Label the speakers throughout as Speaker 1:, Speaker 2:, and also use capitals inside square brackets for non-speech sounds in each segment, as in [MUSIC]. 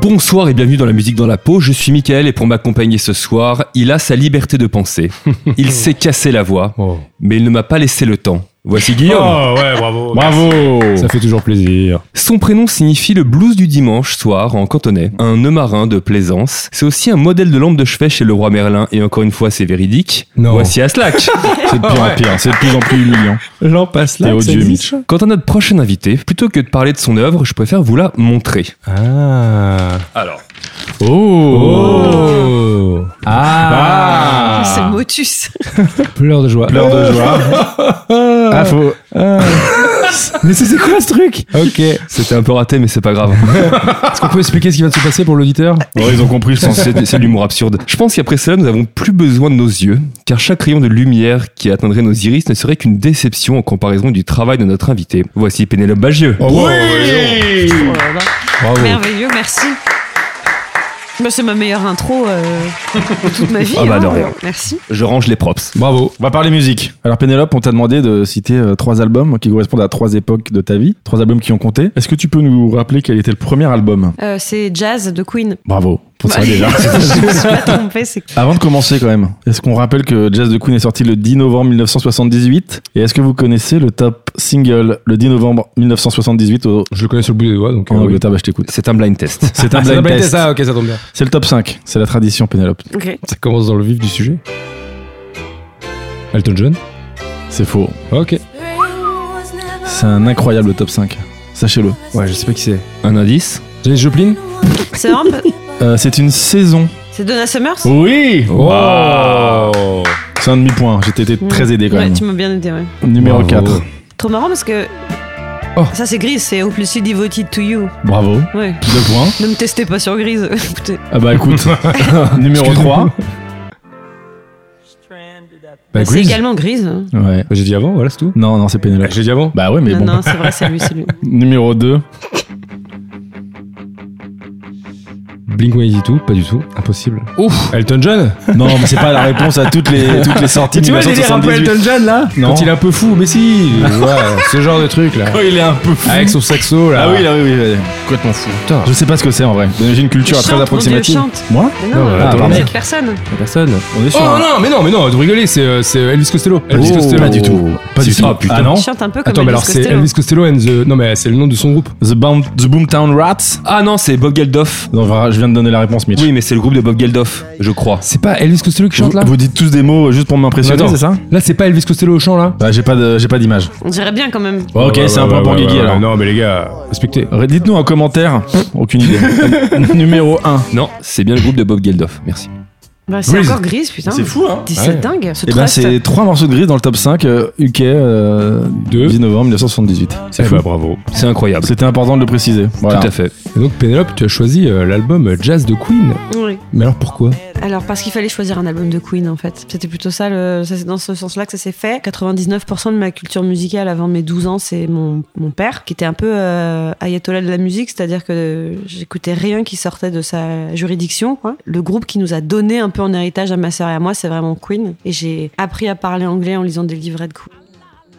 Speaker 1: Bonsoir et bienvenue dans la musique dans la peau. Je suis Mickaël et pour m'accompagner ce soir, il a sa liberté de
Speaker 2: [LAUGHS]
Speaker 1: penser. Il s'est cassé la voix,
Speaker 2: Oh.
Speaker 1: mais il ne m'a pas laissé le temps. Voici Guillaume.
Speaker 2: Oh, ouais, bravo.
Speaker 3: Bravo
Speaker 2: Ça fait toujours plaisir.
Speaker 1: Son prénom signifie le blues du dimanche soir en cantonais, un nœud marin de plaisance. C'est aussi un modèle de lampe de chevet chez le roi Merlin et encore une fois c'est véridique.
Speaker 2: Non.
Speaker 1: Voici
Speaker 2: [LAUGHS]
Speaker 1: Aslak.
Speaker 3: C'est de pire en pire, c'est de plus en plus humiliant.
Speaker 2: J'en passe
Speaker 3: T'es
Speaker 2: ça
Speaker 3: odieux,
Speaker 2: existe
Speaker 3: Mitch.
Speaker 1: Quant à notre prochain invité, plutôt que de parler de son œuvre, je préfère vous la montrer.
Speaker 2: Ah.
Speaker 1: Alors,
Speaker 2: Oh. Ah.
Speaker 4: C'est motus.
Speaker 2: Pleurs de joie.
Speaker 3: Pleure
Speaker 2: [LAUGHS]
Speaker 3: de joie.
Speaker 2: Ah, faut. Mais c'est c'est quoi ce truc Ok. Est-ce
Speaker 1: c'était un peu raté mais c'est pas grave.
Speaker 2: qu'on peut expliquer ce qui vient de se passer pour l'auditeur
Speaker 3: Bon, ils ont compris, je
Speaker 1: Putain,
Speaker 3: pense.
Speaker 1: C'est c'est de l'humour absurde. Je pense qu'après cela, nous n'avons plus besoin de nos yeux, car chaque rayon de lumière qui atteindrait nos iris ne serait qu'une déception en comparaison du travail de notre invité. Voici Pénélope Bagieux.
Speaker 4: Oh là là.
Speaker 2: Bravo.
Speaker 4: Merveilleux, merci. Bah, c'est ma meilleure intro euh, de toute ma vie.
Speaker 1: Ah bah,
Speaker 4: hein.
Speaker 1: de rien.
Speaker 4: Merci.
Speaker 1: Je range les props.
Speaker 2: Bravo.
Speaker 3: On va parler musique. Alors Pénélope, on t'a demandé de citer euh, trois albums qui correspondent à trois époques de ta vie, trois albums qui ont compté. Est-ce que tu peux nous rappeler quel était le premier album
Speaker 4: Euh, c'est Jazz de Queen.
Speaker 3: Bravo pour ça [LAUGHS]
Speaker 4: Bah,
Speaker 3: déjà.
Speaker 4: [LAUGHS] je me suis pas trompée, c'est
Speaker 3: Avant de commencer quand même, est-ce qu'on rappelle que Jazz de Queen est sorti le 10 novembre 1978 Et est-ce que vous connaissez le top single le 10 novembre 1978 au...
Speaker 2: Je le connais sur le bout des doigts, donc.
Speaker 3: en
Speaker 2: euh, Oh. oui.
Speaker 3: Angleterre Bah, je t'écoute.
Speaker 1: C'est un blind test.
Speaker 3: [LAUGHS] C'est un
Speaker 2: Ah, c'est
Speaker 3: blind test.
Speaker 2: ça, ok, ça tombe bien.
Speaker 3: C'est le top 5, c'est la tradition Pénélope.
Speaker 4: Ok.
Speaker 2: Ça commence dans le vif du sujet. Elton John
Speaker 3: C'est faux.
Speaker 2: Ok.
Speaker 3: C'est un incroyable top 5. Sachez-le.
Speaker 2: Ouais, je sais pas qui c'est.
Speaker 1: Un indice
Speaker 2: Janis Joplin
Speaker 4: C'est vraiment pas-
Speaker 3: Euh, c'est une saison.
Speaker 4: C'est Donna Summers
Speaker 3: Oui
Speaker 2: Oh. Wow.
Speaker 3: C'est un demi-point, j'étais été très aidé quand
Speaker 4: Ouais,
Speaker 3: même.
Speaker 4: tu m'as bien aidé, ouais.
Speaker 3: Numéro
Speaker 2: Bravo.
Speaker 3: 4.
Speaker 4: Trop marrant parce que.
Speaker 2: Oh.
Speaker 4: Ça c'est Grise, c'est Au plus si devoted to you.
Speaker 3: Bravo.
Speaker 4: Ouais.
Speaker 3: Deux points.
Speaker 4: Ne me testez pas sur Grise. [LAUGHS] Écoutez.
Speaker 3: Ah
Speaker 2: [LAUGHS]
Speaker 3: bah écoute. Numéro
Speaker 2: Excuse-moi.
Speaker 3: 3.
Speaker 2: Bah,
Speaker 4: c'est
Speaker 2: Grease.
Speaker 4: également Grise. hein.
Speaker 3: Ouais.
Speaker 2: Bah, J'ai dit avant, voilà, c'est tout.
Speaker 3: Non, non, c'est
Speaker 2: Bah,
Speaker 3: Pénélope.
Speaker 2: J'ai dit avant.
Speaker 3: Bah ouais, mais
Speaker 4: non,
Speaker 3: bon.
Speaker 4: non, c'est vrai, c'est lui, c'est lui.
Speaker 3: Numéro 2.
Speaker 2: Blink 182, pas du tout. Impossible.
Speaker 1: Ouf
Speaker 2: Elton John
Speaker 3: Non, mais c'est pas la réponse à toutes les, toutes les sorties de 1978.
Speaker 2: John là
Speaker 3: Non.
Speaker 2: Quand il est un peu fou, mais si ouais, Ce genre de truc là.
Speaker 3: Oh, il est un peu fou.
Speaker 2: Avec son saxo là.
Speaker 3: Ah oui, là, oui, oui, oui. Complètement fou.
Speaker 2: Putain,
Speaker 3: Je sais pas ce que c'est en vrai. J'ai une culture
Speaker 4: Chante,
Speaker 3: très
Speaker 4: mon
Speaker 3: approximative.
Speaker 4: Dieu, chante.
Speaker 3: Moi
Speaker 4: Mais non,
Speaker 2: Ah,
Speaker 4: euh,
Speaker 3: pardon.
Speaker 4: vous êtes personne.
Speaker 2: personne.
Speaker 3: On est
Speaker 2: Oh
Speaker 3: sur un-
Speaker 2: non, non, mais non, mais non, vous rigolez, c'est euh, c'est Elvis Costello. Elvis
Speaker 3: Oh,
Speaker 2: Costello.
Speaker 3: Pas du tout. Pas
Speaker 2: Si,
Speaker 3: du
Speaker 2: si.
Speaker 3: tout.
Speaker 2: Ah, putain.
Speaker 3: Ah non
Speaker 4: Il chante un peu comme
Speaker 2: Attends, mais
Speaker 4: Elvis
Speaker 2: alors c'est
Speaker 4: Costello.
Speaker 2: Elvis Costello and the. Non, mais c'est le nom de son groupe.
Speaker 3: The, Bound, the Boomtown Rats
Speaker 1: Ah non, c'est Bob Geldof.
Speaker 3: Non, voilà, je viens de donner la réponse, Mitch.
Speaker 1: Oui, mais c'est le groupe de Bob Geldof, je crois.
Speaker 2: C'est pas Elvis Costello qui
Speaker 3: Vous,
Speaker 2: chante là
Speaker 3: vous dites tous des mots juste pour m'impressionner,
Speaker 2: Attends.
Speaker 3: c'est ça
Speaker 2: Là, c'est pas Elvis Costello au chant là
Speaker 3: Bah, j'ai pas de- j'ai pas d'image.
Speaker 4: On dirait bien quand même.
Speaker 3: ok, c'est un point pour Guigui alors.
Speaker 2: Non, mais les gars, respectez.
Speaker 3: Ré- Dites-nous un commentaire. Aucune idée. Numéro 1.
Speaker 1: Non, c'est bien le groupe de Bob Geldof. Merci.
Speaker 4: Bah, c'est
Speaker 3: Grease.
Speaker 4: encore Grise, putain.
Speaker 3: fou, hein
Speaker 4: C'est
Speaker 2: Ouais.
Speaker 4: dingue, ce
Speaker 3: Et ben,
Speaker 4: trust.
Speaker 3: c'est trois morceaux de gris dans le top 5 euh, UK euh,
Speaker 2: Deux.
Speaker 3: 10 novembre 1978.
Speaker 2: Eh
Speaker 3: C'est fou.
Speaker 2: bah, bravo.
Speaker 1: C'est incroyable.
Speaker 3: C'était important de le préciser. Voilà.
Speaker 1: Tout à fait.
Speaker 2: Et donc, Pénélope, tu as choisi euh, l'album Jazz de Queen.
Speaker 4: Oui.
Speaker 2: Mais alors pourquoi
Speaker 4: Alors parce qu'il fallait choisir un album de Queen en fait. C'était plutôt ça, le... ça c'est dans ce sens-là que ça s'est fait. 99% de ma culture musicale avant mes 12 ans, c'est mon, mon père qui était un peu euh, ayatollah de la musique, c'est-à-dire que j'écoutais rien qui sortait de sa juridiction. quoi. Le groupe qui nous a donné un peu en héritage à ma sœur et à moi, c'est vraiment Queen. Et j'ai appris à parler anglais en lisant des livrets de Queen.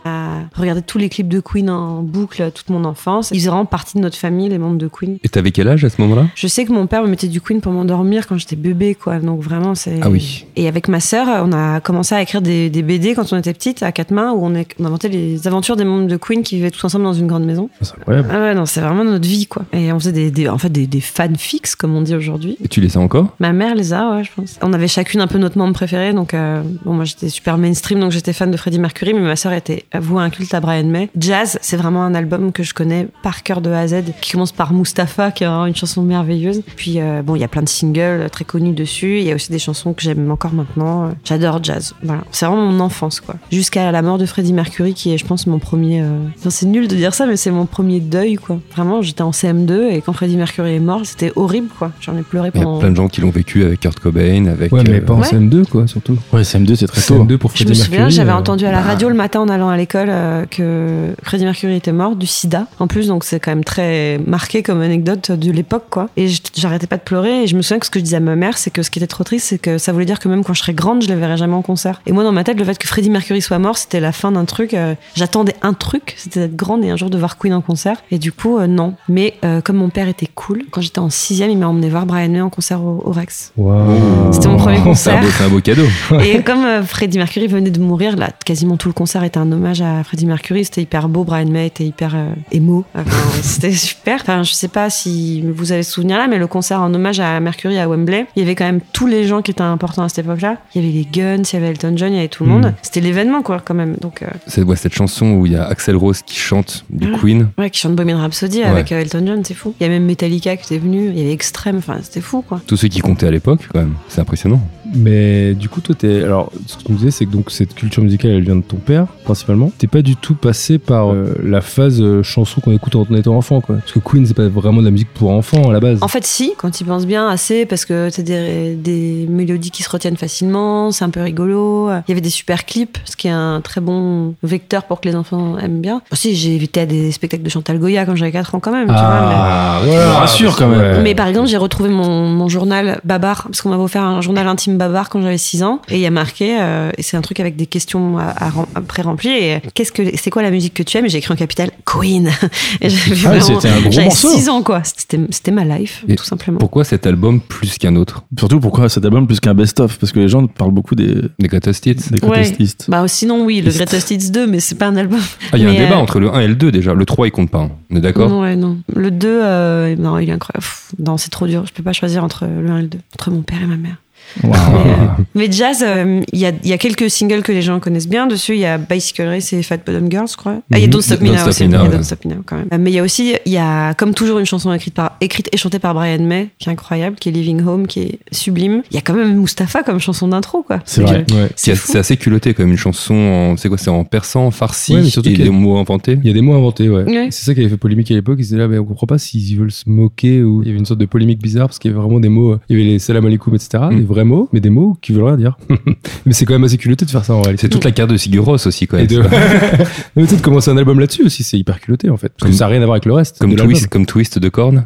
Speaker 4: à regarder tous les clips de Queen en boucle toute mon enfance. Ils faisaient vraiment partie de notre famille, les membres de Queen.
Speaker 1: Et t'avais quel âge à ce moment-là
Speaker 4: Je sais que mon père me mettait du Queen pour m'endormir quand j'étais bébé, quoi. Donc vraiment, c'est.
Speaker 1: Ah oui.
Speaker 4: Et avec ma sœur, on a commencé à écrire des, des BD quand on était petite, à quatre mains, où on, é- on inventait les aventures des membres de Queen qui vivaient tous ensemble dans une grande maison.
Speaker 2: C'est incroyable.
Speaker 4: Ah ouais, non, c'est vraiment notre vie, quoi. Et on faisait des, des- en fait des, des fanfics, comme on dit aujourd'hui.
Speaker 1: Et tu les as encore
Speaker 4: Ma mère les a, ouais, je pense. On avait chacune un peu notre membre préféré, donc euh, bon, moi j'étais super mainstream, donc j'étais fan de Freddie Mercury, mais ma sœur était avouée un culte à Brian May. Jazz, c'est vraiment un album que je connais par cœur de A à Z, qui commence par Mustapha, qui est vraiment une chanson merveilleuse. Puis euh, bon, il y a plein de singles très connus dessus, il y a aussi des chansons que j'aime encore maintenant. J'adore jazz, voilà. C'est vraiment mon enfance, quoi. Jusqu'à la mort de Freddie Mercury, qui est, je pense, mon premier. euh, enfin, c'est nul de dire ça, mais c'est mon premier deuil, quoi. Vraiment, j'étais en CM2 et quand Freddie Mercury est mort, c'était horrible, quoi. J'en ai pleuré
Speaker 1: Il y a
Speaker 4: pendant.
Speaker 1: plein de gens qui l'ont vécu avec Kurt Cobain, avec.
Speaker 2: Ouais,
Speaker 1: euh,
Speaker 2: mais pas en
Speaker 4: Ouais.
Speaker 2: CM2 quoi, surtout.
Speaker 3: Ouais, CM2, c'est très tôt.
Speaker 2: CM2 pour
Speaker 4: Je
Speaker 2: Freddie
Speaker 4: me souviens,
Speaker 2: Mercury,
Speaker 4: j'avais
Speaker 2: euh,
Speaker 4: entendu à la radio le matin en allant à l'école euh, que Freddie Mercury était mort du sida en plus donc c'est quand même très marqué comme anecdote de l'époque quoi et je- j'arrêtais pas de pleurer et je me souviens que ce que je disais à ma mère c'est que ce qui était trop triste c'est que ça voulait dire que même quand je serais grande je les verrais jamais en concert et moi dans ma tête le fait que Freddie Mercury soit mort c'était la fin d'un truc euh, j'attendais un truc c'était d'être grande et un jour de voir Queen en concert et du coup euh, non mais euh, comme mon père était cool quand j'étais en sixième il m'a emmené voir Brian May en concert au- au Rex
Speaker 2: Mmh.
Speaker 4: C'était mon premier
Speaker 1: C'est un
Speaker 4: concert.
Speaker 1: beau- c'est un beau cadeau.
Speaker 4: Et comme euh, Freddie Mercury venait de mourir, là, quasiment tout le concert était un hommage à Freddie Mercury. C'était hyper beau. Brian May était hyper euh, émo. Enfin, [LAUGHS] c'était super. Enfin, je sais pas si vous avez ce souvenir là, mais le concert en hommage à Mercury à Wembley, il y avait quand même tous les gens qui étaient importants à cette époque-là. Il y avait les Guns, il y avait Elton John, il y avait tout le
Speaker 2: Mm.
Speaker 4: monde. C'était l'événement, quoi, quand même. Donc, euh,
Speaker 1: Cette, ouais, cette chanson où il y a Axel Rose qui chante du
Speaker 4: Ouais.
Speaker 1: Queen.
Speaker 4: ouais, qui chante Bohemian Rhapsody avec euh, Elton John, c'est fou. Il y a même Metallica qui était venu. Il y avait Extreme. Enfin, c'était fou, quoi.
Speaker 1: Tous ceux qui comptaient à l'époque, quand même. C'est impressionnant.
Speaker 2: Mais du coup, toi, t'es. Alors, ce que tu me disais, c'est que donc cette culture musicale, elle vient de ton père, principalement. T'es pas du tout passé par euh, la phase euh, chanson qu'on écoute quand on était enfant, quoi. Parce que Queen, c'est pas vraiment de la musique pour enfants à la base.
Speaker 4: En fait, si, quand ils pensent bien, assez, parce que c'est des, des mélodies qui se retiennent facilement, c'est un peu rigolo. Il y avait des super clips, ce qui est un très bon vecteur pour que les enfants aiment bien. Bon, si, j'ai évité à des spectacles de Chantal Goya quand j'avais 4 ans quand même, tu vois. mais-
Speaker 3: Je vous rassure, Ah, quand même.
Speaker 4: Mais...
Speaker 2: Ouais.
Speaker 4: par exemple, j'ai retrouvé mon, mon journal Babar, parce qu'on m'avait offert un journal intime Babar quand j'avais 6 ans, et il y a marqué, euh, et c'est un truc avec des questions à, à rem- à pré-remplies, et euh, qu'est-ce que, c'est quoi la musique que tu aimes? Et j'ai écrit en capital Queen. [LAUGHS] Et j'avais
Speaker 3: Ah,
Speaker 4: vraiment-
Speaker 3: c'était un gros
Speaker 4: j'avais
Speaker 3: morceau.
Speaker 4: 6 ans, quoi. C'était, c'était ma life,
Speaker 1: Et
Speaker 4: tout simplement.
Speaker 1: Pourquoi cet album plus qu'un autre
Speaker 3: Surtout pourquoi cet album plus qu'un best-of Parce que les gens parlent beaucoup des,
Speaker 1: Des Greatest Hits
Speaker 3: des
Speaker 4: Ouais.
Speaker 3: greatest hits.
Speaker 4: Bah sinon oui, le
Speaker 3: Liste.
Speaker 4: Greatest Hits 2, mais c'est pas un album.
Speaker 1: Ah, il y a un
Speaker 4: Mais,
Speaker 1: débat
Speaker 4: euh,
Speaker 1: entre le 1 et le 2 déjà. Le 3, il compte pas. hein. On est d'accord
Speaker 4: Non, ouais, non. Le 2, euh, non, il est incroyable. Pff, non, c'est trop dur. Je peux pas choisir entre le 1 et le 2. Entre mon père et ma mère. Mais,
Speaker 1: Ah,
Speaker 4: [LAUGHS] euh, mais Jazz, euh, il y, a, il y a quelques singles que les gens connaissent bien. Dessus, il y a Bicycle Race et Fat Bottom Girls, je crois. Ah, il y a
Speaker 1: Mhm.
Speaker 4: Don't Stop Me
Speaker 1: Don't
Speaker 4: Now
Speaker 1: Stop
Speaker 4: aussi.
Speaker 1: Me
Speaker 4: Il y a
Speaker 1: Now,
Speaker 4: Don't
Speaker 1: ouais.
Speaker 4: Stop Me Now, quand même. Euh, Mais il y a aussi, il y a comme toujours une chanson écrite, par, écrite et chantée par Brian May, qui est incroyable, qui est Living Home, qui est sublime. Il y a quand même Mustapha comme chanson d'intro, quoi.
Speaker 3: C'est
Speaker 4: Donc,
Speaker 3: vrai.
Speaker 4: euh,
Speaker 2: Ouais.
Speaker 1: C'est
Speaker 4: fou.
Speaker 1: c'est assez culotté comme une chanson. en- C'est quoi C'est en persan, en farci
Speaker 2: Ouais, mais surtout
Speaker 1: et
Speaker 2: qu'il y
Speaker 1: des
Speaker 2: a-
Speaker 1: mots inventés.
Speaker 2: Il y a des mots inventés, ouais.
Speaker 4: Ouais.
Speaker 2: C'est ça qui avait fait polémique à l'époque. Ils disaient là, mais on comprend pas s'ils veulent se moquer ou. Il y avait une sorte de polémique bizarre parce qu'il y avait vraiment des mots. euh, Il y avait les salam alaikum, etc.
Speaker 1: Mm.
Speaker 2: Des vrais mots, mais des mots qui veulent rien dire. [LAUGHS] mais c'est quand même assez culotté de faire ça en réalité.
Speaker 1: C'est toute la carte de Sigur Rós aussi, quand
Speaker 2: Et
Speaker 1: même.
Speaker 2: de... [LAUGHS] mais peut-être commencer un album là-dessus aussi, c'est hyper culotté en fait. Parce
Speaker 1: Comme-
Speaker 2: que ça n'a rien à voir avec le reste.
Speaker 1: Comme
Speaker 2: de l'album.
Speaker 1: twist, comme twist de corne.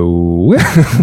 Speaker 1: [LAUGHS]
Speaker 2: ouais.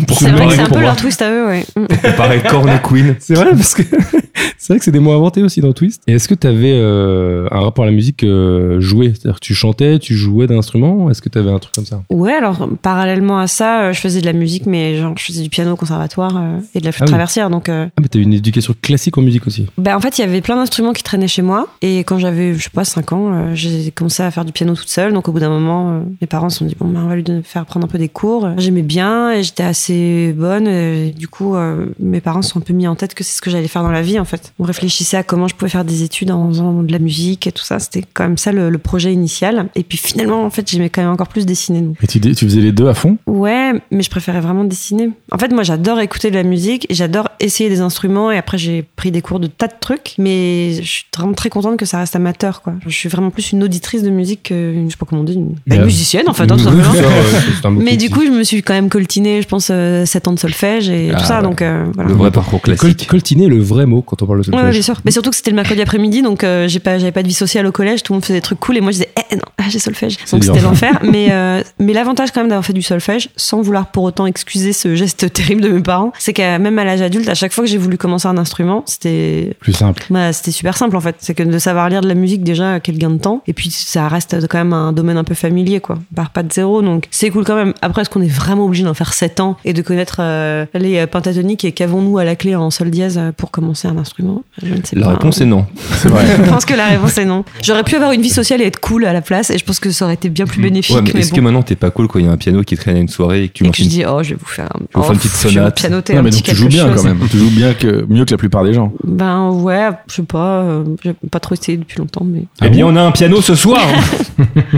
Speaker 4: C'est vrai que c'est un peu
Speaker 2: Pour
Speaker 4: leur
Speaker 2: moi.
Speaker 4: twist à eux, ouais. Mm.
Speaker 1: Pareil, corne et [LAUGHS] queen.
Speaker 2: C'est vrai parce que [LAUGHS] c'est vrai que c'est des mots inventés aussi dans Twist. Et est-ce que tu avais un rapport à la musique euh, jouée C'est-à-dire que tu chantais, tu jouais d'un instrument Est-ce que tu avais un truc comme ça
Speaker 4: Ouais, alors parallèlement à ça, euh, je faisais de la musique, mais genre je faisais du piano au conservatoire euh, et de la flûte
Speaker 2: Ah oui.
Speaker 4: traversière. Donc, euh,
Speaker 2: Ah mais t'as eu une éducation classique en musique aussi.
Speaker 4: bah, en fait, il y avait plein d'instruments qui traînaient chez moi. Et quand j'avais, je sais pas, 5 ans, euh, j'ai commencé à faire du piano toute seule. Donc, au bout d'un moment, euh, mes parents se sont dit, bon, bah, on va lui donner- faire prendre un peu des cours. euh, J'aimais bien et j'étais assez bonne. Et du coup, euh, mes parents se sont un peu mis en tête que c'est ce que j'allais faire dans la vie, en fait. On réfléchissait à comment je pouvais faire des études en faisant de la musique et tout ça. C'était quand même ça le, le projet initial. Et puis finalement, en fait, j'aimais quand même encore plus dessiner. donc.
Speaker 3: Et tu, dis- tu faisais les deux à fond
Speaker 4: Ouais, mais je préférais vraiment dessiner. En fait, moi, j'adore écouter de la musique et j'adore essayer des instruments. Et après, j'ai pris des cours de tas de trucs. Mais je suis vraiment très contente que ça reste amateur, quoi. Je suis vraiment plus une auditrice de musique qu'une, je sais pas comment on dit, une, bah, une
Speaker 2: Yeah.
Speaker 4: musicienne, en
Speaker 2: [LAUGHS]
Speaker 4: fait, hein, tout
Speaker 2: Ça,
Speaker 4: simplement.
Speaker 2: euh, c'est un mot
Speaker 4: Mais
Speaker 2: qui
Speaker 4: du
Speaker 2: dit-
Speaker 4: coup, je me suis quand même coltinée, je pense, 7 ans de solfège et
Speaker 1: Ah,
Speaker 4: tout ça.
Speaker 1: ouais.
Speaker 4: Donc, euh, voilà.
Speaker 1: Le vrai parcours
Speaker 2: Col-
Speaker 1: classique.
Speaker 2: coltiner est le vrai mot quand on parle de
Speaker 4: Ouais, ouais, bien
Speaker 2: solfège.
Speaker 4: sûr. Mais surtout que c'était le mercredi après-midi, donc euh, j'ai pas, j'avais pas de vie sociale au collège, tout le monde faisait des trucs cool et moi je disais, eh non, ah, j'ai solfège. Donc
Speaker 3: dur.
Speaker 4: c'était l'enfer. [LAUGHS] Mais, euh, mais l'avantage quand même d'avoir fait du solfège, sans vouloir pour autant excuser ce geste [LAUGHS] terrible de mes parents, c'est que même à l'âge adulte, à chaque fois que j'ai voulu commencer un instrument, c'était
Speaker 3: Plus simple.
Speaker 4: bah, c'était super simple en fait. C'est que de savoir lire de la musique déjà, quel gain de temps. Et puis ça reste quand même un domaine un peu familier quoi. On part pas de zéro donc c'est cool quand même. Après, est-ce qu'on est vraiment obligé d'en faire 7 ans et de connaître euh, les euh, pentatoniques et qu'avons-nous à la clé en sol dièse euh, pour commencer un instrument Je ne sais
Speaker 1: La
Speaker 4: pas. [LAUGHS]
Speaker 1: réponse est
Speaker 4: Ah,
Speaker 1: non.
Speaker 3: C'est vrai.
Speaker 4: Je pense que la réponse est non. J'aurais pu avoir une vie sociale et être cool à la place et je pense que ça aurait été bien plus bénéfique.
Speaker 1: Ouais, mais
Speaker 4: mais
Speaker 1: est-ce
Speaker 4: bon.
Speaker 1: que maintenant t'es pas cool quand il y a un piano qui traîne à une soirée et que tu
Speaker 4: Et
Speaker 1: lances
Speaker 4: que je
Speaker 1: une-
Speaker 4: dis, oh, je vais vous faire, un-
Speaker 1: vous faire une
Speaker 4: oh,
Speaker 1: petite
Speaker 4: je vais vous
Speaker 1: sonate.
Speaker 4: pianoter
Speaker 3: Non,
Speaker 4: un
Speaker 3: mais
Speaker 4: petit
Speaker 3: donc tu
Speaker 4: quelque
Speaker 3: joues bien
Speaker 4: chose.
Speaker 3: quand même. Tu joues bien que, mieux que la plupart des gens.
Speaker 4: Ben ouais, je sais pas, euh, j'ai pas trop essayé depuis longtemps, mais [LAUGHS]
Speaker 1: Eh bien, on a un piano ce soir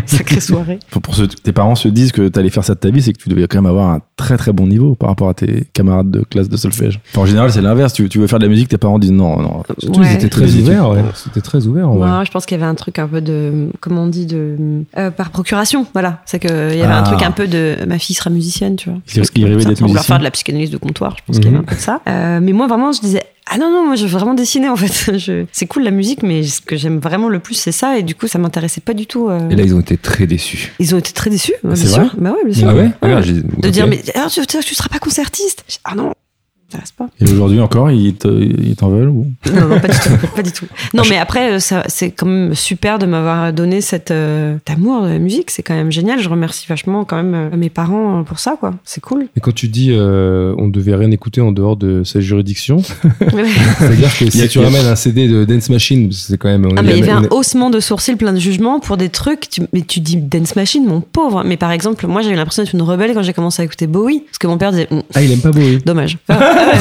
Speaker 4: sacrée soirée.
Speaker 3: Faut Pour ceux que tes parents se disent que t'allais faire ça de ta vie, c'est que tu devais quand même avoir un très très bon niveau par rapport à tes camarades de classe de solfège. Enfin, en général, c'est l'inverse. Tu, tu veux faire de la musique, tes parents disent non, non.
Speaker 2: Surtout,
Speaker 4: Ouais.
Speaker 2: ils étaient très
Speaker 3: Des
Speaker 2: ouverts.
Speaker 3: études.
Speaker 2: ouais. C'était très ouvert. en
Speaker 4: Ouais,
Speaker 2: vrai.
Speaker 4: je pense qu'il y avait un truc un peu de, comment on dit, de euh, par procuration. Voilà, c'est que il y avait
Speaker 3: Ah.
Speaker 4: un truc un peu de ma fille sera musicienne, tu vois.
Speaker 3: Il- il rêvait d'être
Speaker 4: On voulait
Speaker 3: musicien. Mhm.
Speaker 4: faire de la psychanalyse de comptoir, je pense qu'il y avait un peu de ça. Euh, mais moi vraiment, je disais Ah non, non, moi je veux vraiment dessiner en fait. [LAUGHS] Je... C'est cool la musique, mais ce que j'aime vraiment le plus, c'est ça. Et du coup, ça m'intéressait pas du tout. euh.
Speaker 1: [LAUGHS] Et là, ils ont été très déçus.
Speaker 4: Ils ont été très déçus. ouais,
Speaker 3: C'est
Speaker 4: bien sûr.
Speaker 3: vrai
Speaker 4: Bah ouais, bien sûr.
Speaker 1: Ah ouais,
Speaker 4: Ouais.
Speaker 1: Ah, j'ai-
Speaker 4: De
Speaker 1: ok.
Speaker 4: dire, mais alors, tu, tu, tu seras pas concertiste J'ai- Ah non, ça reste pas.
Speaker 3: Et aujourd'hui encore, ils te- ils t'en veulent ou
Speaker 4: Non, non, pas du
Speaker 2: [LAUGHS]
Speaker 4: tout. Pas du tout.
Speaker 2: Ah,
Speaker 4: Non, mais après, euh, ça- c'est quand même super de m'avoir donné cet, euh, cet amour de la musique. C'est quand même génial. Je remercie vachement quand même euh, mes parents euh, pour ça, quoi. C'est cool.
Speaker 2: Et quand tu dis euh, on devait rien écouter en dehors de sa
Speaker 4: [LAUGHS]
Speaker 2: juridiction, c'est-à-dire que
Speaker 3: Il y a-
Speaker 2: si tu ramènes un CD de Dance Machine, c'est quand même. on
Speaker 4: Ah,
Speaker 2: est-
Speaker 4: mais il y avait
Speaker 2: on
Speaker 4: un
Speaker 2: est-
Speaker 4: haussement de sourcils plein de jugements pour des trucs. Tu, mais tu dis Dance Machine, mon pauvre. Mais par exemple, moi, j'avais l'impression d'être une rebelle quand j'ai commencé à écouter Bowie. Parce que mon père disait, Hum,
Speaker 2: Ah, il aime pas Bowie.
Speaker 4: dommage. Ah, ouais,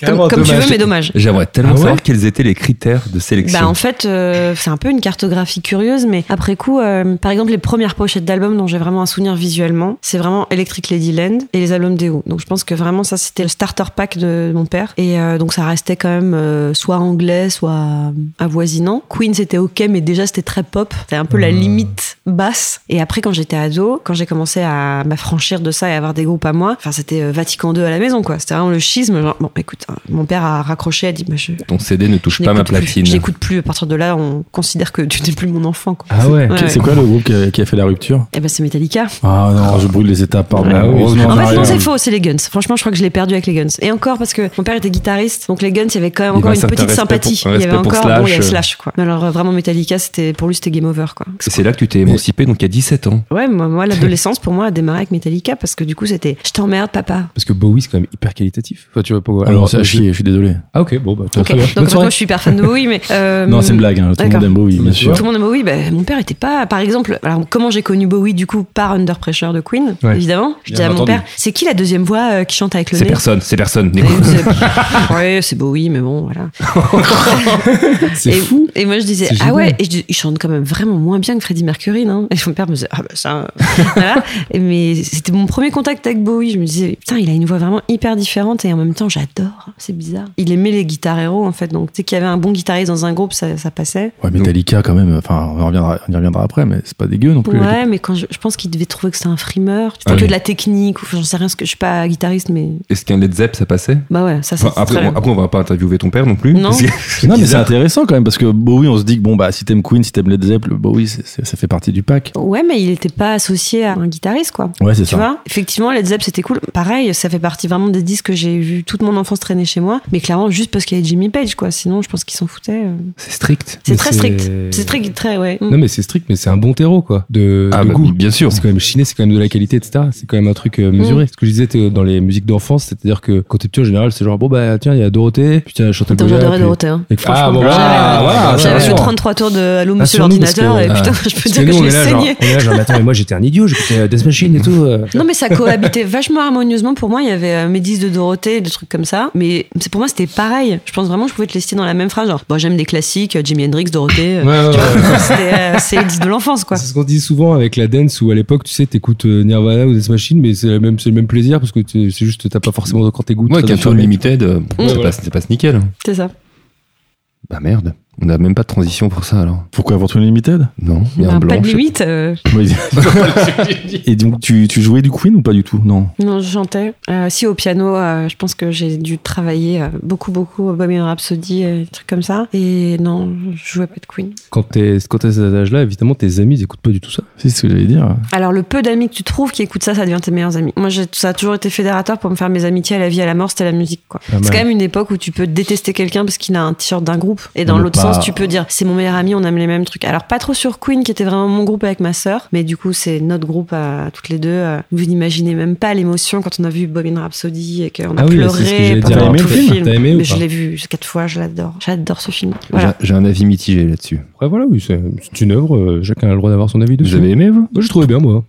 Speaker 4: vraiment. comme comme tu veux, mais dommage.
Speaker 1: J'aimerais tellement
Speaker 2: Ah ouais
Speaker 1: savoir quels étaient les critères de sélection.
Speaker 4: Bah en fait, euh, c'est un peu une cartographie curieuse, mais après coup, euh, par exemple, les premières pochettes d'albums dont j'ai vraiment un souvenir visuellement, c'est vraiment Electric Ladyland et les albums d'Eo. Donc je pense que vraiment ça, c'était le starter pack de mon père. Et euh, donc ça restait quand même euh, soit anglais, soit euh, avoisinant. Queen, c'était ok, mais déjà c'était très pop. C'était un peu la limite basse. Et après, quand j'étais ado, quand j'ai commencé à m'affranchir de ça et avoir des groupes à moi, enfin c'était euh, Vatican II à la maison, quoi. C'était vraiment le schisme. Genre, bon, écoute, hein, mon père a raccroché, a dit, bah, je,
Speaker 1: Ton CD ne touche
Speaker 4: je
Speaker 1: pas ma
Speaker 4: n'écoute plus.
Speaker 1: platine.
Speaker 4: Je n'écoute plus. À partir de là, on considère que tu n'es plus mon enfant. Quoi.
Speaker 2: Ah ouais.
Speaker 4: Ouais, ouais.
Speaker 3: C'est quoi le groupe qui a, qui a fait la rupture
Speaker 4: Eh ben, c'est Metallica.
Speaker 3: Ah non, je brûle les étapes, pardon.
Speaker 2: Ah oui,
Speaker 3: Heureusement,
Speaker 2: En
Speaker 4: En
Speaker 3: on a
Speaker 4: fait, non,
Speaker 3: rien.
Speaker 4: c'est faux, c'est les Guns. Franchement, je crois que je l'ai perdu avec les Guns. Et encore parce que mon père était guitariste, donc les Guns, il y avait quand même
Speaker 1: Il y
Speaker 4: encore
Speaker 1: avait
Speaker 4: une
Speaker 1: un certain
Speaker 4: petite
Speaker 1: respect
Speaker 4: sympathie.
Speaker 1: pour- un
Speaker 4: il y avait
Speaker 1: respect pour
Speaker 4: encore, bon, il y avait
Speaker 1: Slash.
Speaker 4: Slash, quoi. Mais alors, euh, vraiment, Metallica, c'était, pour lui, c'était game over, quoi.
Speaker 1: Et C'est là que tu t'es émancipé, donc il y a 17 ans.
Speaker 4: Ouais, moi, moi, l'adolescence, pour moi, a démarré avec Metallica parce que du coup, c'était je t'emmerde, papa.
Speaker 2: Parce que Bowie, c'est quand même hyper qualitatif. Enfin, tu vois pas.
Speaker 3: Alors, c'est à
Speaker 2: je-
Speaker 3: chier, je suis désolé.
Speaker 2: Ah, ok, bon, bah,
Speaker 4: Ok.
Speaker 2: très bien.
Speaker 4: Donc,
Speaker 2: Bonne
Speaker 4: en fait, moi,
Speaker 2: soirée.
Speaker 4: je suis hyper fan de Bowie, mais. euh,
Speaker 3: Non, c'est une blague, hein, tout le monde
Speaker 4: d'accord.
Speaker 3: aime Bowie, bien
Speaker 2: Mais
Speaker 3: sûr.
Speaker 4: Tout le monde me dit oui, bah, mon père était pas. Par exemple, alors, comment j'ai connu Bowie du coup par Under Pressure de Queen,
Speaker 2: Ouais.
Speaker 4: évidemment. Je
Speaker 3: Bien
Speaker 4: dis à mon
Speaker 3: entendu.
Speaker 4: père, c'est qui la deuxième voix euh, qui chante avec le
Speaker 1: C'est
Speaker 4: nez
Speaker 1: personne, c'est personne.
Speaker 4: Et
Speaker 1: n'écoute.
Speaker 4: il disait, [LAUGHS] ouais, c'est Bowie, mais bon, voilà.
Speaker 2: C'est
Speaker 4: Et,
Speaker 2: fou.
Speaker 4: et moi, je disais,
Speaker 2: C'est
Speaker 4: ah
Speaker 2: génial.
Speaker 4: ouais, et je dis, il chante quand même vraiment moins bien que Freddie Mercury, non Et mon père me disait, ah bah ça. [LAUGHS] euh, voilà. Et mais c'était mon premier contact avec Bowie. Je me disais, putain, il a une voix vraiment hyper différente et en même temps, j'adore. C'est bizarre. Il aimait les guitares héros, en fait. Donc, tu sais qu'il y avait un bon guitariste dans un groupe, ça, ça passait.
Speaker 3: Ouais, Metallica quand même, enfin, on, en reviendra, on y reviendra après, mais c'est pas dégueu non plus.
Speaker 4: Ouais, mais quand je, je pense qu'il devait trouver que c'est un frimeur, tu
Speaker 1: Ah
Speaker 4: fais que
Speaker 1: oui.
Speaker 4: de la technique, ou j'en sais rien, parce que je suis pas guitariste, mais
Speaker 1: Est-ce qu'un Led Zepp, ça passait
Speaker 4: bah ouais, ça c'est
Speaker 1: Enfin, après,
Speaker 4: très
Speaker 1: on, après, on va pas interviewer ton père non plus.
Speaker 4: Non.
Speaker 1: parce que-
Speaker 3: Non, mais c'est
Speaker 1: bizarre.
Speaker 3: intéressant quand même, parce que Bowie, on se dit que bon, bah, si t'aimes Queen, si t'aimes Led Zeppelin, Bowie, c'est- c'est- ça fait partie du pack.
Speaker 4: Ouais, mais il était pas associé à un guitariste, quoi.
Speaker 3: Ouais, c'est
Speaker 4: Tu
Speaker 3: ça.
Speaker 4: vois, effectivement, Led Zepp c'était cool. Pareil, ça fait partie vraiment des disques que j'ai vu toute mon enfance traîner chez moi, mais clairement juste parce qu'il y avait Jimmy Page, quoi. Sinon, je pense qu'ils s'en foutaient. euh.
Speaker 1: [LAUGHS] C'est strict.
Speaker 4: C'est
Speaker 2: Mais
Speaker 4: très
Speaker 2: c'est-
Speaker 4: strict. C'est très, très, ouais. Mm.
Speaker 2: Non, mais c'est strict, mais c'est un bon terreau, quoi. De,
Speaker 1: Ah,
Speaker 2: de
Speaker 1: bah,
Speaker 2: goût.
Speaker 1: bien sûr.
Speaker 2: C'est quand même chiné, c'est quand même de la qualité, etc. C'est quand même un truc euh,
Speaker 4: Mm.
Speaker 2: mesuré. Ce que je disais t'es, euh, dans les musiques d'enfance, c'est-à-dire que quand t'es petit en général, c'est genre bon bah tiens, il y a Dorothée, puis tiens, Chantal
Speaker 4: Attends,
Speaker 2: Goya,
Speaker 4: j'adorais
Speaker 2: puis-
Speaker 4: Dorothée. hein.
Speaker 2: et-
Speaker 4: Franchement,
Speaker 2: Ah bon,
Speaker 4: j'avais-
Speaker 2: ah, voilà, ça
Speaker 4: J'avais
Speaker 2: rassure.
Speaker 4: fait 33 tours de Allô Monsieur
Speaker 2: Rassure-nous, parce
Speaker 4: l'ordinateur
Speaker 2: que-
Speaker 4: et
Speaker 2: ah.
Speaker 4: putain, je peux
Speaker 2: Parce
Speaker 4: dire que,
Speaker 2: nous,
Speaker 4: je
Speaker 2: on
Speaker 4: l'ai
Speaker 2: est là, genre,
Speaker 4: saigné.
Speaker 2: on est là, genre, mais attends, mais moi j'étais un idiot, j'écoutais Death Machine et tout. euh.
Speaker 4: Non mais ça cohabitait vachement harmonieusement pour moi. Il y avait euh, mes 10 de Dorothée, des trucs comme ça. Mais c'est pour moi c'était pareil. Je pense vraiment que je pouvais te lister dans la même phrase. Genre bon j'aime des classiques, euh, Jimi Hendrix, Dorothée. euh,
Speaker 2: Ouais, ouais,
Speaker 4: tu vois,
Speaker 2: ouais.
Speaker 4: c'était, euh, c'est les 10 de l'enfance quoi.
Speaker 2: C'est ce qu'on dit souvent avec la dance où à l'époque tu sais t'écoutes euh, Nirvana ou Death Machine mais c'est, la même, c'est le même plaisir parce que tu- c'est juste t'as pas forcément quand t'écoutes.
Speaker 1: Moi,
Speaker 2: ça
Speaker 1: avec un
Speaker 2: doit
Speaker 1: tour
Speaker 2: faire-
Speaker 1: limited, euh, ça,
Speaker 2: voilà.
Speaker 1: passe, ça passe nickel.
Speaker 4: C'est ça.
Speaker 1: Bah merde. On n'a même pas de transition pour ça alors.
Speaker 3: Pourquoi Fortune Limited
Speaker 1: Non, il y a
Speaker 4: Ben,
Speaker 1: un
Speaker 4: pas
Speaker 1: blanc.
Speaker 4: de limite. euh,
Speaker 3: Et donc, tu, tu jouais du Queen ou pas du tout Non.
Speaker 4: non je chantais. Euh, si au piano, euh, je pense que j'ai dû travailler euh, beaucoup beaucoup au Bohemian Rhapsody, euh, des trucs comme ça. Et non je jouais pas de Queen.
Speaker 2: Quand t'es, quand t'es à cet âge-là, évidemment tes amis ils écoutent pas du tout ça.
Speaker 3: C'est ce que j'allais [LAUGHS] dire.
Speaker 4: Alors le peu d'amis que tu trouves qui écoutent ça, ça devient tes meilleurs amis. Moi j'ai- ça a toujours été fédérateur pour me faire mes amitiés à la vie à la mort, c'était la musique quoi.
Speaker 2: Pas
Speaker 4: C'est
Speaker 2: mal.
Speaker 4: quand même une époque où tu peux détester quelqu'un parce qu'il a un t-shirt d'un groupe. Et dans
Speaker 3: Mais
Speaker 4: l'autre
Speaker 3: pas-
Speaker 4: sens, tu peux dire c'est mon meilleur ami, on aime les mêmes trucs. Alors pas trop sur Queen qui était vraiment mon groupe avec ma sœur, mais du coup c'est notre groupe à toutes les deux. Euh, Vous n'imaginez même pas l'émotion quand on a vu Bobine Rhapsody et qu'on a
Speaker 2: Ah oui, c'est ce que
Speaker 4: pleuré
Speaker 2: j'allais
Speaker 4: pendant
Speaker 2: dire.
Speaker 3: T'as aimé
Speaker 4: tout
Speaker 3: le
Speaker 4: le
Speaker 2: film
Speaker 4: film.
Speaker 2: T'as aimé ou
Speaker 4: mais je
Speaker 2: pas
Speaker 4: l'ai vu quatre fois, je l'adore. J'adore ce film.
Speaker 1: J'ai-
Speaker 4: Voilà.
Speaker 1: J'ai un avis mitigé là-dessus.
Speaker 2: Ouais voilà oui c'est, c'est une œuvre, euh, chacun a le droit d'avoir son avis dessus.
Speaker 1: Vous avez aimé, vous
Speaker 2: Moi, je trouvais bien, moi.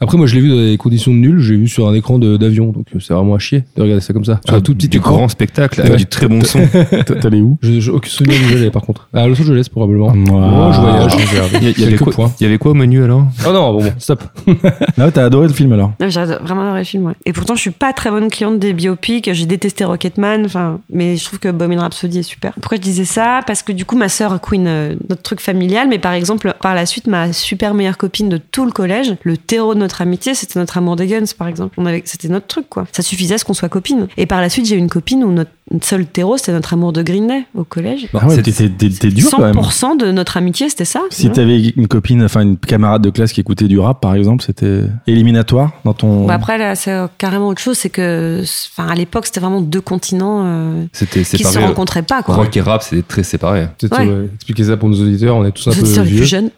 Speaker 2: Après, moi, je l'ai vu dans des conditions de nul. J'ai vu sur un écran de- d'avion. Donc, euh, c'est vraiment à Ah, chier de regarder ça comme ça. Sur un tout petit
Speaker 1: du
Speaker 2: écran.
Speaker 1: grand spectacle avec
Speaker 2: Ouais. [LAUGHS]
Speaker 1: du très bon son.
Speaker 3: T'allais où
Speaker 2: Je, je, aucun souvenir où j'allais. aller par contre. À Los Angeles probablement.
Speaker 3: Ouah.
Speaker 2: Oh, je voyage.
Speaker 1: Ah. Il y, a- il y avait
Speaker 2: Quelques
Speaker 1: quoi-
Speaker 2: points.
Speaker 1: il y avait quoi au menu alors
Speaker 2: Oh non, bon, bon, stop.
Speaker 3: Ah ouais, t'as adoré le film alors.
Speaker 4: Non, J'ai vraiment adoré le film, ouais. Et pourtant, je suis pas très bonne cliente des biopics. J'ai détesté Rocketman, enfin, mais je trouve que Bohemian Rhapsody est super. Pourquoi je disais ça Parce que du coup, ma sœur Queen, euh, notre truc familial, mais par exemple, par la suite, ma super meilleure copine de tout le collège, le terreau de notre amitié, c'était notre amour des Guns, par exemple. On avait, c'était notre truc, quoi. Ça suffisait à ce qu'on soit copines. Et par la suite, j'ai eu une copine où notre seul terreau, c'était notre amour de Green Day au collège.
Speaker 3: Ah ouais,
Speaker 1: c'est-
Speaker 3: t'es- t'es t'es- t'es dur quand même.
Speaker 4: 100% de notre amitié, c'était ça. tu
Speaker 3: Si
Speaker 4: vois.
Speaker 3: t'avais une copine, enfin une camarade de classe qui écoutait du rap par exemple, c'était éliminatoire dans ton.
Speaker 4: Bon, après, là, c'est euh, carrément autre chose. C'est que, enfin, à l'époque, c'était vraiment deux continents euh,
Speaker 1: C'était
Speaker 4: qui se
Speaker 1: séparé.
Speaker 4: rencontraient pas, quoi. [LAUGHS]
Speaker 1: Rock et rap, c'était très séparé.
Speaker 2: [LAUGHS] Peut-être
Speaker 4: Ouais.
Speaker 2: euh, expliquer ça pour nos auditeurs, on est tous un
Speaker 4: Vous êtes
Speaker 2: peu
Speaker 4: sur les plus
Speaker 2: vieux.
Speaker 4: jeunes.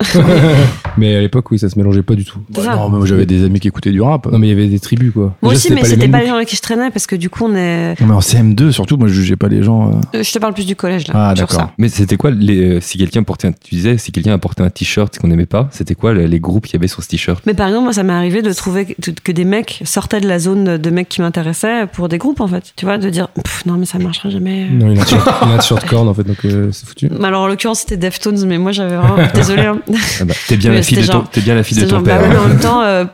Speaker 2: Mais à l'époque, oui, ça se mélangeait pas du tout.
Speaker 4: [LAUGHS] C'est ça.
Speaker 3: non, mais moi, j'avais des amis qui écoutaient du rap.
Speaker 2: Non, mais il y avait des tribus quoi.
Speaker 4: Moi
Speaker 2: Déjà,
Speaker 4: aussi, mais c'était
Speaker 2: les
Speaker 4: pas
Speaker 2: mêmes
Speaker 4: les gens avec qui je traînais parce que du coup, on est.
Speaker 3: Non, mais en CM2 surtout, moi je jugeais pas les gens. euh.
Speaker 4: Euh, Je te parle plus du collège là.
Speaker 3: Ah,
Speaker 4: sur
Speaker 3: d'accord.
Speaker 4: ça.
Speaker 1: Mais c'était quoi les, euh, si quelqu'un portait un, tu disais, si quelqu'un apportait un t-shirt qu'on n'aimait pas, c'était quoi les, les groupes qu'il y avait sur ce t-shirt
Speaker 4: Mais par exemple, moi, ça m'est arrivé de trouver que que des mecs sortaient de la zone de mecs qui m'intéressaient pour des groupes en fait. Tu vois, de dire Pff, non, mais ça marchera jamais.
Speaker 2: Non,
Speaker 4: [LAUGHS]
Speaker 2: il a un short- il a un short corn en fait, donc euh, c'est foutu.
Speaker 4: Mais Alors en l'occurrence, c'était Deftones, mais moi j'avais vraiment. Désolé. Hein.
Speaker 1: Ah bah, T'es bien
Speaker 4: Mais
Speaker 1: la fille de
Speaker 4: c'était
Speaker 1: ton,
Speaker 4: genre-
Speaker 1: t'es bien la fille de
Speaker 4: C'est
Speaker 1: ton
Speaker 4: genre, bah
Speaker 1: père.
Speaker 4: ouais, mais
Speaker 1: hein.
Speaker 4: en même temps, euh,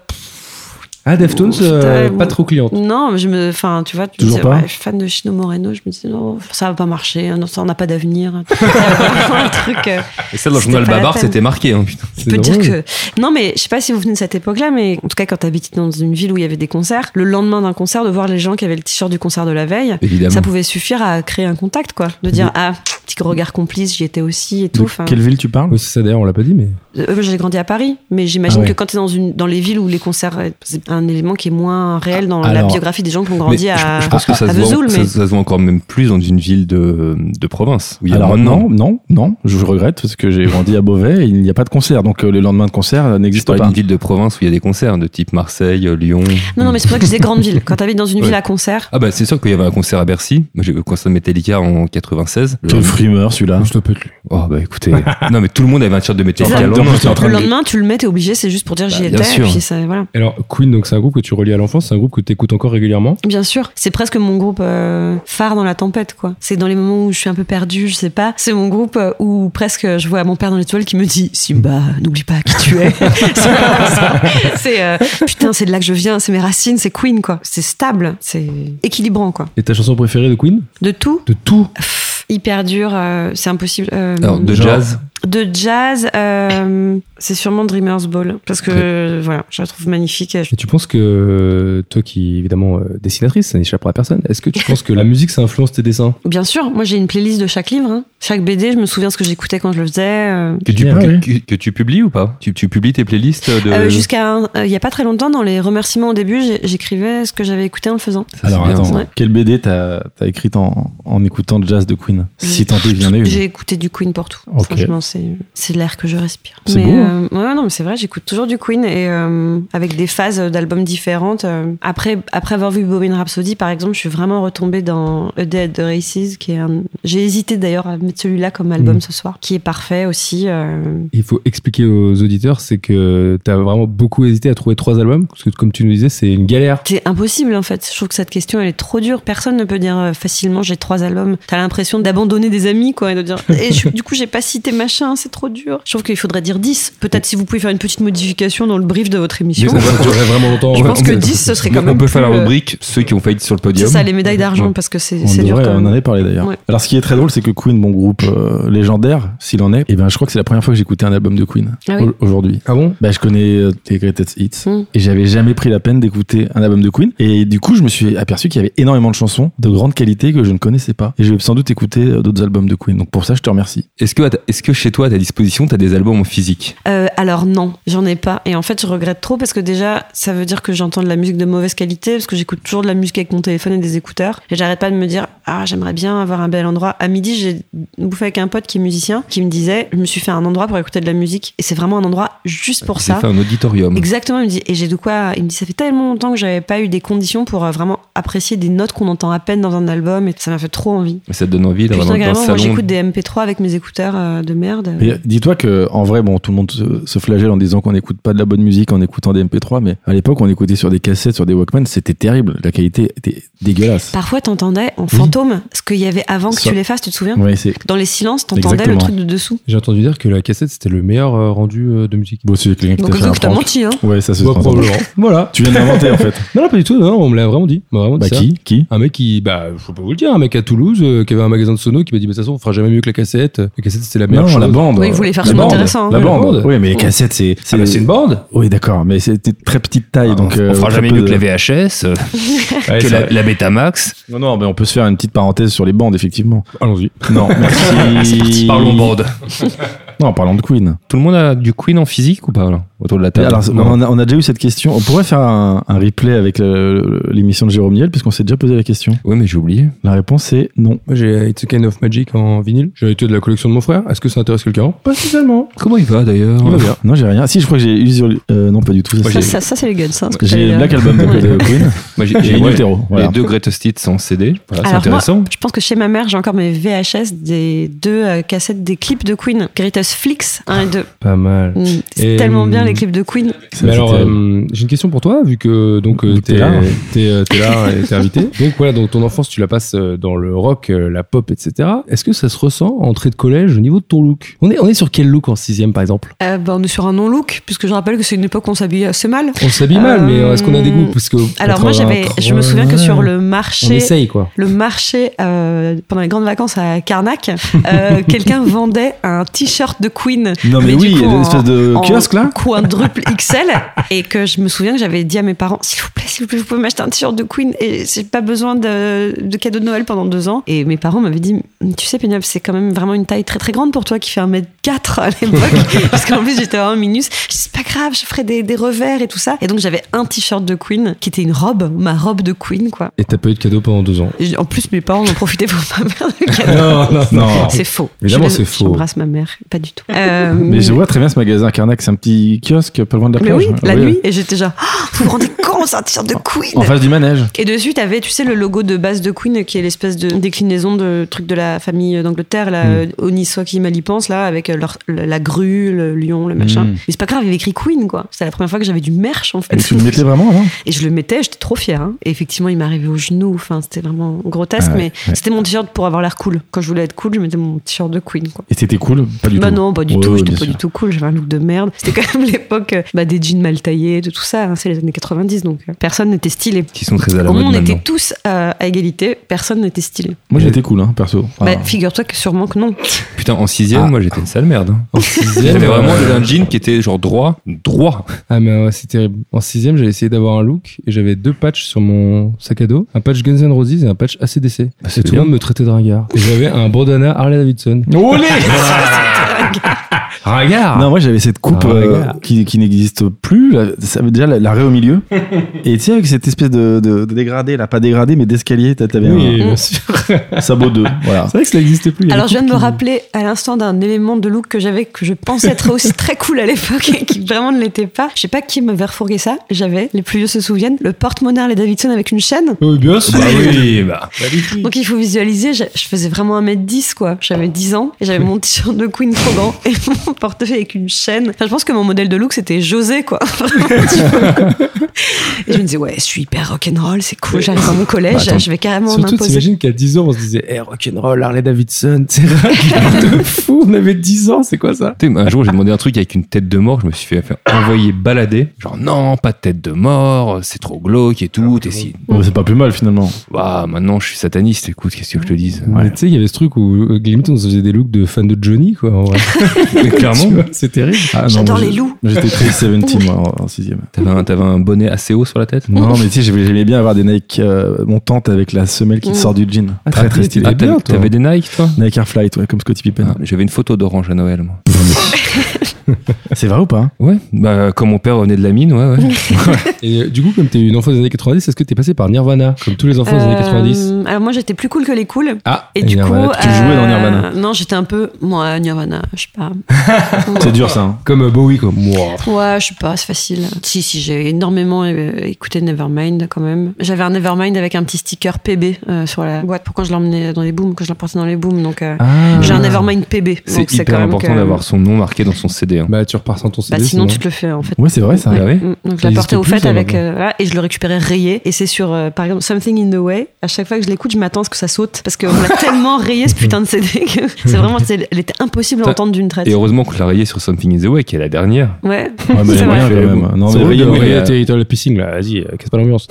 Speaker 2: Ah, Deftones, euh,
Speaker 4: Putain,
Speaker 2: pas trop cliente.
Speaker 4: Non, mais je me, enfin, tu vois, tu
Speaker 3: Toujours
Speaker 4: me disais,
Speaker 3: pas
Speaker 4: ouais, je suis fan de Chino Moreno, je me disais non, ça va pas marcher, non, ça on n'a pas d'avenir. [LAUGHS] C'est vraiment un truc. euh,
Speaker 1: hein. Et ça, dans le
Speaker 4: C'était
Speaker 1: journal
Speaker 4: pas la
Speaker 1: Babar,
Speaker 4: peine.
Speaker 1: c'était marqué. hein, putain.
Speaker 4: je peux te dire que non, mais je sais pas si vous venez de cette époque-là, mais en tout cas quand t'habitais dans une ville où il y avait des concerts, le lendemain d'un concert, de voir les gens qui avaient le t-shirt du concert de la veille,
Speaker 1: Évidemment.
Speaker 4: ça pouvait suffire à créer un contact, quoi, de dire ah petit regard complice, j'y étais aussi et
Speaker 3: De
Speaker 4: tout. enfin.
Speaker 3: quelle ville tu parles
Speaker 2: Oui, c'est ça d'ailleurs, on l'a pas dit, mais.
Speaker 4: Euh, moi, j'ai grandi à Paris, mais j'imagine
Speaker 3: Ah ouais.
Speaker 4: que quand t'es dans une dans les villes où les concerts, euh, c'est un élément qui est moins réel dans la
Speaker 3: Alors-
Speaker 4: biographie des gens qui ont
Speaker 1: Mais
Speaker 4: grandi
Speaker 1: je-
Speaker 4: à.
Speaker 1: je, pense que ça,
Speaker 4: à
Speaker 1: se voit,
Speaker 4: Vesoul,
Speaker 1: ça-
Speaker 4: mais-
Speaker 1: ça se voit encore même plus dans une ville de, de province. Où il y a
Speaker 3: Alors
Speaker 1: moins de
Speaker 3: non,
Speaker 1: monde.
Speaker 3: non, non, je regrette parce que j'ai grandi à Beauvais et il n'y a pas de concert, donc euh, le lendemain de concert euh,
Speaker 1: Je
Speaker 3: n'existe
Speaker 1: parlais
Speaker 3: pas.
Speaker 1: d'une ville de province où il y a des concerts de type Marseille, euh, Lyon.
Speaker 4: Non, non, mais c'est pour ça que je disais grande ville. Quand t'habites dans
Speaker 1: [LAUGHS]
Speaker 4: une
Speaker 1: Ouais.
Speaker 4: ville à concert,
Speaker 1: Ah bah c'est sûr qu'il y avait un concert à Bercy. Moi j'ai eu le concert de Metallica en 96. Le-
Speaker 3: Quel frimeur celui-là.
Speaker 2: Je te peux te lui.
Speaker 1: Oh bah [LAUGHS] écoutez, non mais tout le monde avait un t-shirt de Metallica.
Speaker 4: C'est ça.
Speaker 1: le lendemain.
Speaker 3: En plus, t'es en train
Speaker 4: le
Speaker 3: de-
Speaker 4: lendemain, tu le mets, t'es obligé, c'est juste pour dire j'y
Speaker 1: Bah,
Speaker 4: étais.
Speaker 1: bien sûr.
Speaker 4: Et puis ça, voilà.
Speaker 2: Alors, Queen, donc c'est un groupe que tu relis à l'enfance, c'est un groupe que t'écoutes encore régulièrement.
Speaker 4: Bien sûr, c'est presque mon groupe euh, phare dans la tempête, quoi. C'est dans les moments où je suis un peu perdue, je sais pas. C'est mon groupe euh, où presque je vois mon père dans l'étoile qui me dit Simba, n'oublie pas qui tu es. C'est vraiment ça. c'est euh, putain, c'est de là que je viens, c'est mes racines, c'est Queen, quoi. C'est stable, c'est équilibrant, quoi.
Speaker 2: Et ta chanson préférée de Queen
Speaker 4: De tout,
Speaker 2: De tout
Speaker 4: pff, hyper dur, euh, c'est impossible. euh,
Speaker 1: Alors de
Speaker 3: Genre.
Speaker 1: jazz.
Speaker 4: De jazz, euh, c'est sûrement Dreamers Ball parce que voilà, je la trouve magnifique. et je-
Speaker 2: Et tu penses que, euh, toi qui, évidemment, euh, dessinatrice, ça n'échappera à personne, est-ce que tu penses que la musique, ça influence tes dessins
Speaker 4: Bien sûr, moi j'ai une playlist de chaque livre, hein. chaque BD, je me souviens ce que j'écoutais quand je le faisais. euh.
Speaker 1: Que tu,
Speaker 3: Génial.
Speaker 1: que, que tu publies ou pas tu, tu publies tes playlists de.
Speaker 4: Euh, Jusqu'à un- euh, il y a pas très longtemps, dans les remerciements au début, j'ai- j'écrivais ce que j'avais écouté en le faisant.
Speaker 1: Ça, c'est
Speaker 3: Alors
Speaker 1: bien,
Speaker 3: attends,
Speaker 1: ça.
Speaker 4: Ouais.
Speaker 3: quelle BD t'as as écrite en, en écoutant le jazz de Queen Si tant est qu'il y en a
Speaker 4: J'ai
Speaker 3: eu.
Speaker 4: écouté du Queen pour tout.
Speaker 3: Ok.
Speaker 4: Franchement, c'est c'est l'air que je respire.
Speaker 3: C'est
Speaker 4: Mais,
Speaker 3: beau, hein.
Speaker 4: euh, ouais, non, mais c'est vrai, j'écoute toujours du Queen et euh, avec des phases d'albums différentes. euh. Après, après avoir vu Bohemian Rhapsody, par exemple, je suis vraiment retombée dans A Day at the Races, qui est un. J'ai hésité d'ailleurs à mettre celui-là comme album
Speaker 2: Mm.
Speaker 4: ce soir, qui est parfait aussi. euh,
Speaker 2: Il faut expliquer aux auditeurs, c'est que t'as vraiment beaucoup hésité à trouver trois albums, parce que comme tu nous disais, c'est une galère.
Speaker 4: C'est impossible en fait. Je trouve que cette question elle est trop dure. Personne ne peut dire euh, facilement j'ai trois albums. T'as l'impression d'abandonner des amis quoi et de dire et je- du coup j'ai pas cité machin, hein, c'est trop dur. Je trouve qu'il faudrait dire 10. Peut-être si vous pouvez faire une petite modification dans le brief de votre
Speaker 2: Mais
Speaker 4: émission.
Speaker 2: ça ça durerait vraiment longtemps.
Speaker 4: Je
Speaker 1: Ouais,
Speaker 4: pense
Speaker 1: on
Speaker 4: que
Speaker 1: peut-
Speaker 4: 10 ce serait quand
Speaker 1: on
Speaker 4: même.
Speaker 1: peut faire la
Speaker 4: plus, euh,
Speaker 1: rubrique ceux qui ont failli sur le
Speaker 4: C'est
Speaker 1: podium.
Speaker 4: ça les médailles d'argent
Speaker 1: Ouais.
Speaker 4: parce que c'est
Speaker 3: On,
Speaker 4: c'est dur
Speaker 3: devrait-
Speaker 4: quand
Speaker 3: on en
Speaker 4: même.
Speaker 3: avait parlé d'ailleurs.
Speaker 4: Ouais.
Speaker 3: Alors ce qui est très drôle, c'est que Queen, mon groupe euh, légendaire, s'il en est, et ben je crois que c'est la première fois que j'ai écouté un album de Queen
Speaker 4: Ah oui.
Speaker 3: au- aujourd'hui.
Speaker 2: Ah bon
Speaker 3: Bah, je connais euh, les Greatest Hits
Speaker 4: Mm.
Speaker 3: et j'avais jamais pris la peine d'écouter un album de Queen et du coup je me suis aperçu qu'il y avait énormément de chansons de grande qualité que je ne connaissais pas et je vais sans doute écouter euh, d'autres albums de Queen donc pour ça je te remercie.
Speaker 1: Est-ce que, est que chez toi, à ta disposition, tu as des albums en physique
Speaker 4: Euh, alors non, j'en ai pas. Et en fait, je regrette trop parce que déjà, ça veut dire que j'entends de la musique de mauvaise qualité parce que j'écoute toujours de la musique avec mon téléphone et des écouteurs. Et j'arrête pas de me dire, ah, j'aimerais bien avoir un bel endroit. À midi, j'ai bouffé avec un pote qui est musicien qui me disait, je me suis fait un endroit pour écouter de la musique. Et c'est vraiment un endroit juste pour
Speaker 1: Il s'est
Speaker 4: ça.
Speaker 1: fait un auditorium.
Speaker 4: Exactement, il me dit, et j'ai de quoi. Il me dit, ça fait tellement longtemps que j'avais pas eu des conditions pour euh, vraiment apprécier des notes qu'on entend à peine dans un album et ça m'a fait trop envie.
Speaker 1: Ça te donne envie d'avoir
Speaker 4: Putain,
Speaker 1: dans un
Speaker 4: carrément,
Speaker 1: salon.
Speaker 4: moi j'écoute des MP3 avec mes écouteurs euh, de merde. merde.
Speaker 3: Mais dis-toi que en vrai, bon, tout le monde se, se flagelle en disant qu'on n'écoute pas de la bonne musique en écoutant des MP3, mais à l'époque, on écoutait sur des cassettes, sur des Walkman, c'était terrible. La qualité était dégueulasse.
Speaker 4: Parfois, t'entendais en fantôme ce qu'il y avait avant que
Speaker 3: Ça-
Speaker 4: tu les fasses, tu te souviens
Speaker 3: Ouais, c'est
Speaker 4: Dans les silences, t'entendais le
Speaker 3: Exactement.
Speaker 4: truc de dessous.
Speaker 2: J'ai entendu dire que la cassette c'était le meilleur euh, rendu euh, de musique.
Speaker 3: bon, c'est quelqu'un qui
Speaker 4: Donc,
Speaker 3: t'a fait
Speaker 4: donc
Speaker 3: un
Speaker 4: je t'ai
Speaker 3: prank.
Speaker 4: menti, hein.
Speaker 3: Ouais, ça se
Speaker 2: Bah,
Speaker 3: sent.
Speaker 2: probablement. [LAUGHS] voilà.
Speaker 3: Tu viens de l'inventer en
Speaker 2: [LAUGHS]
Speaker 3: fait.
Speaker 2: Non, non, pas du tout. Non, on me l'a vraiment dit. On m'a vraiment dit
Speaker 3: Bah
Speaker 2: ça.
Speaker 3: qui Qui
Speaker 2: Un mec qui, bah, je peux pas vous le dire, un mec à Toulouse euh, qui avait un magasin de sono qui m'a dit, mais de toute façon, on fera jamais mieux que la cassette. La cassette, c'était la meilleure
Speaker 3: Non,
Speaker 2: chose.
Speaker 3: la bande.
Speaker 4: Oui, il voulait faire
Speaker 3: La
Speaker 4: son
Speaker 3: bande.
Speaker 4: intéressant, hein.
Speaker 3: La
Speaker 2: Ouais, la
Speaker 3: bande.
Speaker 2: bande.
Speaker 3: Oui, mais les cassettes, c'est.
Speaker 2: Ah, bah, c'est une [LAUGHS] bande.
Speaker 3: Oui, d'accord, mais c'était très petite taille, donc.
Speaker 1: Ah, on
Speaker 3: euh,
Speaker 1: fera
Speaker 3: très
Speaker 1: jamais
Speaker 3: peu
Speaker 1: mieux
Speaker 3: de-
Speaker 1: que la VHS, euh,
Speaker 3: Ouais,
Speaker 1: que
Speaker 3: ça-
Speaker 1: la, la
Speaker 3: [LAUGHS]
Speaker 1: Betamax.
Speaker 3: Non, non, mais on peut se faire une petite parenthèse sur les bandes, effectivement.
Speaker 2: Allons-y.
Speaker 1: [LAUGHS]
Speaker 3: Non, merci.
Speaker 1: Parlons bande.
Speaker 3: Non, parlons de Queen.
Speaker 1: Tout le monde a du Queen en physique ou pas là, autour de la table
Speaker 3: Alors, on a, on a déjà eu cette question. On pourrait faire un, un replay avec euh, l'émission de Jérôme Niel, puisqu'on s'est déjà posé la question.
Speaker 1: Oui, mais j'ai oublié.
Speaker 3: La réponse est non.
Speaker 2: Moi, j'ai It's a Kind of Magic en vinyle. J'ai hérité de la collection de mon frère. Est-ce que ça intéresse quelqu'un Pas spécialement.
Speaker 1: Comment il va d'ailleurs
Speaker 2: Il va bien.
Speaker 3: Non, j'ai rien. Si, je crois que j'ai eu. Euh, non, pas du tout. ça,
Speaker 4: Ça,
Speaker 3: c'est-
Speaker 4: ça, ça, c'est les guns, ça. ce que
Speaker 3: J'ai
Speaker 4: t'avais,
Speaker 3: le
Speaker 4: euh,
Speaker 3: Black Album de
Speaker 1: [LAUGHS]
Speaker 3: de Queen.
Speaker 1: Moi, j'ai-
Speaker 3: J'ai
Speaker 1: j'ai-
Speaker 3: In
Speaker 1: ouais,
Speaker 3: Utero. Voilà.
Speaker 1: Les deux Greatest Hits sont en CD. Voilà, c'est
Speaker 4: Alors, moi,
Speaker 1: intéressant.
Speaker 4: Je pense que chez ma mère, j'ai encore mes VHS des deux euh, cassettes des clips de Queen. Greatest Flix 1 et 2.
Speaker 2: Pas mal.
Speaker 4: Mm, C'est
Speaker 2: Ah. Et,
Speaker 4: tellement bien
Speaker 2: hum,
Speaker 4: les clips de Queen.
Speaker 3: Ça,
Speaker 2: Mais alors,
Speaker 3: c'était-
Speaker 2: euh, j'ai une question pour toi, vu que donc euh,
Speaker 3: Vu que
Speaker 2: t'es
Speaker 3: t'es
Speaker 2: t'es,
Speaker 3: là.
Speaker 2: euh, t'es là et t'es invité. [LAUGHS] Donc voilà, donc ton enfance, tu la passes euh, dans le rock, euh, la pop, etc. Est-ce que ça se ressent en trait de collège au niveau de ton look On est on est sur quel look en sixième, par exemple
Speaker 4: Euh, bah, on est sur un non-look, puisque je rappelle que c'est une époque où on s'habillait assez mal.
Speaker 2: On s'habille mal, mais euh, est-ce qu'on a des
Speaker 4: Euh,
Speaker 2: goûts Parce que
Speaker 4: Alors moi, j'avais, je me souviens que sur le
Speaker 2: on
Speaker 4: marché,
Speaker 2: essaye quoi.
Speaker 4: le marché euh, pendant les grandes vacances à Carnac,
Speaker 3: [LAUGHS]
Speaker 4: euh, quelqu'un vendait un t-shirt de Queen.
Speaker 3: Non, mais,
Speaker 4: mais du
Speaker 3: oui,
Speaker 4: coup,
Speaker 3: il y a une
Speaker 4: en-
Speaker 3: espèce de
Speaker 4: en
Speaker 3: kiosque là. [LAUGHS]
Speaker 4: quadruple XL et que je me souviens que j'avais dit à mes parents s'il vous plaît s'il vous plaît vous pouvez m'acheter un t-shirt de Queen et j'ai pas besoin de, de cadeau de Noël pendant deux ans et mes parents m'avaient dit tu sais Pénélope c'est quand même vraiment une taille très très grande pour toi qui fait 1m4 à
Speaker 3: [LAUGHS]
Speaker 4: l'époque parce qu'en plus j'étais en minus je dis, c'est pas grave je ferai des, des revers et tout ça et donc j'avais un t-shirt de Queen qui était une robe ma robe de Queen quoi
Speaker 2: Et t'as pas eu de cadeau pendant deux ans.
Speaker 4: Et en plus mes parents en ont profité pour ma mère de cadeau
Speaker 2: non, non, non.
Speaker 4: c'est faux
Speaker 2: Évidemment,
Speaker 4: Je-
Speaker 2: c'est faux.
Speaker 4: j'embrasse ma mère pas du tout Euh,
Speaker 3: Mais je vois très bien ce magasin Carnac, c'est un petit kiosque pas loin de la
Speaker 4: Mais
Speaker 3: plage.
Speaker 4: oui, la
Speaker 3: hein. Ah Oui.
Speaker 4: nuit. Et j'étais genre, Ah, vous vous rendez compte, c'est un t-shirt de Queen.
Speaker 3: En face du manège.
Speaker 4: Et dessus, t'avais, tu sais, le logo de base de Queen, qui est l'espèce de déclinaison de truc de la famille d'Angleterre, là, euh,
Speaker 3: Hmm.
Speaker 4: Onisoki Malipance, là, avec euh, leur- la, la grue, le lion, le machin.
Speaker 3: Mm.
Speaker 4: Mais c'est pas grave, il y avait écrit Queen, quoi. C'était la première fois que j'avais du merch, en fait.
Speaker 3: Et tu le mettais vraiment avant
Speaker 4: Et je le mettais, j'étais trop fière. hein. Et effectivement, il m'arrivait au genou. Enfin, c'était vraiment grotesque,
Speaker 3: Ah ouais,
Speaker 4: mais c'était mon t-shirt pour avoir l'air cool. Quand je voulais être cool, je mettais mon t-shirt de Queen, quoi.
Speaker 3: Et c'était cool Pas du
Speaker 4: Bah
Speaker 3: tout.
Speaker 4: non, pas du
Speaker 3: Ouais,
Speaker 4: tout,
Speaker 3: ouais,
Speaker 4: j'étais
Speaker 3: bien
Speaker 4: pas
Speaker 3: sûr.
Speaker 4: du tout cool, j'avais un look de merde. [LAUGHS] C'était quand même l'époque euh, bah, des jeans mal taillés, de tout ça, hein, c'est les années 90, donc euh, personne n'était stylé.
Speaker 1: Qui sont très à la
Speaker 4: Au
Speaker 1: mode
Speaker 4: moins, on était
Speaker 1: maintenant.
Speaker 4: tous euh, à égalité, personne n'était stylé.
Speaker 3: Moi j'étais cool, hein, perso.
Speaker 4: Bah,
Speaker 3: Ah.
Speaker 4: figure-toi que sûrement que non.
Speaker 1: Putain, en sixième,
Speaker 3: Ah.
Speaker 1: moi j'étais une sale merde. hein.
Speaker 2: En sixième,
Speaker 1: J'avais vraiment
Speaker 2: euh,
Speaker 1: un jean qui était genre droit, droit.
Speaker 2: Ah mais ouais, c'est terrible. En sixième, j'avais essayé d'avoir un look et j'avais deux patchs sur mon sac à dos, un patch Guns N' Roses et un patch ACDC.
Speaker 1: c'est
Speaker 2: et tout le
Speaker 1: bien.
Speaker 2: monde me traitait de ringard. Et j'avais un bandana Harley Davidson.
Speaker 4: Oh.
Speaker 2: Ringard
Speaker 3: Non, moi j'avais cette coupe
Speaker 2: Ah,
Speaker 3: euh,
Speaker 2: regarde.
Speaker 3: qui, qui n'existe plus. là. Ça veut déjà la, la raie au milieu. [LAUGHS] Et tu sais, avec cette espèce de, de- de dégradé, là, pas dégradé, mais d'escalier, t'as- t'avais
Speaker 2: Oui,
Speaker 4: Mm.
Speaker 2: bien sûr.
Speaker 3: [LAUGHS] un sabot 2. Voilà.
Speaker 2: C'est vrai que ça n'existait plus. il y a
Speaker 4: Alors, je viens de me
Speaker 2: beaucoup
Speaker 4: rappeler à l'instant d'un élément de look que j'avais que je pensais être aussi très cool à l'époque et qui vraiment ne l'était pas. Je sais pas qui m'avait refourgué ça, j'avais, les plus vieux se souviennent, le porte-monnaie Harley Davidson avec une chaîne.
Speaker 2: qui- Oui, Oh, bien sûr.
Speaker 1: Bah oui, bah.
Speaker 4: Donc il faut visualiser, je, je faisais vraiment 1m10 quoi, j'avais 10 ans et j'avais mon t-shirt de Queen trop grand et [LAUGHS] mon portefeuille avec une chaîne. Enfin, je pense que mon modèle de look c'était José quoi. [LAUGHS] Vraiment, tu vois. et je me disais ouais, je suis hyper rock'n'roll, c'est cool, j'arrive dans mon collège,
Speaker 3: Bah, attends.
Speaker 4: je vais carrément
Speaker 2: Surtout,
Speaker 4: m'imposer.
Speaker 2: t'imagines qu'à 10 ans, on se disait, eh, rock'n'roll, Harley Davidson, c'est ringard de fou, on avait 10 ans, c'est quoi ça
Speaker 1: Tu sais, Un jour, j'ai demandé un truc avec une tête de mort. Je me suis fait faire envoyer balader. Genre, non, pas de tête de mort, c'est trop glauque et tout. Et si,
Speaker 3: Bon, c'est pas plus mal finalement.
Speaker 1: bah, maintenant, je suis sataniste. Écoute, qu'est-ce que je te dise
Speaker 2: Mais Tu sais, il y avait ce truc où, euh, limite, on se faisait des looks de fans de Johnny, quoi, en vrai.
Speaker 1: [LAUGHS] Mais
Speaker 2: Tu
Speaker 1: clairement,
Speaker 2: vois, c'est terrible.
Speaker 3: Ah, non,
Speaker 4: J'adore
Speaker 3: moi,
Speaker 4: les
Speaker 3: j'ai-
Speaker 4: loups.
Speaker 3: J'étais très 17 moi en- en 6
Speaker 1: t'avais un, t'avais un bonnet assez haut sur la tête
Speaker 3: Non, mais tu sais, j'aimais j'aimais bien avoir des Nike euh, montantes avec la semelle qui
Speaker 4: Mm.
Speaker 3: sort du jean.
Speaker 2: Ah,
Speaker 3: très
Speaker 2: t'as
Speaker 3: très
Speaker 2: pris,
Speaker 3: stylé.
Speaker 2: t'es-
Speaker 1: Ah, t'avais,
Speaker 2: bien, toi.
Speaker 1: t'avais des Nike, toi
Speaker 3: Nike Air Flight, ouais, comme Scottie Pippen.
Speaker 1: Ah, J'avais une photo d'orange à Noël, moi.
Speaker 3: C'est vrai ou pas
Speaker 1: Ouais, bah, comme mon père revenait de la mine, ouais, [LAUGHS] ouais.
Speaker 2: Et euh, du coup, comme t'es une enfant des années 90, est-ce que t'es passé par Nirvana, comme tous les enfants des années 90
Speaker 4: Euh, alors moi j'étais plus cool que les cools.
Speaker 2: Ah,
Speaker 4: Et du
Speaker 2: Nirvana,
Speaker 4: coup,
Speaker 3: tu jouais dans
Speaker 4: euh,
Speaker 3: Nirvana.
Speaker 4: Non, j'étais un peu moi Nirvana, je sais pas.
Speaker 3: C'est dur ça. hein.
Speaker 2: comme euh, Bowie, quoi. Mouah.
Speaker 4: Ouais, je sais pas, c'est facile. Si, si, j'ai énormément euh, écouté Nevermind quand même. J'avais un Nevermind avec un petit sticker PB euh, sur la boîte pour quand je l'emmenais dans les booms, quand je l'emportais dans les booms. Donc euh, j'ai un Nevermind PB. donc
Speaker 1: C'est
Speaker 4: quand
Speaker 1: hyper
Speaker 4: même
Speaker 1: important
Speaker 4: que-
Speaker 1: d'avoir son nom marqué dans son CD. hein.
Speaker 2: Bah, tu repars sans ton
Speaker 4: Bah,
Speaker 2: CD.
Speaker 4: sinon, tu te le fais en fait.
Speaker 3: Ouais, c'est vrai ça.
Speaker 1: Ah ouais
Speaker 4: Mm, Donc je
Speaker 2: Bah Ça
Speaker 4: la portais
Speaker 2: existe
Speaker 4: au
Speaker 2: plus,
Speaker 4: fait
Speaker 2: ça,
Speaker 4: avec
Speaker 2: maintenant.
Speaker 4: euh, voilà, et je le récupérais rayé et c'est sur euh, par exemple Something in the Way à chaque fois que je l'écoute je m'attends à ce que ça saute parce qu'on
Speaker 2: [LAUGHS]
Speaker 4: l'a tellement rayé ce putain de CD que c'est vraiment c'est- elle était impossible à
Speaker 1: Ça-
Speaker 4: entendre d'une traite
Speaker 1: Et heureusement qu'on l'a rayé sur Something is the Way, qui est la dernière.
Speaker 4: ouais
Speaker 3: Ouais, mais
Speaker 4: C'est
Speaker 3: il y a
Speaker 4: vrai.
Speaker 3: moyen,
Speaker 1: Fait-
Speaker 3: quand même. Non,
Speaker 2: C'est
Speaker 3: mais
Speaker 2: vrai,
Speaker 1: rigolo,
Speaker 2: comme
Speaker 1: mais,
Speaker 2: il y a
Speaker 1: euh,
Speaker 2: Territorial Pissing, là, vas-y, euh, casse pas [LAUGHS] l'ambiance.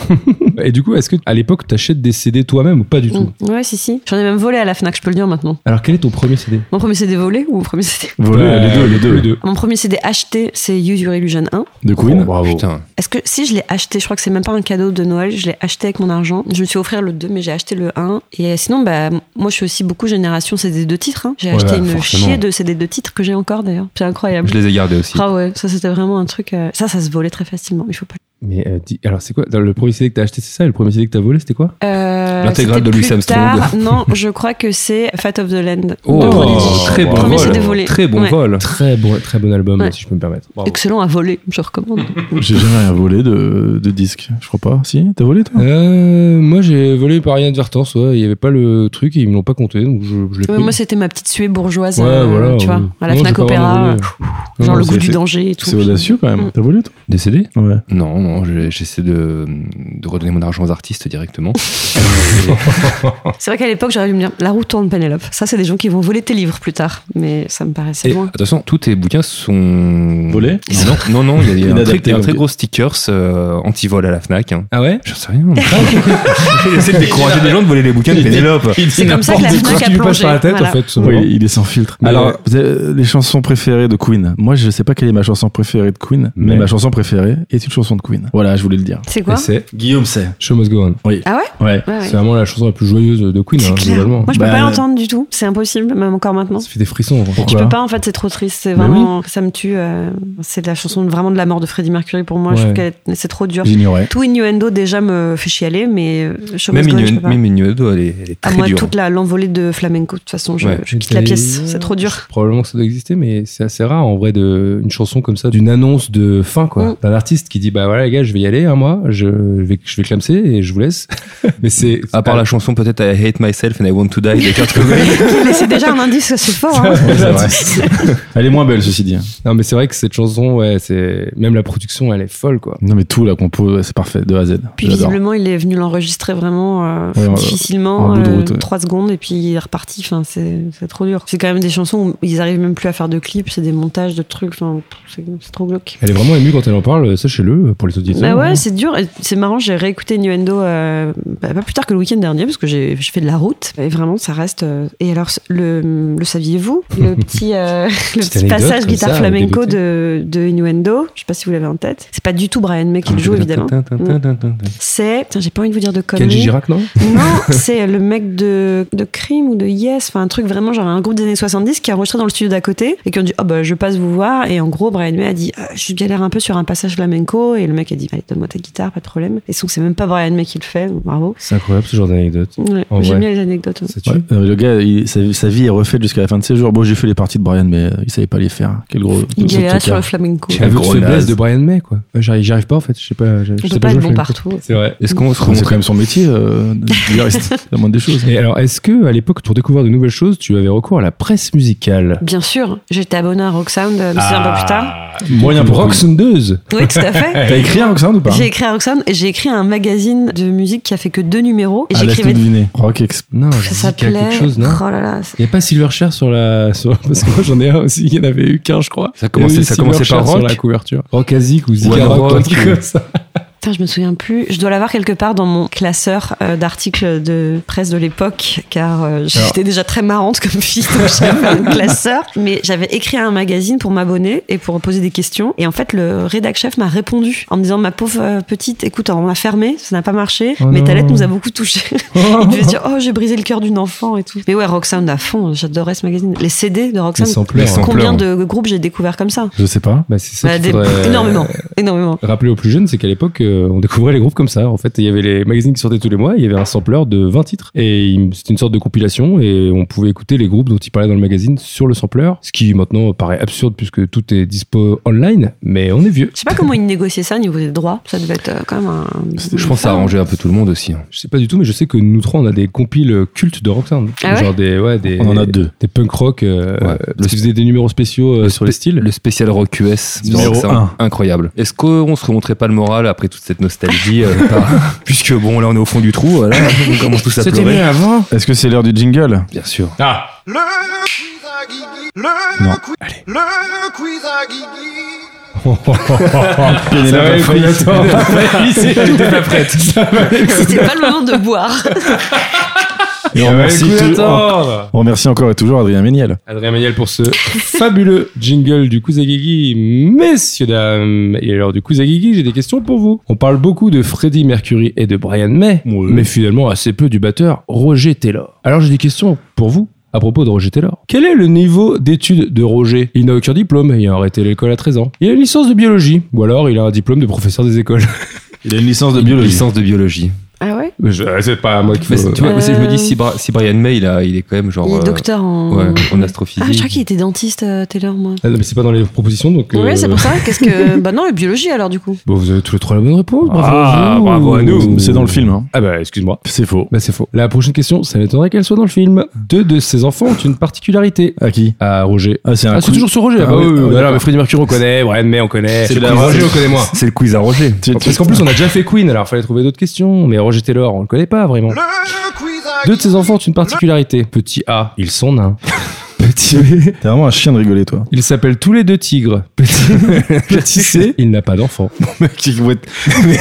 Speaker 2: Et du coup, est-ce que à l'époque, t'achètes des CD toi-même ou pas du tout
Speaker 4: Mm. ouais si si j'en ai même volé à la Fnac je peux le dire maintenant
Speaker 2: Alors, quel est ton premier CD
Speaker 4: mon premier CD volé ou mon premier CD
Speaker 3: Voler,
Speaker 2: Ouais,
Speaker 3: les deux, les deux.
Speaker 4: mon premier CD acheté c'est Use Your Illusion 1
Speaker 3: De Queen.
Speaker 1: Oh, bravo. Putain.
Speaker 4: Est-ce que si je l'ai acheté, je crois que c'est même pas un cadeau de Noël, je l'ai acheté avec mon argent. Je me suis offert le 2, mais j'ai acheté le 1. Et sinon, bah, moi je suis aussi beaucoup génération CD de titres. hein. J'ai acheté une
Speaker 1: forcément.
Speaker 4: chier de CD de titres que j'ai encore d'ailleurs. C'est incroyable.
Speaker 1: Je les ai gardés aussi.
Speaker 4: Ah ouais, ça c'était vraiment un truc. euh, Ça, ça se volait très facilement. Il faut pas.
Speaker 2: Mais euh, dis- alors, c'est quoi dans Le premier CD que t'as acheté, c'est ça et Le premier CD que t'as volé, c'était quoi
Speaker 4: Euh,
Speaker 1: L'intégrale
Speaker 4: c'était
Speaker 1: de Louis
Speaker 4: plus
Speaker 1: Armstrong.
Speaker 4: tard. non, je crois que c'est Fat of the Land.
Speaker 1: Oh,
Speaker 4: de Prodigy.
Speaker 1: très bon
Speaker 4: Premier CD
Speaker 1: vol.
Speaker 4: volé.
Speaker 1: Très bon
Speaker 4: Ouais.
Speaker 1: vol.
Speaker 2: Très bon, très bon album,
Speaker 4: Ouais.
Speaker 2: si je peux me permettre. Bravo.
Speaker 4: Excellent à voler, je recommande.
Speaker 3: J'ai jamais rien volé de, de disque, je crois pas. Si, t'as volé toi
Speaker 2: Euh, moi, j'ai volé par inadvertance. ouais. Il y avait pas le truc et ils me l'ont pas compté, donc je, je l'ai
Speaker 4: Ouais,
Speaker 2: pris.
Speaker 4: moi c'était ma petite suée bourgeoise,
Speaker 2: Ouais,
Speaker 4: euh,
Speaker 2: voilà,
Speaker 4: tu vois,
Speaker 2: ouais.
Speaker 4: à la
Speaker 2: Non, j'ai
Speaker 4: Fnac
Speaker 2: pas vraiment
Speaker 4: Opéra,
Speaker 2: volé.
Speaker 4: euh, genre
Speaker 3: Non,
Speaker 4: le
Speaker 3: c'est-
Speaker 4: goût du
Speaker 3: c'est-
Speaker 4: danger et tout.
Speaker 3: C'est audacieux quand même.
Speaker 4: Mm.
Speaker 3: T'as volé toi
Speaker 1: Des CD
Speaker 3: Ouais.
Speaker 1: Non, non, je- j'essaie de, de redonner mon argent aux artistes directement.
Speaker 4: C'est vrai qu'à l'époque, j'aurais dû me dire La roue tourne Pénélope. Ça, c'est des gens qui vont voler tes livres plus tard. Mais ça me paraissait
Speaker 1: Et
Speaker 4: loin.
Speaker 1: attention, tous tes bouquins sont.
Speaker 3: Volés
Speaker 1: Non, non, non, il [LAUGHS] y a- il y a un
Speaker 3: Inadaptés,
Speaker 1: très- il y a un
Speaker 3: comme
Speaker 1: très
Speaker 3: tu-
Speaker 1: gros stickers euh, anti-vol à la Fnac. hein.
Speaker 2: Ah ouais
Speaker 1: J'en sais rien. [LAUGHS] J'essaie de décourager les gens de voler les bouquins de Pénélope.
Speaker 4: C'est comme ça que la
Speaker 2: Quand
Speaker 4: Fnac a
Speaker 2: tu lui passes
Speaker 4: plongé.
Speaker 2: par la tête,
Speaker 4: Voilà.
Speaker 2: en fait. tout
Speaker 3: Oui,
Speaker 2: simplement.
Speaker 3: il est sans filtre.
Speaker 2: Mais-
Speaker 3: Alors, vous avez euh, les chansons préférées de Queen. Moi, je sais pas quelle est ma chanson préférée de Queen, mais,
Speaker 2: Mais-
Speaker 3: ma chanson préférée est une chanson de Queen. Voilà, je voulais le [LAUGHS] dire.
Speaker 4: C'est
Speaker 2: Et
Speaker 4: quoi
Speaker 2: c'est
Speaker 3: Guillaume sait.
Speaker 2: Show Must Go On.
Speaker 4: Ah ouais
Speaker 3: Ouais.
Speaker 4: Ouais, ouais.
Speaker 2: C'est vraiment la chanson la plus joyeuse de Queen,
Speaker 4: C'est
Speaker 2: hein,
Speaker 4: clair.
Speaker 2: globalement.
Speaker 4: Moi, je peux
Speaker 3: Bah,
Speaker 4: pas l'entendre du tout. C'est impossible, même encore maintenant.
Speaker 2: Ça fait des frissons. hein, genre.
Speaker 4: Je
Speaker 3: Pourquoi
Speaker 4: peux pas, en fait, c'est trop triste. C'est
Speaker 3: Bah
Speaker 4: vraiment. Ça me tue. euh, C'est la chanson vraiment de la mort de Freddie Mercury pour moi. Je
Speaker 2: Ouais.
Speaker 4: trouve qu'elle est- c'est trop dur.
Speaker 3: J'ignorais.
Speaker 4: Tout innuendo déjà me fait chialer, mais euh, Show
Speaker 1: Même
Speaker 4: Must Go On, je
Speaker 1: Innu-
Speaker 4: peux pas.
Speaker 1: même Innuendo, elle est elle est
Speaker 4: À
Speaker 1: très
Speaker 4: moi,
Speaker 1: dure.
Speaker 4: toute la- l'envolée de flamenco, de toute façon, je,
Speaker 1: Ouais.
Speaker 4: je quitte la pièce. C'est
Speaker 2: [LAUGHS]
Speaker 4: trop dur.
Speaker 2: Probablement que ça doit exister, mais c'est assez rare en vrai de une chanson comme ça, d'une annonce de fin quoi,
Speaker 4: Mm.
Speaker 2: d'un artiste qui dit bah voilà les gars, je vais y aller, hein, moi, je vais, je vais clamser et je vous laisse. mais c'est
Speaker 1: À part la chanson peut-être I Hate Myself and I Want to Die de Kurt
Speaker 2: [LAUGHS]
Speaker 1: Cobain.
Speaker 4: C'est déjà un indice, c'est fort. hein.
Speaker 3: [LAUGHS] Elle est moins belle, ceci dit.
Speaker 2: non mais c'est vrai que cette chanson, ouais, c'est même la production, elle est folle quoi.
Speaker 3: Non, mais tout la compo, ouais, c'est parfait, de A à Z.
Speaker 4: Puis
Speaker 3: J'adore.
Speaker 4: visiblement, il est venu l'enregistrer vraiment euh,
Speaker 3: Ouais, en-
Speaker 4: difficilement,
Speaker 3: en bout de
Speaker 4: euh,
Speaker 3: route, ouais.
Speaker 4: trois secondes, et puis il est reparti. Enfin, c'est c'est trop dur. C'est quand même des chansons où ils arrivent même plus à faire de clips, c'est des montages de trucs. Enfin, c'est c'est trop glauque.
Speaker 2: Elle est vraiment émue quand elle en parle, sachez-le pour les auditeurs.
Speaker 4: Bah
Speaker 3: hein
Speaker 4: ouais, c'est dur. Et C'est marrant, j'ai réécouté Nuendo pas plus tard que le week-end dernier, parce que j'ai je fais de la route. Et vraiment, ça reste. euh, Et alors, le, le saviez-vous
Speaker 3: [LAUGHS]
Speaker 4: Le petit, euh, [LAUGHS] le
Speaker 2: Petite
Speaker 4: petit
Speaker 2: anecdote
Speaker 4: passage
Speaker 2: comme
Speaker 4: guitare
Speaker 2: ça,
Speaker 4: flamenco
Speaker 2: dégoûté.
Speaker 4: de, de Innuendo, je sais pas si vous l'avez en tête. C'est pas du tout Brian May
Speaker 3: Ah,
Speaker 4: qui le joue, évidemment. C'est. Putain, j'ai pas envie de vous dire de conneries.
Speaker 2: Kenji Girac non
Speaker 4: Non,
Speaker 2: [LAUGHS]
Speaker 4: c'est le mec de, de Crime ou de Yes, enfin un truc vraiment genre un groupe des années 70 qui a enregistré dans le studio d'à côté et qui ont dit Oh bah je passe vous voir. Et en gros, Brian May a dit Ah, Je galère un peu sur un passage flamenco. Et le mec a dit Allez, donne-moi ta guitare, pas de problème. Et donc, c'est même pas Brian May qui le fait, donc bravo.
Speaker 2: C'est incroyable ce genre d'anecdote.
Speaker 4: Ouais,
Speaker 2: En
Speaker 4: J'aime
Speaker 2: vrai.
Speaker 4: bien les anecdotes.
Speaker 2: Ça tue.
Speaker 3: Ouais, euh, le gars, il- sa, sa vie est refaite jusqu'à la fin de ses jours. Bon, j'ai fait les parties de Brian, mais euh, il savait pas les faire. Quel gros.
Speaker 4: Il
Speaker 3: quel
Speaker 4: galère
Speaker 3: tocard.
Speaker 4: sur le flamenco.
Speaker 2: La
Speaker 1: Quel
Speaker 2: grosse
Speaker 1: gros
Speaker 2: faiblesse
Speaker 1: naze.
Speaker 2: de Brian May quoi. Ouais, Euh, J'arrive j'arrive pas en fait, je sais pas. je- je
Speaker 4: On
Speaker 2: sais
Speaker 4: peut pas
Speaker 2: jouer
Speaker 4: être
Speaker 2: au
Speaker 4: bon
Speaker 2: flamenco.
Speaker 4: partout.
Speaker 2: C'est vrai.
Speaker 1: Est-ce qu'on se
Speaker 3: Enfin, hein. C'est
Speaker 1: remonte
Speaker 3: quand même son métier, euh, de
Speaker 4: [LAUGHS]
Speaker 3: guitariste. C'est la moindre des choses.
Speaker 2: Et alors, est-ce que à l'époque, pour découvrir de nouvelles choses, tu avais recours à la presse musicale
Speaker 4: Bien sûr, j'étais abonnée à Rock Sound, mais c'est un peu plus tard.
Speaker 2: Ah.
Speaker 3: Moyen pour
Speaker 2: Rock
Speaker 3: Roxanne.
Speaker 2: Sundeuse
Speaker 4: Oui, tout
Speaker 2: [LAUGHS]
Speaker 4: à fait.
Speaker 3: T'as écrit un Roxanne
Speaker 2: hein
Speaker 3: ou pas
Speaker 4: J'ai écrit à Rock Sound et j'ai écrit un magazine de musique qui a fait que deux numéros. Et
Speaker 3: Ah, laisse-nous
Speaker 4: j'écrivais.
Speaker 3: deviner. Rock Exp.
Speaker 2: Non, je
Speaker 4: Ça
Speaker 2: dis qu'il y a
Speaker 4: s'appelait.
Speaker 2: quelque chose, non
Speaker 4: Oh là là,
Speaker 2: Il n'y a pas Silverchair sur la. Sur... Parce que moi, j'en ai un aussi, il y en avait eu qu'un, je crois.
Speaker 1: Ça commençait-
Speaker 2: Il y avait
Speaker 1: ça commençait par
Speaker 2: Silverchair
Speaker 1: rock
Speaker 2: sur la couverture. Rock euh. Asic ou Zika
Speaker 1: One
Speaker 2: Rock,
Speaker 1: Rock,
Speaker 2: un truc
Speaker 1: ou-
Speaker 2: comme ça.
Speaker 4: Putain, je me souviens plus. Je dois l'avoir quelque part dans mon classeur euh, d'articles de presse de l'époque, car euh, [LAUGHS] j'étais déjà très marrante comme fille, donc j'avais un classeur. Mais j'avais écrit à un magazine pour m'abonner et pour poser des questions. Et en fait, le rédac chef m'a répondu en me disant Ma pauvre euh, petite, écoute, on a fermé, ça n'a pas marché,
Speaker 2: Oh
Speaker 4: mais ta
Speaker 2: non.
Speaker 4: lettre nous a beaucoup touché. [LAUGHS]
Speaker 2: [LAUGHS]
Speaker 4: Il devait se dire Oh, j'ai brisé le cœur d'une enfant et tout. Mais ouais, Roxanne à fond, j'adorais ce magazine. Les CD de
Speaker 2: Les
Speaker 4: Roxanne.
Speaker 2: sampleurs. hein.
Speaker 1: sans-
Speaker 4: Combien
Speaker 1: sampleurs,
Speaker 4: de groupes j'ai découvert comme ça
Speaker 3: Je sais pas.
Speaker 2: Bah, c'est ça
Speaker 4: Bah,
Speaker 2: qu'il
Speaker 4: des-
Speaker 2: faudrait, euh,
Speaker 4: Énormément, énormément.
Speaker 2: Rappeler aux plus jeunes, c'est qu'à l'époque, euh, on découvrait les groupes comme ça. En fait, il y avait les magazines qui sortaient tous les mois, il y avait un sampler de 20 titres. Et il- c'était une sorte de compilation et on pouvait écouter les groupes dont il parlait dans le magazine sur le sampler. Ce qui maintenant paraît absurde puisque tout est dispo online, mais on est vieux.
Speaker 4: Je sais pas comment ils négociaient ça au niveau des droits. Ça devait être euh, quand même un.
Speaker 1: Je pense que ça a arrangé un peu tout le monde aussi. hein.
Speaker 2: Je sais pas du tout, mais je sais que nous trois, on a des compiles cultes de Roxanne.
Speaker 4: Ah ouais
Speaker 2: Genre des, ouais, des,
Speaker 3: On en a deux.
Speaker 2: des punk rock. euh,
Speaker 1: Ouais.
Speaker 2: parce qu'ils faisaient des numéros spéciaux euh, sur les styles. [LAUGHS]
Speaker 1: Le spécial rock US,
Speaker 3: Numéro
Speaker 1: c'est
Speaker 3: un.
Speaker 1: incroyable. Est-ce qu'on se remonterait pas le moral après toute cette nostalgie euh, par- [LAUGHS] Puisque bon, là on est au fond du trou, voilà, on commence tous à pleurer.
Speaker 3: avant. Est-ce que c'est l'heure du jingle
Speaker 1: Bien sûr.
Speaker 5: Le quiz à Guigui. Le
Speaker 3: Non.
Speaker 5: quiz. Le quiz à Guigui.
Speaker 3: Ah, Pénélope Lafaille.
Speaker 4: [LAUGHS] C'était pas le moment de boire.
Speaker 3: Et on remercie tout-
Speaker 2: oh.
Speaker 3: on remercie encore et toujours Adrien Méniel.
Speaker 2: Adrien Maniel pour ce fabuleux jingle du Kuzagigi. Messieurs, dames, et alors du Kuzagigi, j'ai des questions pour vous. On parle beaucoup de Freddie Mercury et de Brian May, mais finalement assez peu du batteur Roger Taylor. Alors j'ai des questions pour vous. À propos de Roger Taylor, quel est le niveau d'études de Roger Il n'a aucun diplôme, il a arrêté l'école à 13 ans. Il a une licence de biologie, ou alors il a un diplôme de professeur des écoles. [LAUGHS]
Speaker 3: Il a une licence de
Speaker 1: Licence de biologie.
Speaker 4: [LAUGHS] Ah ouais
Speaker 2: Mais je- C'est pas à moi qui
Speaker 1: Mais c'est- tu vois,
Speaker 4: Euh.
Speaker 1: mais c'est- je me dis, si, Bra- si Brian May, il, a- il est quand même genre.
Speaker 4: Il est
Speaker 1: euh,
Speaker 4: docteur en.
Speaker 1: ouais, en
Speaker 4: Ah,
Speaker 1: astrophysique.
Speaker 4: je crois qu'il était dentiste, euh, Taylor, moi.
Speaker 2: Ah non, mais c'est pas dans les propositions, donc. euh,
Speaker 4: Oui, c'est pour ça. Qu'est-ce que. [LAUGHS] Bah non, et biologie alors, du coup.
Speaker 2: Bon, vous avez tous les trois la bonne réponse.
Speaker 1: Ah,
Speaker 2: vous.
Speaker 1: bravo à nous.
Speaker 3: C'est dans le film. hein.
Speaker 2: Ah bah, excuse-moi.
Speaker 3: C'est faux.
Speaker 2: Bah, c'est faux. La prochaine question, ça m'étonnerait qu'elle soit dans le film. Deux de ses enfants ont une particularité.
Speaker 3: À qui
Speaker 2: Ah, Roger.
Speaker 3: Ah, c'est un
Speaker 2: Ah,
Speaker 3: coup-
Speaker 2: c'est toujours sur Roger.
Speaker 3: Ah
Speaker 2: Ah, bah,
Speaker 3: oui,
Speaker 2: oui, oui,
Speaker 3: ah oui,
Speaker 2: voilà,
Speaker 3: d'accord.
Speaker 2: mais Freddie Mercury, on connaît. Brian May, on connaît.
Speaker 1: C'est
Speaker 2: Freddie
Speaker 1: la-
Speaker 2: Roger, on connaît moins.
Speaker 1: C'est le quiz à Roger.
Speaker 3: Tu- tu-
Speaker 2: Parce qu'en plus, on a déjà fait Queen, alors fallait trouver d'autres questions. Mais Roger Taylor, on le connaît pas vraiment.
Speaker 5: Le quiz à
Speaker 2: Deux de ses
Speaker 5: Guigui.
Speaker 2: enfants ont une particularité. Petit A, ils sont nains. Petit B,
Speaker 3: T'es vraiment un chien de rigoler, toi.
Speaker 2: ils s'appellent tous les deux tigres. Petit, Petit C, il n'a pas d'enfant.
Speaker 3: Mais en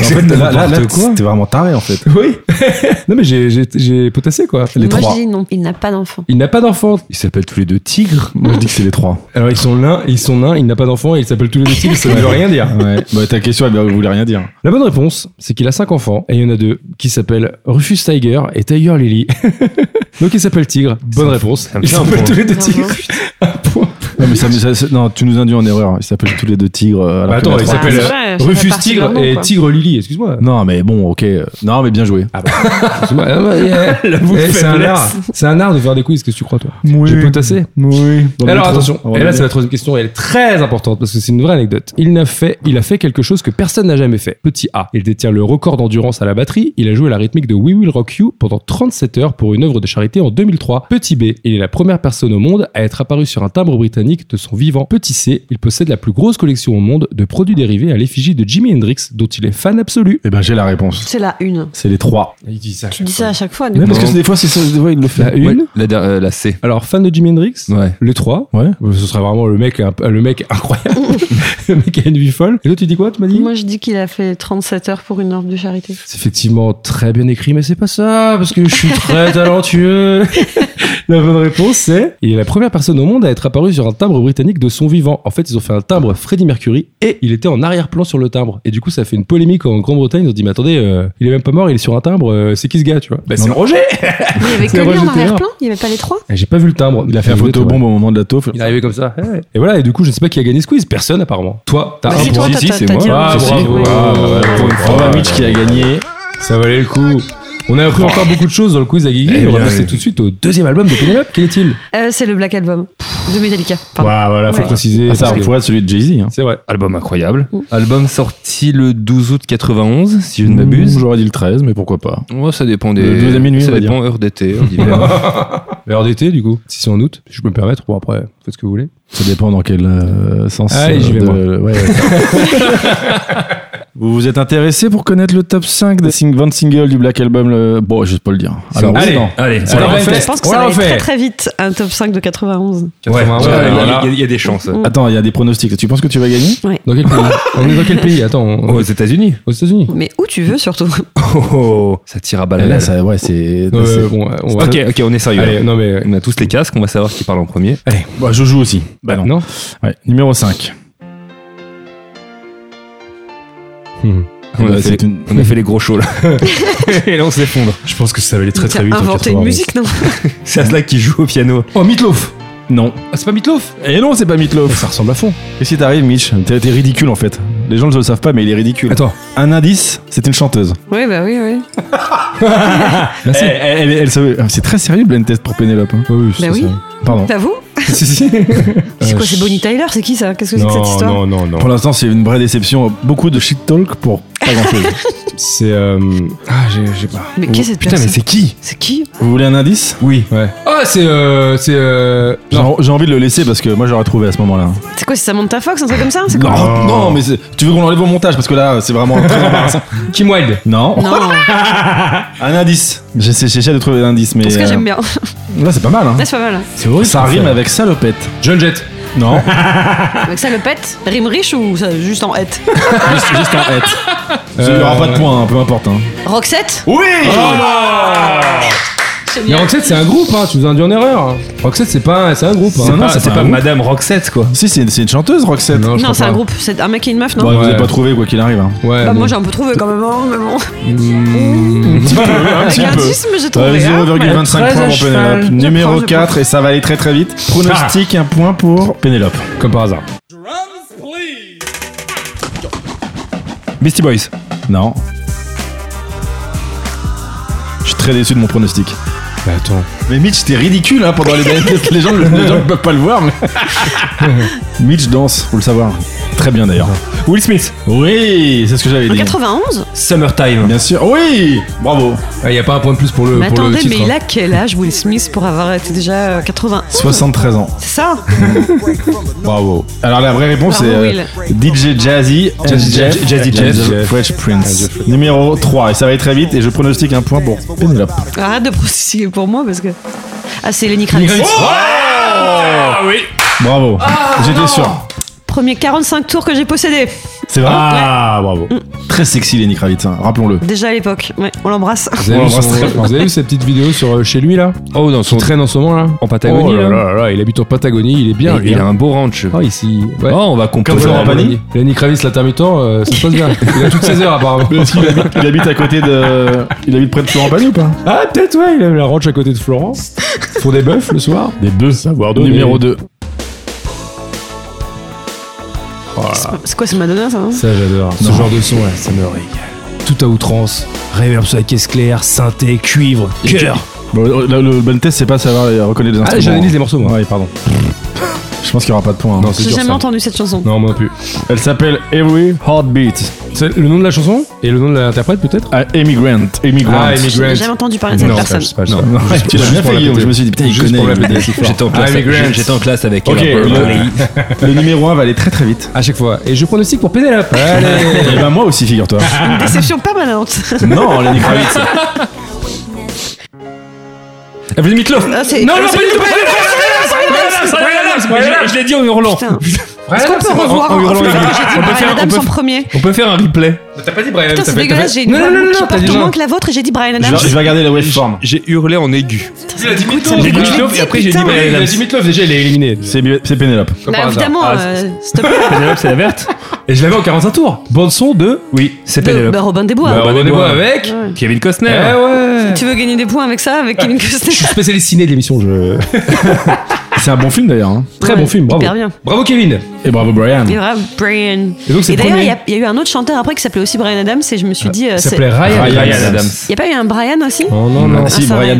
Speaker 3: fait, là, là, là,
Speaker 2: n'importe quoi.
Speaker 3: t'es vraiment taré, en fait.
Speaker 2: Oui. [LAUGHS] non, mais j'ai- j'ai j'ai potassé, quoi.
Speaker 3: Les
Speaker 4: moi,
Speaker 3: trois.
Speaker 4: je dis non, il n'a pas d'enfant.
Speaker 2: Il n'a pas d'enfant.
Speaker 1: Ils s'appellent tous les deux tigres.
Speaker 3: Moi, je dis que c'est les trois.
Speaker 2: Alors ils sont l'un, ils sont nains, il n'a pas d'enfant, et ils s'appellent tous les deux tigres, ça ne veut rien dire.
Speaker 3: Ouais. Bah, ta question, elle voulait rien dire.
Speaker 2: La bonne réponse, c'est qu'il a cinq enfants, et il y en a deux qui s'appellent Rufus Tiger et Tiger Lily. [LAUGHS] Donc ils s'appellent Tigre. Bonne réponse.
Speaker 1: ça me
Speaker 2: Ils
Speaker 1: fait un
Speaker 2: s'appellent
Speaker 1: point.
Speaker 2: tous les deux
Speaker 4: Bravo.
Speaker 2: tigres. Un point.
Speaker 3: Non, mais ça, me- ça- ça- non, tu nous induis en erreur. Ils s'appellent tous les deux tigres. euh, alors
Speaker 2: Bah,
Speaker 3: qu'il y en a
Speaker 2: attends, ils
Speaker 3: trois.
Speaker 4: Ah,
Speaker 2: s'appellent
Speaker 4: c'est vrai, ça fait
Speaker 2: Rufus
Speaker 4: partie de leur
Speaker 2: Tigre
Speaker 4: nom,
Speaker 2: et
Speaker 4: quoi.
Speaker 2: Tigre Lily, excuse-moi.
Speaker 3: Non, mais bon, ok. Non, mais bien joué.
Speaker 2: Excuse-moi. Ah, bah, yeah. Eh, C'est un art. C'est un art de faire des quiz, qu'est-ce que tu crois toi J'ai potassé
Speaker 3: Oui.
Speaker 2: Alors attention, et là c'est la troisième question, elle est très importante parce que c'est une vraie anecdote. Il n'a fait, il a fait quelque chose que personne n'a jamais fait. Petit A, il détient le record d'endurance à la batterie. Il a joué à la rythmique de We Will Rock You pendant 37 heures pour une œuvre de charité en 2003. Petit B, il est la première personne au monde à être apparu sur un timbre britannique de son vivant. Petit C, il possède la plus grosse collection au monde de produits dérivés à l'effigie de Jimi Hendrix, dont il est fan absolu.
Speaker 3: Eh ben, j'ai la réponse.
Speaker 4: C'est la une.
Speaker 3: C'est les trois.
Speaker 2: Il dit ça.
Speaker 4: Tu dis ça à chaque fois, du
Speaker 3: Ouais,
Speaker 4: coup.
Speaker 3: parce que c'est des fois, c'est ça, des fois, il le fait.
Speaker 2: La une.
Speaker 1: Ouais, la, der- euh, la C.
Speaker 2: Alors fan de Jimi Hendrix.
Speaker 1: Ouais.
Speaker 2: Les trois. Euh,
Speaker 3: Ouais.
Speaker 2: Ce serait vraiment le mec, un- le mec incroyable.
Speaker 3: [LAUGHS]
Speaker 2: le mec a une vie folle. Et l'autre, tu dis quoi, tu m'as dit
Speaker 4: Moi, je dis qu'il a fait 37 heures pour une œuvre
Speaker 3: [LAUGHS]
Speaker 4: de charité.
Speaker 2: C'est effectivement très bien écrit, mais c'est pas ça, parce que je suis très
Speaker 3: [LAUGHS]
Speaker 2: talentueux. la bonne réponse, c'est il est la première personne au monde à être apparue sur un timbre britannique de son vivant. En fait, ils ont fait un timbre Freddie Mercury et il était en arrière-plan sur le timbre. Et du coup, ça fait une polémique en Grande-Bretagne. Ils ont dit mais attendez, euh, il est même pas mort, il est sur un timbre. euh, c'est qui ce gars, tu vois Bah, c'est
Speaker 3: Non.
Speaker 2: Roger.
Speaker 4: Mais il y avait
Speaker 2: C'est
Speaker 4: que lui
Speaker 2: Roger
Speaker 4: en
Speaker 2: Taylor.
Speaker 4: arrière-plan
Speaker 3: hein.
Speaker 4: Il n'y avait pas les trois
Speaker 2: Et J'ai pas vu le timbre.
Speaker 3: Il a fait un photobombe au moment de la taufe.
Speaker 2: Il est arrivé comme ça. Hey. Et voilà. Et du coup, je ne sais pas qui a gagné ce quiz. Personne apparemment. Toi, t'as
Speaker 4: Bah,
Speaker 2: un
Speaker 4: si, toi,
Speaker 2: point.
Speaker 4: t'as-
Speaker 1: Si, si,
Speaker 4: t'as-
Speaker 1: c'est
Speaker 4: t'as
Speaker 1: moi.
Speaker 4: dit un
Speaker 2: Ah,
Speaker 4: truc.
Speaker 2: bravo.
Speaker 4: Oui.
Speaker 2: Ah,
Speaker 3: bah, Pour une fois,
Speaker 2: Bravo.
Speaker 3: Mitch qui a gagné.
Speaker 2: Ça valait le coup. On a appris encore beaucoup de choses dans le quiz à Guigui.
Speaker 1: Eh
Speaker 2: on va
Speaker 1: bien,
Speaker 2: passer
Speaker 1: oui.
Speaker 2: tout de suite au deuxième album de Pénélope. Quel est-il
Speaker 4: Euh, C'est le Black Album de Metallica. Pardon.
Speaker 2: voilà,
Speaker 4: faut Ouais.
Speaker 2: préciser.
Speaker 3: Ah, ça pourrait être celui de Jay-Z. hein.
Speaker 2: C'est vrai.
Speaker 1: Album incroyable.
Speaker 4: Mm.
Speaker 1: Album sorti le 12 août 91, si je ne m'abuse.
Speaker 3: Mm. J'aurais dit le 13, mais pourquoi pas.
Speaker 1: Ouais, ça dépend des.
Speaker 3: Le 12 à minuit, on
Speaker 1: ça
Speaker 3: va
Speaker 1: dépend heure d'été, heure [LAUGHS] d'hiver.
Speaker 2: L'heure d'été, du coup. Si c'est en août, si je peux me permettre. Bon, après, faites ce que vous voulez.
Speaker 3: Ça dépend dans quel euh, sens.
Speaker 2: Allez, j'y vais,
Speaker 3: de- ouais, ouais. Vous vous êtes intéressé pour connaître le top 5 des sing- 20 singles du Black Album le- Bon, je vais pas le dire.
Speaker 2: Ça
Speaker 3: Alors,
Speaker 2: roule.
Speaker 3: oui,
Speaker 1: Allez,
Speaker 3: non.
Speaker 1: allez,
Speaker 3: C'est
Speaker 1: allez.
Speaker 3: pas
Speaker 4: Je
Speaker 3: fait.
Speaker 4: pense que
Speaker 3: On
Speaker 4: ça
Speaker 3: l'a
Speaker 4: va être
Speaker 3: fait.
Speaker 4: très très vite un top 5 de 91.
Speaker 1: Ouais,
Speaker 2: Voilà.
Speaker 1: ouais, il y a-
Speaker 3: Voilà.
Speaker 1: il y a- il y a des chances.
Speaker 3: Attends, il y a des pronostics. Tu penses que tu vas gagner
Speaker 2: Dans quel pays [LAUGHS] On est dans quel pays Attends, on-
Speaker 1: Aux États-Unis
Speaker 2: aux États-Unis.
Speaker 4: Mais où tu veux surtout.
Speaker 1: Oh, oh, ça tire à balles.
Speaker 3: Ah, Là, ça, ouais, c'est.
Speaker 2: Euh,
Speaker 3: c'est-
Speaker 2: bon, on va-
Speaker 1: Ok, ok, on est sérieux.
Speaker 2: Allez, non [LAUGHS] mais
Speaker 1: On a tous les casques, on va savoir qui parle en premier.
Speaker 3: Allez, bah, je joue aussi. Bah non.
Speaker 2: non.
Speaker 3: Ouais, numéro 5.
Speaker 2: Hmm.
Speaker 1: On a,
Speaker 3: Euh,
Speaker 1: fait,
Speaker 3: c'est une-
Speaker 1: on a fait les gros shows là. [LAUGHS] Et là on s'effondre.
Speaker 2: Je pense que ça va aller
Speaker 4: T'as inventé une
Speaker 3: [LAUGHS]
Speaker 4: musique, non
Speaker 1: C'est Aslak qui joue au piano.
Speaker 2: Oh Meatloaf
Speaker 3: Non.
Speaker 2: Ah, c'est pas Meatloaf
Speaker 3: Et non, c'est pas Meatloaf.
Speaker 2: Ça ressemble à fond.
Speaker 3: Et si t'arrives, Mitch T'es t'es ridicule en fait. Les gens ne le savent pas, mais il est ridicule.
Speaker 2: Attends,
Speaker 3: Un indice, c'est une chanteuse.
Speaker 4: Oui, bah oui, oui.
Speaker 2: merci.
Speaker 3: Elle- elle- elle- elle se- C'est très sérieux, le blind test pour Pénélope. hein.
Speaker 2: Oh, oui,
Speaker 4: Bah
Speaker 2: ça,
Speaker 4: oui.
Speaker 2: ça-
Speaker 3: Pardon.
Speaker 2: [LAUGHS]
Speaker 4: Bah vous
Speaker 3: Si, si, si.
Speaker 4: C'est
Speaker 2: Euh,
Speaker 4: quoi C'est
Speaker 2: je-
Speaker 4: Bonnie Tyler C'est qui ça Qu'est-ce que c'est que cette
Speaker 2: Non,
Speaker 4: histoire
Speaker 2: non, non, non.
Speaker 3: Pour l'instant, c'est une vraie déception. Beaucoup de shit talk pour pas grand
Speaker 4: [LAUGHS]
Speaker 3: chose.
Speaker 2: C'est. euh, Ah, j'ai j'ai pas.
Speaker 4: Mais qui est cette
Speaker 1: Putain, mais
Speaker 4: personne
Speaker 1: c'est qui
Speaker 4: C'est qui
Speaker 3: Vous voulez un indice
Speaker 2: Oui. Ouais. Ah, c'est. euh, c'est. euh,
Speaker 3: J'ai
Speaker 2: non.
Speaker 3: j'ai envie de le laisser parce que moi j'aurais trouvé à ce moment-là.
Speaker 4: C'est quoi C'est Samantha Fox Un truc comme ça C'est quoi
Speaker 3: Non, non, mais c'est- tu veux qu'on l'enlève au montage parce que là c'est vraiment [LAUGHS] très embarrassant.
Speaker 2: Kim Wilde.
Speaker 3: Non,
Speaker 4: Non,
Speaker 3: un indice. J'essaie j'essaie de trouver l'indice, mais.
Speaker 4: parce que
Speaker 3: euh,
Speaker 4: j'aime bien. [LAUGHS]
Speaker 3: Là c'est pas mal, hein.
Speaker 4: Là, c'est pas mal.
Speaker 2: C'est horrible.
Speaker 3: Ça rime avec salopette.
Speaker 2: John Jett.
Speaker 3: [LAUGHS] Non,
Speaker 4: Avec ça, le pète Rime riche ou ça, juste en hête
Speaker 3: juste, juste un hête. Il n'y aura
Speaker 2: Euh,
Speaker 3: pas de points, hein, peu importe. hein.
Speaker 4: Roxette
Speaker 2: Oh,
Speaker 3: Oui
Speaker 2: Mais
Speaker 4: Génial.
Speaker 2: Roxette, c'est un groupe, hein. Tu nous as induit en erreur. Roxette, c'est pas un- c'est un groupe. hein.
Speaker 3: C'est
Speaker 1: C'est
Speaker 3: non,
Speaker 1: pas,
Speaker 3: c'est
Speaker 1: c'est
Speaker 3: pas
Speaker 1: pas
Speaker 3: un groupe.
Speaker 1: Madame Roxette quoi.
Speaker 3: Si, c'est c'est une chanteuse, Roxette.
Speaker 2: je
Speaker 4: Non,
Speaker 2: crois
Speaker 4: c'est un
Speaker 2: pas.
Speaker 4: groupe. C'est un mec et une meuf, non
Speaker 3: Bon, Vous n'avez
Speaker 2: Ouais.
Speaker 3: pas trouvé quoi qu'il arrive. Hein.
Speaker 2: Ouais.
Speaker 4: Bah,
Speaker 2: bon.
Speaker 4: moi, j'ai un peu trouvé quand même, hein, mais bon.
Speaker 2: Hmm.
Speaker 3: [LAUGHS] un
Speaker 4: Avec un 10, mais j'ai trouvé. hein.
Speaker 3: 0,25 points
Speaker 4: à
Speaker 3: pour
Speaker 4: cheval.
Speaker 3: Pénélope.
Speaker 4: Je prends,
Speaker 3: Numéro
Speaker 4: je
Speaker 3: 4, et ça va aller très très vite. Pronostic, un point pour Pénélope.
Speaker 2: Comme par hasard.
Speaker 1: Beastie Boys.
Speaker 3: Non. Je suis très déçu de mon pronostic.
Speaker 2: Bah, attends.
Speaker 3: Mais Mitch, t'es ridicule hein,
Speaker 1: [LAUGHS]
Speaker 3: pendant les blind tests. Les gens le- les gens ne peuvent pas le voir. Mais... Mitch danse, faut le savoir. Très bien d'ailleurs.
Speaker 1: Will Smith.
Speaker 3: Oui, c'est ce que j'avais
Speaker 4: En
Speaker 3: dit.
Speaker 4: 91
Speaker 2: Euh,
Speaker 1: Summertime.
Speaker 3: Bien sûr. Oui, bravo.
Speaker 2: Ah, y a pas un point de plus pour le.
Speaker 4: Mais
Speaker 2: pour le
Speaker 4: attendez,
Speaker 2: titre,
Speaker 4: mais
Speaker 2: hein.
Speaker 4: il a quel âge Will Smith pour avoir été déjà euh, 80
Speaker 3: 73 ans.
Speaker 4: C'est ça
Speaker 3: Bravo. Alors la vraie réponse
Speaker 4: Bravo,
Speaker 3: c'est
Speaker 4: Will.
Speaker 3: DJ Jazzy, and
Speaker 2: Jazzy
Speaker 3: Jeff,
Speaker 2: Jeff, Jazzy
Speaker 3: and
Speaker 2: Jeff.
Speaker 3: the Fresh Prince. Numéro 3. Et ça va aller très vite et je pronostique un point pour Pénélope.
Speaker 4: Arrête de prostituer pour moi parce que. Ah, c'est Lenny Kravitz.
Speaker 1: Ah oui.
Speaker 3: Bravo.
Speaker 4: Ah.
Speaker 3: J'étais sûr.
Speaker 4: Premier 45 tours que j'ai possédé.
Speaker 3: C'est vrai Ah, bravo.
Speaker 4: Mm.
Speaker 3: Très sexy Lenny Kravitz, hein, rappelons-le.
Speaker 4: Déjà à l'époque. Ouais, on l'embrasse.
Speaker 2: Vous avez,
Speaker 3: On
Speaker 2: vu
Speaker 3: l'embrasse
Speaker 2: son-
Speaker 3: très
Speaker 2: vous avez vu cette petite vidéo sur euh, chez lui là
Speaker 1: Oh non,
Speaker 2: Qui
Speaker 1: son
Speaker 2: traîne en ce moment là
Speaker 1: en Patagonie.
Speaker 2: oh là,
Speaker 1: là.
Speaker 2: là là là, il habite en Patagonie, il est bien.
Speaker 1: il,
Speaker 2: lui,
Speaker 1: il a
Speaker 2: hein.
Speaker 1: un beau ranch.
Speaker 2: Oh, ici. Ouais.
Speaker 1: Oh, on va composer.
Speaker 3: Florent
Speaker 1: la
Speaker 3: Pagny.
Speaker 1: Bolognaise.
Speaker 2: Lenny Kravitz, l'intermittent, euh, ça se passe bien. Il a toutes ses heures apparemment.
Speaker 3: Est-ce qu'il habite, il habite à côté de. Il habite près de Florent Pagny ou pas
Speaker 2: Ah, peut-être, ouais, il a la ranch à côté de Florence. Ils font des bœufs le soir.
Speaker 3: Des deux savoirs
Speaker 2: donner.
Speaker 3: Numéro 2.
Speaker 4: C'est quoi, c'est Madonna ça hein
Speaker 2: Ça, j'adore. Ce genre de son, là, ça me régale. Tout à outrance. Réverb sur la caisse claire, synthé, cuivre, cœur.
Speaker 3: Bon, le, le blind test, c'est pas savoir euh, reconnaître les
Speaker 2: Ah,
Speaker 3: instruments.
Speaker 2: j'analyse les morceaux, moi.
Speaker 3: Ouais, pardon. Je pense qu'il n'y aura pas de point. hein.
Speaker 2: Non, c'est
Speaker 4: J'ai
Speaker 2: dur,
Speaker 4: jamais
Speaker 2: ça.
Speaker 4: entendu cette chanson.
Speaker 2: Non, moi non plus.
Speaker 3: Elle s'appelle Every Heartbeat.
Speaker 2: C'est le nom de la chanson et le nom de l'interprète, peut-être
Speaker 3: Ah, Amy Grant. Amy Grant.
Speaker 2: Ah, Amy
Speaker 4: J'ai
Speaker 2: Grant.
Speaker 4: jamais entendu parler de cette
Speaker 2: Non, ça,
Speaker 4: personne.
Speaker 2: je sais pas, je sais
Speaker 3: Non,
Speaker 2: pas.
Speaker 3: non, tu l'as bien
Speaker 2: pour
Speaker 3: fait,
Speaker 2: la
Speaker 3: Guillaume.
Speaker 2: péter.
Speaker 3: Je me suis dit, putain, il
Speaker 2: Juste pour
Speaker 3: connaît.
Speaker 2: la péter.
Speaker 1: J'étais en classe.
Speaker 2: Ah, Immigrants.
Speaker 1: J'étais en classe avec.
Speaker 3: Ok,
Speaker 1: Amber
Speaker 3: le-
Speaker 1: Riley. [LAUGHS]
Speaker 3: Le numéro 1 va aller très très vite.
Speaker 2: À chaque fois. Et je pronostic pour Pénélope. [LAUGHS]
Speaker 3: Et
Speaker 2: Allez.
Speaker 3: ben moi
Speaker 1: [LAUGHS]
Speaker 3: aussi, figure-toi.
Speaker 4: Une déception permanente.
Speaker 3: non, Lenny Kravitz.
Speaker 1: Evelyn Mitloff.
Speaker 4: Ah, c'est-
Speaker 1: Non, non,
Speaker 4: c'est-
Speaker 1: pas du tout. Je l'ai dit en hurlant.
Speaker 4: Putain.
Speaker 2: Brian
Speaker 4: Est-ce qu'on
Speaker 2: Adams,
Speaker 4: peut revoir
Speaker 1: en- en
Speaker 4: hein,
Speaker 1: hurlant,
Speaker 4: parce que
Speaker 1: il-
Speaker 4: J'ai dit
Speaker 1: on peut
Speaker 4: Brian
Speaker 1: faire- on
Speaker 4: Adams
Speaker 1: peut-
Speaker 4: en premier.
Speaker 1: On peut faire un replay.
Speaker 2: T'as pas dit Brian
Speaker 4: Putain,
Speaker 2: t'as
Speaker 4: c'est
Speaker 2: fait-
Speaker 4: dégueulasse,
Speaker 2: t'as fait-
Speaker 4: j'ai une
Speaker 2: Non,
Speaker 4: voix
Speaker 2: non, non,
Speaker 4: qui
Speaker 2: non, t'as
Speaker 4: porte
Speaker 2: déjà-
Speaker 4: moins que la vôtre et j'ai dit Brian
Speaker 3: Je vais-
Speaker 4: Adams.
Speaker 3: je vais regarder la waveform.
Speaker 1: J'ai hurlé en aigu.
Speaker 2: Il a dit Meatloaf.
Speaker 1: J'ai dit
Speaker 2: Il a
Speaker 1: Meatloaf et après j'ai dit
Speaker 4: putain,
Speaker 1: Brian
Speaker 2: Il a
Speaker 1: Adams.
Speaker 2: dit Meatloaf, déjà, il est éliminé.
Speaker 3: C'est c'est Pénélope.
Speaker 2: Comme
Speaker 4: Bah,
Speaker 2: par hasard.
Speaker 4: évidemment,
Speaker 1: Ah,
Speaker 4: euh, s'il te plaît.
Speaker 1: Pénélope, c'est la verte
Speaker 2: Et je l'avais en 45 tours. Bande son de.
Speaker 1: Oui, c'est
Speaker 4: De-
Speaker 1: Pénélope.
Speaker 4: bah, Robin des Bois.
Speaker 1: Bah,
Speaker 2: Rendez-vous
Speaker 1: Rendez-vous
Speaker 2: avec.
Speaker 4: Ouais.
Speaker 1: Kevin Costner.
Speaker 2: Eh ouais.
Speaker 4: Tu veux gagner des points avec ça, avec Kevin Costner
Speaker 2: Je suis spécialiste ciné de l'émission. Je...
Speaker 3: C'est un bon film d'ailleurs. hein.
Speaker 2: Très
Speaker 4: Ouais,
Speaker 2: bon film, bravo.
Speaker 4: Hyper bien.
Speaker 2: Bravo Kevin.
Speaker 3: Et bravo Brian.
Speaker 4: Et voilà, Brian.
Speaker 2: Et donc c'est
Speaker 4: Et
Speaker 2: le
Speaker 4: d'ailleurs, il
Speaker 2: premier.
Speaker 4: y, a- il y a eu un autre chanteur après qui s'appelait aussi Brian Adams et je me suis dit. euh,
Speaker 2: Il
Speaker 4: c'est-
Speaker 2: s'appelait Ryan.
Speaker 3: Ryan
Speaker 1: Eh Ryan
Speaker 3: Adams.
Speaker 1: Adams.
Speaker 4: Il y a pas eu un Brian aussi
Speaker 2: Oh non non.
Speaker 3: Ah, si,
Speaker 4: ça,
Speaker 3: Brian.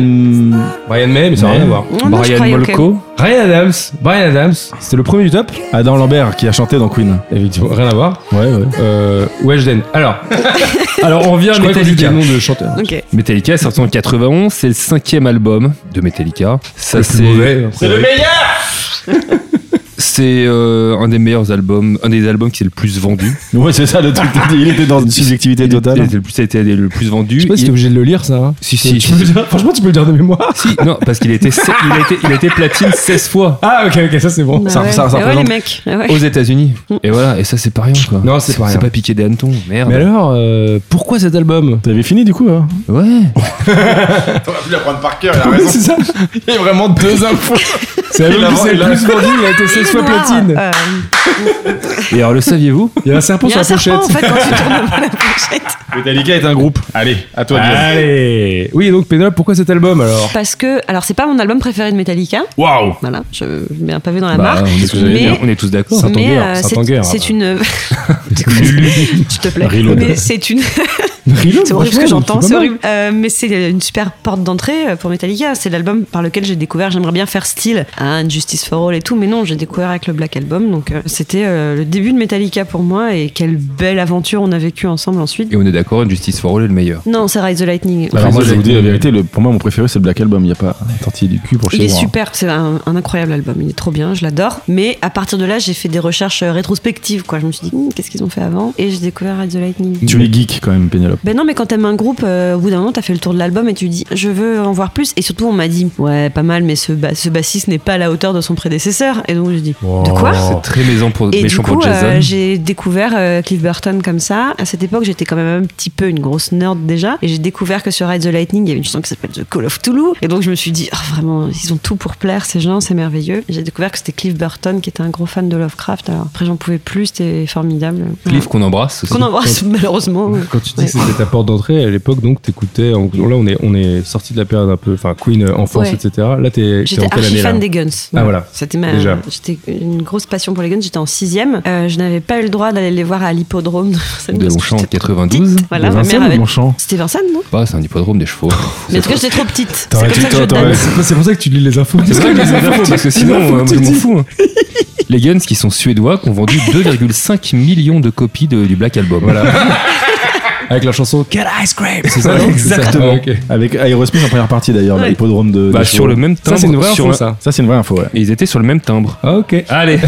Speaker 2: Brian May, mais ça n'a
Speaker 3: Mais-
Speaker 2: rien à voir.
Speaker 4: Non, non, je croyais, ok.
Speaker 2: Ryan Adams. Brian Adams. C'était le premier du top.
Speaker 3: Adam Lambert qui a chanté dans Queen.
Speaker 2: Effectivement, rien à voir.
Speaker 3: Ouais, ouais.
Speaker 2: Euh, Weshden. Alors,
Speaker 1: Alors on revient
Speaker 2: je
Speaker 1: à
Speaker 2: crois qu'on dit des
Speaker 1: Metallica.
Speaker 2: noms de chanteurs.
Speaker 4: Ok.
Speaker 1: Metallica est sorti en 91, c'est le cinquième album de Metallica. Ça c'est
Speaker 2: C'est le meilleur.
Speaker 1: C'est euh, un des meilleurs albums, un des albums qui s'est le plus vendu.
Speaker 3: Ouais, c'est ça le
Speaker 1: [LAUGHS]
Speaker 3: truc. t'as dit, Il était dans une subjectivité
Speaker 1: Il était-
Speaker 3: totale.
Speaker 1: il était le plus, ça a été le plus vendu.
Speaker 2: hein. Je sais pas si
Speaker 1: Il-
Speaker 2: t'es obligé de le lire, ça. hein.
Speaker 1: Si, si,
Speaker 2: Tu peux le dire- Franchement, tu peux le dire de mémoire.
Speaker 1: [LAUGHS] si, non, parce qu'il a été, se- il a été, il a été platine 16 fois
Speaker 2: [LAUGHS] Ah, ok, ok, ça c'est bon.
Speaker 4: Bah
Speaker 3: ça-
Speaker 4: ouais.
Speaker 3: ça- ça
Speaker 4: Eh ouais,
Speaker 3: représente-
Speaker 4: les mecs. Eh ouais.
Speaker 1: aux États-Unis. Et voilà, et ça, c'est pas rien, quoi.
Speaker 2: Non, c'est pas rien.
Speaker 1: C'est pas piqué des hannetons, merde.
Speaker 2: Mais alors, euh, pourquoi cet album
Speaker 3: T'avais fini du coup hein
Speaker 1: Ouais.
Speaker 5: T'aurais pu la prendre par cœur, il a
Speaker 2: [LAUGHS] Oui,
Speaker 5: raison.
Speaker 2: Ah c'est ça.
Speaker 3: Il y a vraiment deux infos.
Speaker 2: [LAUGHS] C'est
Speaker 3: Il a-
Speaker 2: l'album qui s'est
Speaker 3: il
Speaker 2: le
Speaker 3: a-
Speaker 2: plus vendu, il a été 16 fois
Speaker 4: Noir,
Speaker 2: platine.
Speaker 4: euh,
Speaker 1: Et alors, le saviez-vous
Speaker 2: Il y a un serpent
Speaker 4: Il y
Speaker 2: sur
Speaker 4: a un
Speaker 2: la
Speaker 4: serpent en
Speaker 2: pochette.
Speaker 4: fait quand tu tournes la pochette.
Speaker 3: Metallica est un groupe. Allez, à toi Guillaume.
Speaker 2: [LAUGHS] Allez Oui, donc Pénélope, pourquoi cet album alors
Speaker 4: Parce que, alors c'est pas mon album préféré de Metallica,
Speaker 3: Waouh
Speaker 4: voilà, je mets un pavé dans la
Speaker 1: Bah,
Speaker 4: marque.
Speaker 1: on, est
Speaker 3: ce que
Speaker 1: tous-
Speaker 3: j'allais
Speaker 4: dire.
Speaker 1: on est tous d'accord.
Speaker 2: Saint-Anger,
Speaker 4: Mais euh,
Speaker 2: Saint-Anger.
Speaker 4: c'est- c'est une. [LAUGHS] S'il te plaît.
Speaker 3: Reload.
Speaker 4: Mais c'est une.
Speaker 2: Reload,
Speaker 4: C'est horrible ce
Speaker 2: franchement,
Speaker 4: que j'entends,
Speaker 2: c'est
Speaker 4: c'est
Speaker 2: pas mal.
Speaker 4: horrible. Euh, mais c'est une super porte d'entrée euh, pour Metallica. C'est l'album par lequel j'ai découvert, j'aimerais bien faire style à Justice for All et tout, mais non, j'ai découvert avec le Black Album. Donc euh, c'était euh, le début de Metallica pour moi et quelle belle aventure on a vécue ensemble ensuite.
Speaker 1: Et on est d'accord, Justice for All est le meilleur.
Speaker 4: Non, c'est Ride the Lightning.
Speaker 3: Alors moi
Speaker 1: Désolé.
Speaker 3: je vais vous dire la vérité, le- pour moi mon préféré c'est le Black Album, il n'y a pas un tortillé du cul pour chez
Speaker 4: Il est
Speaker 3: moi. hein.
Speaker 4: super, c'est un, un incroyable album, il est trop bien, je l'adore. Mais à partir de là, j'ai fait des recherches euh, rétrospectives, quoi. Je me suis dit, Hum, qu'est-ce qu'ils ont fait avant Et j'ai découvert Ride the Lightning.
Speaker 3: Tu es geek quand même Pénélope.
Speaker 4: Ben non, mais quand t'aimes un groupe, euh, au bout d'un moment, t'as fait le tour de l'album et tu dis, je veux en voir plus. Et surtout, on m'a dit, ouais, pas mal, mais ce, ba- ce bassiste n'est pas à la hauteur de son prédécesseur. Et donc, je dis, de quoi
Speaker 1: C'est très méchant pour,
Speaker 4: et du
Speaker 1: méchant
Speaker 4: coup,
Speaker 1: pour Jason.
Speaker 4: euh, j'ai découvert euh, Cliff Burton comme ça. À cette époque, j'étais quand même un petit peu une grosse nerd déjà. Et j'ai découvert que sur Ride the Lightning, il y avait une chanson qui s'appelle The Call of Toulouse. Et donc, je me suis dit, Ah, vraiment, ils ont tout pour plaire, ces gens, c'est merveilleux. J'ai découvert que c'était Cliff Burton qui était un gros fan de Lovecraft. Alors, après, j'en pouvais plus, c'était formidable.
Speaker 1: Cliff qu'on embrasse aussi.
Speaker 4: Qu'on embrasse, [LAUGHS] malheureusement.
Speaker 2: Quand tu dis que
Speaker 4: Ouais.
Speaker 2: c'était ta porte d'entrée, à l'époque, donc, t'écoutais. en- Là, on est, on est sorti de la période un peu. Enfin, Queen, euh, enfance,
Speaker 4: Ouais.
Speaker 2: etc. Là, t'es t'es en
Speaker 4: J'étais
Speaker 2: quelle
Speaker 4: archi
Speaker 2: année là
Speaker 4: fan des Guns.
Speaker 2: voilà.
Speaker 4: C'était ma-
Speaker 2: Déjà.
Speaker 4: J'étais une grosse passion pour les Guns. J'étais en sixième. Euh, je n'avais pas eu le droit d'aller les voir à l'hippodrome de Vincennes
Speaker 1: De
Speaker 4: parce que
Speaker 1: Longchamp en
Speaker 4: j'étais trop
Speaker 1: 92.
Speaker 4: petite. Voilà,
Speaker 3: De
Speaker 4: ma
Speaker 3: Vincennes
Speaker 4: mère
Speaker 3: ou de
Speaker 4: avait. [LAUGHS]
Speaker 3: Longchamp
Speaker 4: C'était Vincennes, non
Speaker 1: Pas, [LAUGHS] c'est un hippodrome des chevaux.
Speaker 4: Mais en tout cas, j'étais trop petite. C'est
Speaker 2: T'aurais
Speaker 4: comme
Speaker 2: dû-
Speaker 4: ça que je
Speaker 2: t'aurais-
Speaker 4: date.
Speaker 2: C'est c'est pour ça que tu lis les infos.
Speaker 1: C'est vrai que les infos, parce que sinon, euh,
Speaker 2: tu
Speaker 1: je m'en
Speaker 2: dis.
Speaker 1: fous. hein. Les Guns qui sont suédois, qui ont [LAUGHS] vendu 2,5 millions de copies de- du Black Album. Voilà.
Speaker 2: Avec la chanson Get Ice Cream C'est ça, non
Speaker 3: Exactement.
Speaker 2: Ah, ok.
Speaker 3: Avec Aerosmith en première partie d'ailleurs,
Speaker 4: Ouais.
Speaker 3: l'hippodrome de.
Speaker 1: Bah,
Speaker 3: de
Speaker 1: sur le même timbre.
Speaker 2: Ça, c'est une vraie
Speaker 1: sur
Speaker 2: info,
Speaker 1: un-
Speaker 2: ça.
Speaker 3: Ça c'est une vraie info, ouais.
Speaker 1: Et ils étaient sur le même timbre.
Speaker 2: Ah, ok.
Speaker 1: Allez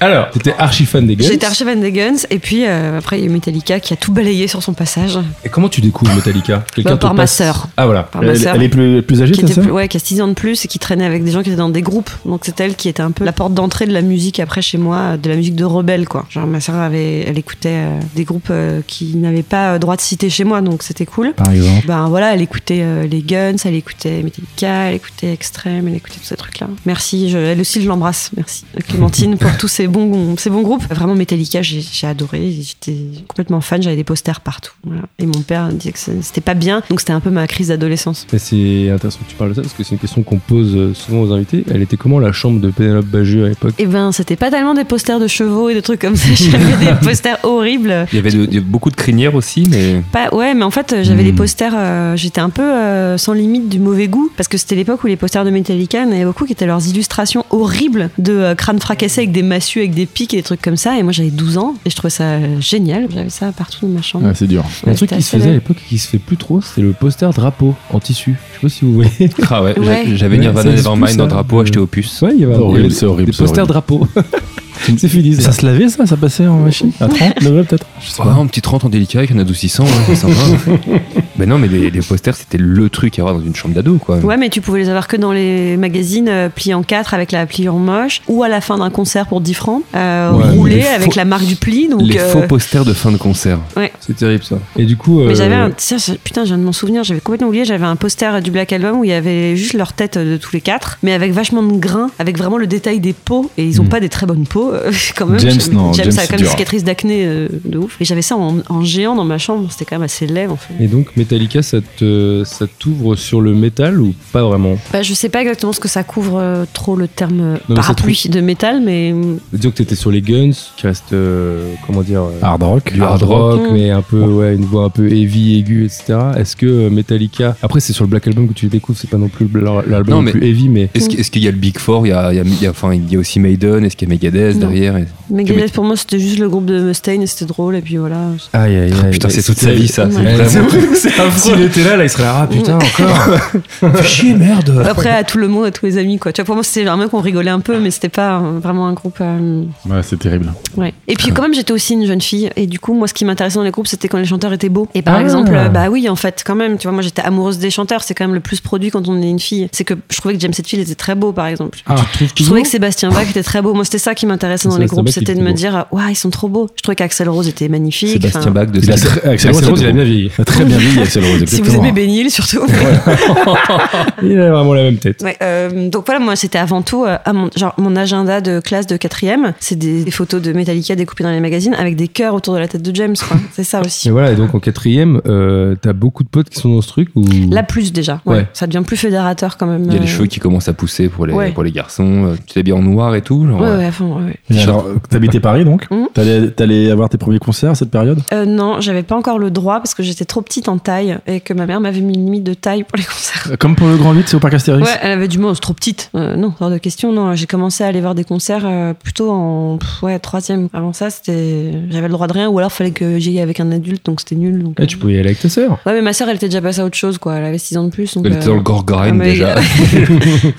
Speaker 2: Alors, t'étais archi fan des Guns.
Speaker 4: J'étais archi fan des Guns. Et puis euh, après, il y a Metallica qui a tout balayé sur son passage.
Speaker 2: Et comment tu découvres Metallica
Speaker 4: Bah, par
Speaker 2: te
Speaker 4: ma
Speaker 2: passe-
Speaker 4: sœur.
Speaker 2: Ah, voilà.
Speaker 4: Par ma
Speaker 3: Elle,
Speaker 4: sœur.
Speaker 3: elle est plus, plus âgée,
Speaker 4: Qui,
Speaker 3: c'est
Speaker 4: était
Speaker 3: ça
Speaker 4: plus- ouais, qui a 6 ans de plus et qui traînait avec des gens qui étaient dans des groupes. Donc c'était elle qui était un peu la porte d'entrée de la musique après chez moi, de la musique de rebelle quoi. Genre ma sœur avait, elle écoutait euh, des groupes euh, qui n'avaient pas euh, droit de citer chez moi donc c'était cool.
Speaker 3: Par exemple.
Speaker 4: Ben voilà, elle écoutait euh, les Guns, elle écoutait Metallica, elle écoutait Extreme, elle écoutait tous ces trucs-là. Merci, je- elle aussi je l'embrasse, merci euh, Clémentine pour tous ces bons, ces bons groupes. Vraiment Metallica, j'ai j'ai adoré, j'étais complètement fan, j'avais des posters partout. voilà. Et mon père disait que c'était pas bien, donc c'était un peu ma crise d'adolescence.
Speaker 2: Mais c'est intéressant que tu parles de ça parce que c'est une question qu'on pose euh, souvent aux invités. Elle était comment la chambre de Pénélope Bagieu à l'époque
Speaker 4: Eh ben, c'était pas tellement des posters de chevaux et de trucs comme ça. [LAUGHS] J'avais des posters horribles.
Speaker 1: Il y avait de- il y avait beaucoup de crinières aussi, mais.
Speaker 4: Pas, ouais, mais en fait, j'avais
Speaker 3: Hmm.
Speaker 4: des posters. euh, J'étais un peu euh, sans limite du mauvais goût parce que c'était l'époque où les posters de Metallica, il y en avait beaucoup qui étaient leurs illustrations horribles de euh, crânes fracassés avec des massues, avec des pics et des trucs comme ça. Et moi, j'avais 12 ans et je trouvais ça euh, génial. J'avais ça partout dans ma chambre.
Speaker 3: Ouais, Ah, c'est dur.
Speaker 2: Un
Speaker 4: Ouais,
Speaker 2: truc
Speaker 4: c'était
Speaker 2: qui se
Speaker 4: assez
Speaker 2: faisait à
Speaker 4: laid.
Speaker 2: l'époque et qui se fait plus trop, c'est le poster drapeau en tissu. Je sais pas si vous
Speaker 4: [LAUGHS]
Speaker 2: voyez.
Speaker 1: Ah ouais,
Speaker 4: Ouais.
Speaker 1: j'a- j'avais
Speaker 2: Ouais,
Speaker 1: Nirvana
Speaker 2: ça existe plus,
Speaker 1: Nevermind dans
Speaker 2: ça.
Speaker 1: drapeau acheté au puce.
Speaker 2: Ouais, il y avait,
Speaker 3: C'est horrible,
Speaker 2: il y avait
Speaker 3: c'est horrible,
Speaker 2: des
Speaker 3: c'est
Speaker 2: posters
Speaker 3: horrible.
Speaker 2: drapeau. c'est fini.
Speaker 3: Ça se lavait ça Ça passait en machine À 30 degrés peut-être Je sais
Speaker 1: Ouais, Ah, un petit 30 en délicat avec un adoucissant, ouais, c'est
Speaker 2: [LAUGHS]
Speaker 1: sympa. mais non, mais les, les posters, c'était le truc à avoir dans une chambre d'ado, quoi.
Speaker 4: Ouais, mais tu pouvais les avoir que dans les magazines euh, pliés en 4 avec la pliure moche ou à la fin d'un concert pour 10 francs, euh,
Speaker 2: Ouais,
Speaker 1: les
Speaker 4: roulé
Speaker 1: faux-
Speaker 4: avec la marque du pli. Donc,
Speaker 1: les
Speaker 4: euh,
Speaker 1: faux posters de fin de concert.
Speaker 2: C'est terrible ça. Et du coup.
Speaker 4: Mais
Speaker 2: euh,
Speaker 4: j'avais un. tiens, je- Putain, je viens de m'en souvenir, j'avais complètement oublié. J'avais un poster du Black Album où il y avait juste leur tête euh, de tous les quatre, mais avec vachement de grains, avec vraiment le détail des peaux. Et ils ont
Speaker 3: Hmm.
Speaker 4: pas des très bonnes peaux, euh, [LAUGHS] quand même.
Speaker 3: James,
Speaker 4: Je-
Speaker 3: non, James,
Speaker 4: James a
Speaker 3: c'est
Speaker 4: quand même une
Speaker 3: dur.
Speaker 4: cicatrice d'acné euh, de ouf. Et j'avais ça en, en géant dans ma chambre, c'était quand même assez laid en fait.
Speaker 2: Et donc Metallica, ça te- ça t'ouvre sur le métal ou pas vraiment
Speaker 4: Bah, je sais pas exactement ce que ça couvre euh, trop le terme euh,
Speaker 2: mais ça
Speaker 4: parapluie de métal, mais.
Speaker 2: Disons que t'étais sur les Guns, qui reste euh, comment dire euh,
Speaker 3: Hard rock.
Speaker 2: du hard rock,
Speaker 4: rock.
Speaker 2: mais un peu ouais, une voix un peu heavy, aiguë, etc. Est-ce que euh, Metallica, après c'est sur le Black Album que tu les découvres, c'est pas non plus le- leur- l'album
Speaker 1: Non,
Speaker 2: le
Speaker 1: mais-
Speaker 2: plus heavy, mais
Speaker 1: Est-ce que- est-ce qu'il y a le Big Four Il y a, il y a- il y a- enfin, il y a aussi Maiden, est-ce qu'il y a Megadeth
Speaker 4: Non.
Speaker 1: derrière et-
Speaker 4: Megadeth pour moi c'était juste le groupe de Mustaine, et c'était drôle, et puis voilà.
Speaker 3: Ah,
Speaker 2: aïe aïe
Speaker 1: Ah, Putain, c'est toute sa
Speaker 2: c'est-
Speaker 1: vie, ça. C'est
Speaker 4: Ouais.
Speaker 1: vraiment- c'est
Speaker 2: S'il était là, là, il serait là, ah putain, encore. Fais chier, merde.
Speaker 4: Après, à tout le monde, à tous les amis, quoi. Tu vois, pour moi, c'était vraiment qu'on rigolait un peu, mais c'était pas euh, vraiment un groupe. euh,
Speaker 5: Ouais, c'est terrible.
Speaker 4: Ouais. Et puis quand même, j'étais aussi une jeune fille. Et du coup, moi, ce qui m'intéressait dans les groupes, c'était quand les chanteurs étaient beaux. Et par
Speaker 2: Ah.
Speaker 4: exemple, euh, bah oui, en fait, quand même, tu vois, moi, j'étais amoureuse des chanteurs. C'est quand même le plus produit quand on est une fille. C'est que je trouvais que James Hetfield était très beau, par exemple.
Speaker 2: Ah, tu te trouves
Speaker 4: Je
Speaker 2: toujours
Speaker 4: trouvais que Sébastien Bach était très beau. Moi, c'était ça qui m'intéressait dans les
Speaker 2: Sébastien
Speaker 4: groupes.
Speaker 2: Bach, il
Speaker 4: C'était de
Speaker 2: était
Speaker 4: me
Speaker 2: beau.
Speaker 4: dire, waouh, ils sont trop beaux. Je trouvais qu'Axel Rose était magnifique.
Speaker 1: Sébastien
Speaker 4: Enfin,
Speaker 1: Bach de
Speaker 3: Il a
Speaker 1: Sébastien.
Speaker 3: très- Axel
Speaker 2: Axel
Speaker 3: Rose,
Speaker 2: Rose, il a
Speaker 3: était
Speaker 2: bien vieilli.
Speaker 3: beau. Très bien vieilli, Axel Rose.
Speaker 4: Si vous
Speaker 3: exactement.
Speaker 4: aimez
Speaker 2: [LAUGHS]
Speaker 4: Bénil, surtout.
Speaker 2: Il a vraiment la même tête.
Speaker 4: Ouais, euh, donc voilà, moi c'était avant tout euh, à mon, genre, mon agenda de classe de quatrième. C'est des, des photos de Metallica découpées dans les magazines avec des cœurs autour de la tête de James. quoi. C'est ça aussi.
Speaker 2: Et voilà, et donc en quatrième, euh, t'as beaucoup de potes qui sont dans ce truc ou
Speaker 4: Là plus déjà. Ouais.
Speaker 2: Ouais.
Speaker 4: Ça devient plus fédérateur quand même.
Speaker 1: Mm. Il y a les
Speaker 4: euh,
Speaker 1: cheveux qui commencent à pousser pour les,
Speaker 4: Ouais.
Speaker 1: pour les garçons. Euh, Tu t'habilles en noir et tout. genre,
Speaker 4: Ouais,
Speaker 1: euh,
Speaker 4: ouais, à fond, ouais, ouais.
Speaker 3: Et alors, t'habitais Paris donc
Speaker 4: Mhm.
Speaker 3: T'allais t'allais avoir tes premiers concerts à cette période
Speaker 4: Euh, non, j'avais pas encore le droit parce que j'étais trop petite en taille et que ma mère m'avait mis une limite de taille pour les concerts.
Speaker 3: Euh, Comme pour le Grand 8, c'est au Parc Astérix
Speaker 4: Ouais, elle avait du moins trop petite. Euh, non, hors de question. Non, j'ai commencé à aller voir des concerts euh, plutôt en pff, ouais troisième. Avant ça, c'était j'avais le droit de rien ou alors fallait que j'y aille avec un adulte, donc c'était nul. Donc, euh.
Speaker 2: Eh, tu pouvais y aller avec ta sœur.
Speaker 4: Ouais, mais ma sœur, elle était déjà passée à autre chose, quoi. Elle avait 6 ans de plus. Donc,
Speaker 1: Elle
Speaker 4: euh,
Speaker 1: était dans le gore grind
Speaker 4: ah, mais-
Speaker 1: déjà.
Speaker 4: elle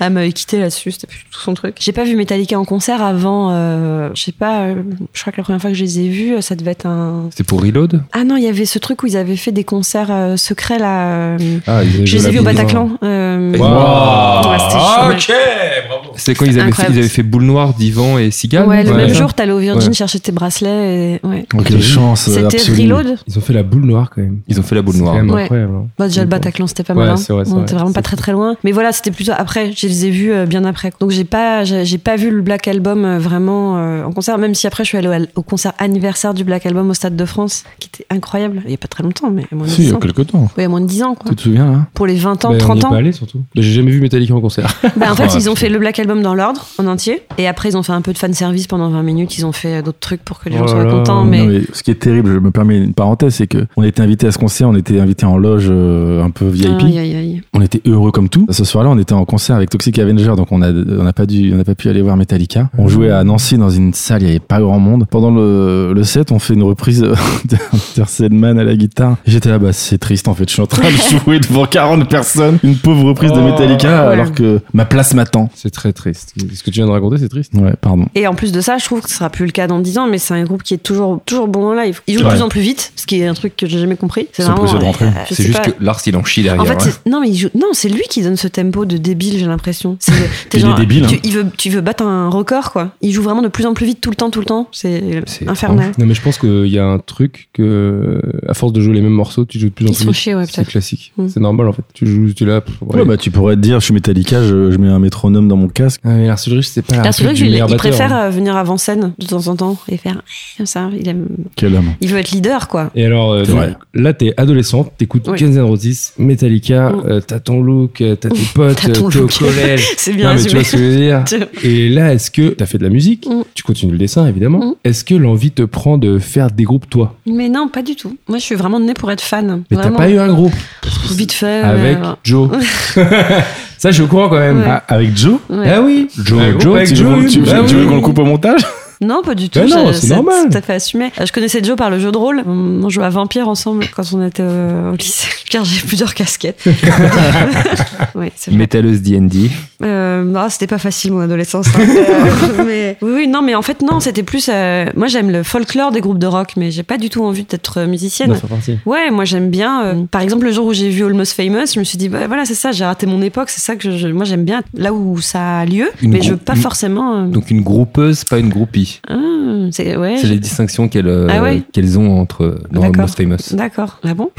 Speaker 4: Ah, m'avait quitté là-dessus, c'était plus tout son truc. J'ai pas vu Metallica en concert avant, euh, je sais pas, euh, je crois que la première fois que je les ai vus, euh, ça devait être un.
Speaker 1: C'est pour Reload
Speaker 4: Ah non, il y avait ce truc où ils avaient fait des concerts euh, secrets là. euh,
Speaker 2: Ah,
Speaker 4: je les ai vus au Bataclan. euh, Ouais, c'était chaud, ouais.
Speaker 1: C'est quand ils avaient, fait,
Speaker 4: Incroyable.
Speaker 1: ils avaient fait Boule Noire, Divan et Cigale
Speaker 4: Ouais,
Speaker 1: non Ouais.
Speaker 4: le même
Speaker 1: Ouais.
Speaker 4: jour, t'allais au Virgin
Speaker 1: Ouais.
Speaker 4: chercher tes bracelets. et- ouais.
Speaker 3: Oh, Quelle chance
Speaker 4: C'était
Speaker 3: absolue.
Speaker 4: Reload
Speaker 2: Ils ont fait la boule noire quand même.
Speaker 1: Ils ont fait la Boule
Speaker 2: C'est
Speaker 1: Noire.
Speaker 2: quand même
Speaker 4: Ouais.
Speaker 2: incroyable. hein.
Speaker 4: Bah, déjà, le Bataclan, c'était pas mal.
Speaker 2: Ouais,
Speaker 4: hein.
Speaker 2: c'est vrai, c'est
Speaker 4: On
Speaker 2: vrai.
Speaker 4: était vraiment pas
Speaker 2: C'est
Speaker 4: très
Speaker 2: cool.
Speaker 4: très loin. Mais voilà, c'était plutôt après. Je les ai vus euh, bien après. Donc, j'ai pas, j'ai j'ai pas vu le Black Album euh, vraiment euh, en concert, même si après, je suis allée au, au concert anniversaire du Black Album au Stade de France, qui était incroyable. Il y a pas très longtemps, mais à moins de
Speaker 3: Si, il
Speaker 4: 10
Speaker 3: y
Speaker 4: ans.
Speaker 3: a quelques temps.
Speaker 4: Oui, à moins de 10 ans, quoi.
Speaker 3: Tu te souviens hein là
Speaker 4: Pour les 20 ans,
Speaker 2: Bah, on y
Speaker 4: 30
Speaker 2: est pas
Speaker 4: ans.
Speaker 2: allé surtout. Bah, J'ai jamais vu Metallica en concert.
Speaker 4: Bah, en fait,
Speaker 2: Ah,
Speaker 4: ils ont fait le Black Album dans l'ordre, en entier. Et après, ils ont fait un peu de fan service pendant 20 minutes. Ils ont fait euh, d'autres trucs pour que les gens
Speaker 2: Oh
Speaker 4: soient
Speaker 2: là,
Speaker 4: contents. Mais...
Speaker 3: Non, mais ce qui est terrible, je me permets une parenthèse, c'est que on était invité à ce concert, on était invité en loge euh, un peu VIP.
Speaker 4: Ah, Aïe, aïe, aïe.
Speaker 3: On était heureux comme tout. Ce soir-là, on était en concert avec Toxic Avenger, donc on a on n'a pas dû, on n'a pas pu aller voir Metallica. On jouait à Nancy dans une salle, il y avait pas grand monde. Pendant le, le set, on fait une reprise [LAUGHS] d'Hunter Sedman à la guitare. J'étais là, bah c'est triste en fait, je suis en train de jouer devant 40 personnes, une pauvre reprise de
Speaker 2: Oh,
Speaker 3: Metallica,
Speaker 4: ouais.
Speaker 3: alors que ma place m'attend.
Speaker 2: C'est très triste. Ce que tu viens de raconter, c'est triste.
Speaker 3: Ouais, pardon.
Speaker 4: Et en plus de ça, je trouve que ce sera plus le cas dans 10 ans, mais c'est un groupe qui est toujours, toujours bon en live. Ils jouent de
Speaker 3: Ouais.
Speaker 4: plus en plus vite, ce qui est un truc que j'ai jamais compris. C'est
Speaker 3: Ils sont
Speaker 4: vraiment.
Speaker 3: pressés de rentrer.
Speaker 4: euh, je
Speaker 1: C'est
Speaker 4: sais
Speaker 1: juste
Speaker 4: pas.
Speaker 1: que Lars, il en chie derrière. hein.
Speaker 4: En fait,
Speaker 1: ouais.
Speaker 4: c'est- non, mais il joue... non, c'est lui qui donne ce tempo de débile, j'ai l'impression.
Speaker 2: [LAUGHS]
Speaker 4: C'est le- t'es
Speaker 3: Il est débile,
Speaker 4: Tu,
Speaker 3: hein.
Speaker 4: il veut, tu veux battre un record, quoi. Il joue vraiment de plus en plus vite, tout le temps, tout le temps. C'est
Speaker 1: C'est
Speaker 4: infernal.
Speaker 2: Non, mais je pense qu'il y a un truc que, à force de jouer les mêmes morceaux, tu joues de plus en
Speaker 4: Ils se
Speaker 2: plus.
Speaker 4: font
Speaker 2: vite.
Speaker 4: chier, ouais,
Speaker 2: C'est
Speaker 4: peut-être.
Speaker 2: classique.
Speaker 4: Mm.
Speaker 2: C'est normal en fait. Tu joues, tu l'as. pff,
Speaker 3: Ouais,
Speaker 2: ouais.
Speaker 3: bah tu pourrais te dire, je suis Metallica, je, je mets un métronome dans mon casque.
Speaker 2: Ah, mais Lars Ulrich, c'est pas la
Speaker 4: Là, c'est vrai
Speaker 2: réplique
Speaker 4: que
Speaker 2: du
Speaker 4: lui, il,
Speaker 2: meilleur
Speaker 4: il
Speaker 2: batteur,
Speaker 4: préfère
Speaker 2: hein.
Speaker 4: euh, venir avant-scène de temps en temps et faire comme ça. Il, aime...
Speaker 3: Quel homme.
Speaker 4: il veut être leader, quoi. [LAUGHS]
Speaker 2: Et alors, euh,
Speaker 3: C'est
Speaker 2: donc,
Speaker 3: vrai.
Speaker 2: là, t'es adolescente, t'écoutes
Speaker 4: Oui.
Speaker 2: Guns N' Roses, Metallica,
Speaker 4: Mm.
Speaker 2: euh, t'as ton look, euh, t'as tes potes,
Speaker 4: T'as
Speaker 2: euh,
Speaker 4: ton
Speaker 2: t'es au
Speaker 4: look.
Speaker 2: collège.
Speaker 4: C'est
Speaker 2: Non,
Speaker 4: [LAUGHS] bien
Speaker 2: mais tu vois
Speaker 4: résumé.
Speaker 2: ce que je veux dire.
Speaker 4: [LAUGHS]
Speaker 2: Et là, est-ce que t'as fait de la musique
Speaker 4: Mm.
Speaker 2: Tu continues le dessin, évidemment.
Speaker 4: Mm.
Speaker 2: Est-ce que l'envie te prend de faire des groupes, toi
Speaker 4: Mais non, pas du tout. Moi, je suis vraiment née pour être fan.
Speaker 2: Mais t'as
Speaker 4: Vraiment.
Speaker 2: pas eu un groupe
Speaker 4: Vite fait.
Speaker 2: avec
Speaker 4: euh,
Speaker 2: Joe.
Speaker 4: [LAUGHS]
Speaker 2: Ça, je suis au courant quand même.
Speaker 4: Ouais.
Speaker 2: Ah,
Speaker 3: avec Joe
Speaker 4: ouais.
Speaker 2: ah oui Un
Speaker 3: Joe,
Speaker 2: groupe
Speaker 3: Joe,
Speaker 2: avec
Speaker 3: tu, veux-
Speaker 2: Joe,
Speaker 3: tu-
Speaker 2: bah
Speaker 3: tu veux
Speaker 2: oui.
Speaker 3: qu'on le coupe au montage
Speaker 4: Non, pas du tout.
Speaker 2: Ben non,
Speaker 4: Ça-
Speaker 2: c'est
Speaker 4: ça-
Speaker 2: normal.
Speaker 4: C'est tout à fait assumé. Euh, Je connaissais Joe par le jeu de rôle. On on jouait à Vampire ensemble quand on était euh, au lycée, [LAUGHS] car j'ai plusieurs casquettes.
Speaker 2: [LAUGHS]
Speaker 4: ouais, c'est vrai.
Speaker 1: Metalleuse D&D.
Speaker 4: Euh, ah, c'était pas facile mon adolescence.
Speaker 2: [LAUGHS]
Speaker 4: hein. Euh, mais... Oui, oui, non, mais en fait, non, c'était plus. euh, Moi, j'aime le folklore des groupes de rock, mais j'ai pas du tout envie d'être euh, musicienne.
Speaker 2: Non, c'est parti.
Speaker 4: Ouais, moi j'aime bien. euh, par exemple, le jour où j'ai vu Almost Famous, je me suis dit, bah, voilà, c'est ça, j'ai raté mon époque, c'est ça que je, je- moi j'aime bien là où ça a lieu,
Speaker 1: Une
Speaker 4: mais je
Speaker 1: grou-
Speaker 4: veux pas
Speaker 1: une-
Speaker 4: forcément. euh,
Speaker 1: Donc une groupeuse, pas une groupie.
Speaker 4: ah, c'est ouais.
Speaker 1: C'est
Speaker 4: je-
Speaker 1: les distinctions qu'elles euh,
Speaker 4: Ah ouais
Speaker 1: qu'elles ont entre euh, dans
Speaker 4: D'accord.
Speaker 1: Most
Speaker 4: [LAUGHS]
Speaker 1: Famous.
Speaker 4: D'accord. Ah bon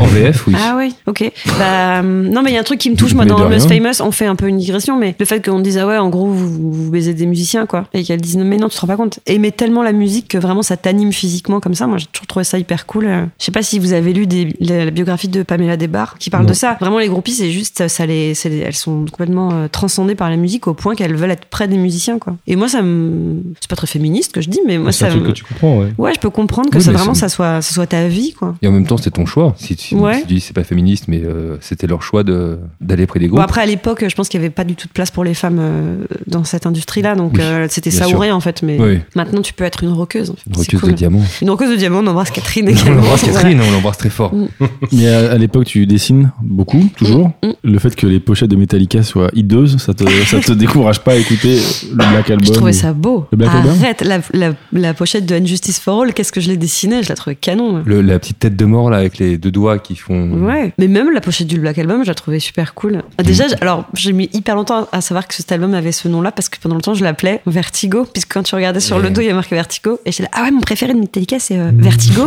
Speaker 1: En VF, oui.
Speaker 4: Ah oui, ok. Bah, euh, non, mais il y a un truc qui me touche, moi,
Speaker 3: Mais
Speaker 4: dans
Speaker 3: de
Speaker 4: Almost
Speaker 3: rien.
Speaker 4: Famous, on fait un peu une digression, mais le fait qu'on dise, ah ouais, en gros, vous, vous- vous baisez des musiciens, quoi. Et qu'elles disent, mais non, tu te rends pas compte. Aimer tellement la musique que vraiment ça t'anime physiquement comme ça. Moi, j'ai toujours trouvé ça hyper cool. Euh, Je sais pas si vous avez lu des- la, la biographie de Pamela Desbar qui parle
Speaker 2: Non.
Speaker 4: de ça. Vraiment, les groupies, c'est juste, euh, ça les, c'est les- elles sont complètement euh, transcendées par la musique au point qu'elles veulent être près des musiciens, quoi. Et moi, ça me. C'est pas très féministe que je dis, mais moi,
Speaker 2: C'est un
Speaker 4: ça
Speaker 2: truc que
Speaker 4: me.
Speaker 2: tu comprends, ouais.
Speaker 4: Ouais, je peux comprendre que
Speaker 1: Oui,
Speaker 4: ça
Speaker 1: mais
Speaker 4: vraiment
Speaker 1: c'est-
Speaker 4: ça soit, ça soit ta vie, quoi.
Speaker 1: Et en même temps, c'est ton choix. Si tu,
Speaker 4: Ouais.
Speaker 1: si tu dis c'est pas féministe, mais euh, c'était leur choix de- d'aller près des
Speaker 4: Bon,
Speaker 1: groupes.
Speaker 4: après, à l'époque, je pense qu'il n'y avait pas du tout de place pour les femmes euh, dans cette industrie-là, donc
Speaker 1: Oui,
Speaker 4: euh, c'était
Speaker 1: bien
Speaker 4: ça ou
Speaker 1: sûr.
Speaker 4: rien en fait. Mais
Speaker 1: oui,
Speaker 4: maintenant, tu peux être une roqueuse. en fait.
Speaker 1: une
Speaker 4: C'est
Speaker 1: roqueuse
Speaker 4: cool.
Speaker 1: de
Speaker 4: [LAUGHS]
Speaker 1: diamant.
Speaker 4: Une roqueuse de diamant, on embrasse Catherine
Speaker 1: [LAUGHS] On
Speaker 4: également.
Speaker 1: l'embrasse
Speaker 4: Voilà.
Speaker 1: Catherine, on l'embrasse très fort.
Speaker 3: Mais à, à l'époque, tu dessines beaucoup, toujours.
Speaker 4: Mm, mm.
Speaker 3: Le fait que les pochettes de Metallica soient hideuses, ça te, ça
Speaker 4: [LAUGHS]
Speaker 3: te décourage pas à écouter le Black Album.
Speaker 4: Je trouvais
Speaker 3: ou-
Speaker 4: ça beau.
Speaker 3: Le Black Album
Speaker 4: Arrête, la, la- la pochette de Injustice for All, qu'est-ce que je l'ai dessinée Je la trouvais canon.
Speaker 1: Le- la petite tête de mort là avec les deux doigts qui font.
Speaker 4: Ouais. Mais même la pochette du Black Album, je la trouvais super cool.
Speaker 1: Mm.
Speaker 4: Déjà, j'- alors j'ai mis hyper longtemps à savoir que cet album avait ce nom-là parce que pendant longtemps je l'appelais Vertigo, puisque quand tu regardais sur le
Speaker 1: Ouais. Mm.
Speaker 4: dos, il y avait marqué Vertigo. Et j'étais là, ah ouais, mon préféré de Metallica, c'est euh,
Speaker 1: [LAUGHS]
Speaker 4: Vertigo.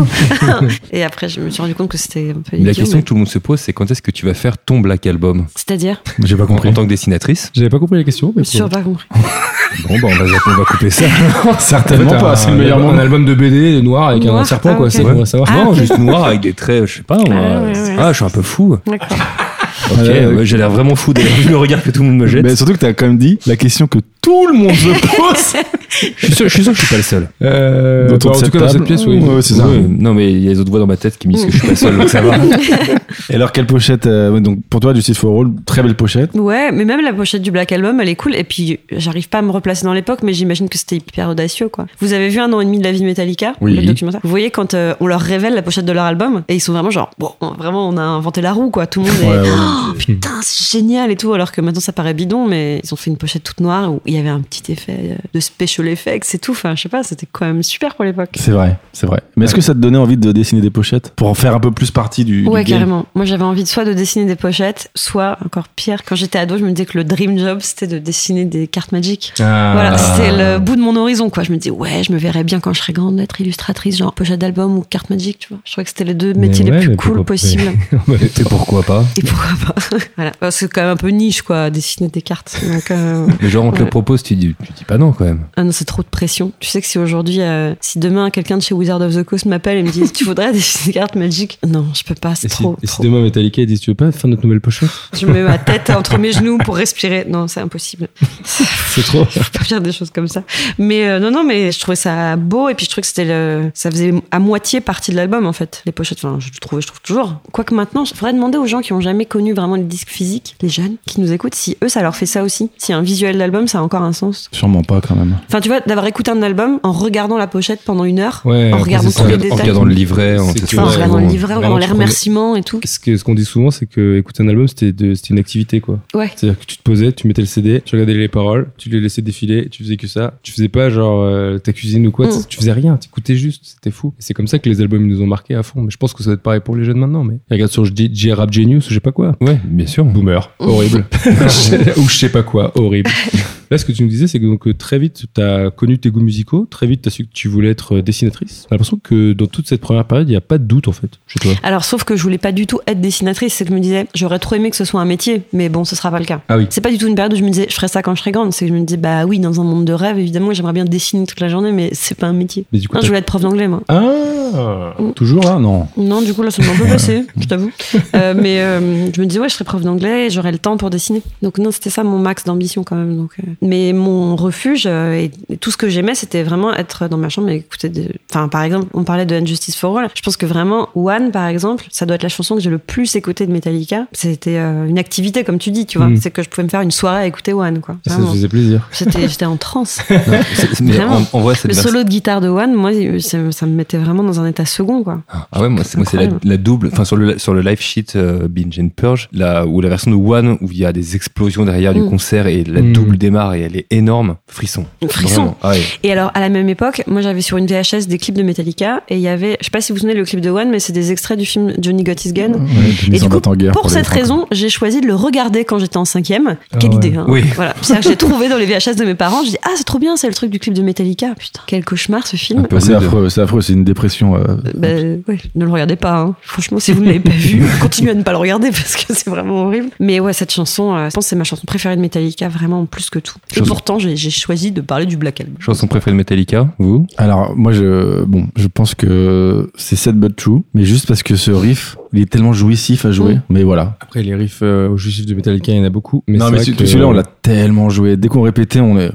Speaker 4: et après, je me suis rendu compte que c'était un peu
Speaker 1: Mais La
Speaker 4: idiot,
Speaker 1: question
Speaker 4: mais-
Speaker 1: que tout le monde se pose, c'est quand est-ce que tu vas faire ton black album [LAUGHS]
Speaker 4: C'est-à-dire
Speaker 3: J'ai pas
Speaker 1: en,
Speaker 3: compris.
Speaker 1: en tant que dessinatrice
Speaker 2: J'avais pas compris la question.
Speaker 4: Je
Speaker 2: Mais
Speaker 4: me suis toujours pas compris.
Speaker 1: Bon, bah, on va, on va couper ça.
Speaker 3: Certainement
Speaker 2: En fait,
Speaker 3: pas,
Speaker 2: un-
Speaker 3: c'est le meilleur
Speaker 2: un,
Speaker 3: moment.
Speaker 2: Un album de BD noir avec un
Speaker 4: Noir,
Speaker 2: serpent,
Speaker 4: ah,
Speaker 2: quoi.
Speaker 4: ok.
Speaker 2: C'est bon à savoir.
Speaker 4: Ah,
Speaker 1: non,
Speaker 4: ok.
Speaker 1: juste noir avec des traits, je sais pas. moi.
Speaker 4: Ah, ouais, ouais.
Speaker 1: Ah, je suis un peu fou.
Speaker 4: D'accord.
Speaker 1: Ok,
Speaker 3: ouais,
Speaker 1: ouais, j'ai l'air vraiment fou d'ailleurs, vu [LAUGHS] le regard que tout le monde me jette.
Speaker 3: Mais surtout que t'as quand même dit la question que tout le monde se
Speaker 4: [LAUGHS]
Speaker 3: pose
Speaker 1: je, suis sûr, je suis sûr que je suis pas le seul.
Speaker 2: Euh,
Speaker 3: autour
Speaker 2: bah,
Speaker 3: de
Speaker 2: en
Speaker 3: cette
Speaker 2: tout cas, dans cette
Speaker 3: table.
Speaker 2: pièce, oui.
Speaker 3: Ouais, c'est ça.
Speaker 1: Ouais, non, mais il y a les autres voix dans ma tête qui me disent que je suis pas seul, donc ça [LAUGHS] va.
Speaker 3: Et alors, quelle pochette euh, ouais, Donc, pour toi, Justice for All, très belle pochette.
Speaker 4: Ouais, mais même la pochette du Black Album, elle est cool. Et puis, j'arrive pas à me replacer dans l'époque, mais j'imagine que c'était hyper audacieux, quoi. Vous avez vu un an et demi de la vie de Metallica,
Speaker 3: Oui.
Speaker 4: le documentaire. Vous voyez quand euh, on leur révèle la pochette de leur album, et ils sont vraiment genre, bon, on- vraiment, on a inventé la roue, quoi. Tout le monde est,
Speaker 3: Ouais, ouais.
Speaker 4: oh, putain, c'est génial et tout. Alors que maintenant, ça paraît bidon, mais ils ont fait une pochette toute noire où il y avait un petit effet euh, de special effects et tout. Enfin, je sais pas, c'était quand même super pour l'époque.
Speaker 3: C'est vrai, c'est vrai. Mais est-ce que ça te donnait envie de dessiner des pochettes pour en faire un peu plus partie du, du
Speaker 4: Ouais,
Speaker 3: game
Speaker 4: carrément. Moi, j'avais envie de soit de dessiner des pochettes, soit, encore pire, quand j'étais ado, je me disais que le dream job, c'était de dessiner des cartes magiques.
Speaker 2: Ah.
Speaker 4: Voilà,
Speaker 2: Euh.
Speaker 4: c'est
Speaker 2: [LAUGHS]
Speaker 4: le bout de mon horizon, quoi. Je me dis, ouais, je me verrais bien quand je serais grande être illustratrice, genre pochette d'album ou carte magique, tu vois. Je trouvais que c'était les deux
Speaker 2: Mais
Speaker 4: métiers
Speaker 2: ouais,
Speaker 4: les plus
Speaker 2: mais
Speaker 4: cool
Speaker 2: pourquoi- [LAUGHS]
Speaker 4: possibles.
Speaker 1: Et pourquoi pas
Speaker 4: Et pourquoi pas [LAUGHS] Voilà, Parce que c'est quand même un peu niche, quoi, dessiner des cartes. Donc, euh,
Speaker 1: Mais genre, on te le
Speaker 4: Ouais.
Speaker 1: propose, tu dis, tu dis pas non quand même.
Speaker 4: ah non, c'est trop de pression. Tu sais que si aujourd'hui, euh, si demain quelqu'un de chez Wizard of the Coast m'appelle et me dit, tu voudrais [LAUGHS] dessiner des cartes magiques Non, je peux pas, c'est
Speaker 2: Et si,
Speaker 4: trop.
Speaker 2: et si
Speaker 4: trop.
Speaker 2: demain Metallica ils disent tu veux pas faire notre nouvelle pochette
Speaker 4: Je mets ma tête entre mes genoux pour respirer. Non, c'est impossible.
Speaker 2: C'est trop.
Speaker 4: [LAUGHS] pas faire des choses comme ça. Mais euh, non, non, mais je trouvais ça beau et puis je trouvais que c'était le, ça faisait à moitié partie de l'album en fait. Les pochettes, enfin, je trouvais, je trouve toujours. Quoique maintenant, je faudrait demander aux gens qui ont jamais connu vraiment les disques physiques, les jeunes qui nous écoutent, si eux ça leur fait ça aussi. Si un visuel d'album, ça a encore un sens.
Speaker 3: Sûrement pas, quand même.
Speaker 4: Enfin, tu vois, d'avoir écouté un album en regardant la pochette pendant une heure,
Speaker 2: Ouais,
Speaker 4: en
Speaker 2: après,
Speaker 4: regardant
Speaker 2: c'est
Speaker 4: tous
Speaker 2: ça.
Speaker 4: les
Speaker 1: En
Speaker 4: détails,
Speaker 1: regardant le livret, en
Speaker 2: C'est que-
Speaker 4: Enfin, en
Speaker 2: Ouais,
Speaker 4: regardant le
Speaker 2: vraiment,
Speaker 4: livret, en
Speaker 2: vraiment,
Speaker 4: les
Speaker 2: tu prenais-
Speaker 4: remerciements et tout.
Speaker 2: Ce, que- ce qu'on dit souvent, c'est que écouter un album, c'était de- c'était une activité, quoi.
Speaker 4: Ouais.
Speaker 2: C'est-à-dire que tu te posais, tu mettais le CD, tu regardais les paroles, tu les laissais défiler, tu faisais que ça. Tu faisais pas genre euh, ta cuisine ou quoi,
Speaker 4: Mm.
Speaker 2: tu faisais rien, t'écoutais juste, c'était fou. Et c'est comme ça que les albums ils nous ont marqué à fond. Mais je pense que ça va être pareil pour les jeunes maintenant. Mais regarde sur J- J Rap Genius ou je sais pas quoi.
Speaker 1: Ouais, bien sûr.
Speaker 2: Boomer, [LAUGHS] horrible. ou je sais pas quoi, horrible. Là, ce que tu nous disais, c'est que donc, euh, très vite, tu as connu tes goûts musicaux, très vite, tu as su que tu voulais être euh, dessinatrice. J'ai l'impression que dans toute cette première période, il n'y a pas de doute, en fait, chez toi.
Speaker 4: Alors, sauf que je voulais pas du tout être dessinatrice, c'est que je me disais, j'aurais trop aimé que ce soit un métier, mais bon, ce sera pas le cas.
Speaker 2: Ah oui.
Speaker 4: C'est pas du tout une période où je me disais, je ferais ça quand je serais grande. C'est que je me disais, bah oui, dans un monde de rêve, évidemment, j'aimerais bien dessiner toute la journée, mais c'est pas un métier.
Speaker 2: Mais du coup,
Speaker 4: Non,
Speaker 2: t'as-
Speaker 4: je voulais être prof d'anglais, moi.
Speaker 3: Ah
Speaker 4: Mm.
Speaker 3: Toujours là Non.
Speaker 4: Non, du coup, là, ça m'a un peu passé, je t'avoue. Euh, mais euh, je me disais, ouais, je serais prof d'anglais et j'aurais le temps pour dessiner. Donc, non, c'était ça mon max d'ambition quand même. Donc, euh. Mais mon refuge euh, et, et tout ce que j'aimais, c'était vraiment être dans ma chambre et écouter. des- Enfin, par exemple, on parlait de Injustice for All. Je pense que vraiment, One, par exemple, ça doit être la chanson que j'ai le plus écoutée de Metallica. C'était euh, une activité, comme tu dis, tu vois.
Speaker 2: Mm.
Speaker 4: C'est que je pouvais me faire une soirée à écouter One, quoi.
Speaker 2: ça
Speaker 4: Vraiment.
Speaker 2: se faisait plaisir.
Speaker 4: C'était- J'étais en transe.
Speaker 1: Non, c'est- c'est- mais en,
Speaker 4: Vraiment.
Speaker 1: en vrai, cette
Speaker 4: Le
Speaker 1: version-
Speaker 4: solo de guitare de One, moi, euh, ça, ça me mettait vraiment dans un état second, quoi.
Speaker 1: Ah ouais, moi c'est moi, c'est la,
Speaker 4: Incroyable.
Speaker 1: la double, enfin sur le, sur le live sheet euh, Binge and Purge, là, ou la version de One où il y a des explosions derrière du
Speaker 4: Mm.
Speaker 1: concert et la
Speaker 2: Mm.
Speaker 1: double démarre et elle est énorme, frisson.
Speaker 4: Frisson.
Speaker 1: Vraiment. Ah ouais.
Speaker 4: Et alors, à la même époque, moi j'avais sur une VHS des clips de Metallica et il y avait, je sais pas si vous vous souvenez le clip de One, mais c'est des extraits du film Johnny Got His Gun. Et du coup, pour, cette raison, j'ai choisi de le regarder quand j'étais en cinquième.
Speaker 2: Ah
Speaker 4: Quelle
Speaker 2: ouais.
Speaker 4: idée, hein.
Speaker 1: Oui.
Speaker 4: Voilà. C'est-à-dire que j'ai trouvé dans les VHS de mes parents, je dis ah c'est trop bien, c'est le truc du clip de Metallica. Putain, quel cauchemar ce film.
Speaker 3: C'est affreux, c'est affreux, c'est une dépression. euh,
Speaker 4: Ben, ouais, ne le regardez pas. hein. Franchement, si vous ne l'avez
Speaker 2: [LAUGHS]
Speaker 4: pas vu, continuez à ne pas le regarder parce que c'est vraiment horrible. Mais ouais, cette chanson, euh, je pense que c'est ma chanson préférée de Metallica, vraiment plus que tout. tout.
Speaker 1: Chanson-
Speaker 4: Et pourtant, j'ai j'ai choisi de parler du Black Album.
Speaker 1: Chanson préférée de Metallica, vous
Speaker 3: Alors, moi, je, bon, je pense que c'est Sad But True, mais juste parce que ce riff, il est tellement jouissif à jouer.
Speaker 4: Mm.
Speaker 3: Mais voilà.
Speaker 2: Après, les riffs euh, au juif de Metallica, il y en a beaucoup. Mais
Speaker 3: non, mais
Speaker 2: c'est
Speaker 3: ce-
Speaker 2: vrai que-
Speaker 3: celui-là, on l'a tellement joué. Dès qu'on répétait, on est.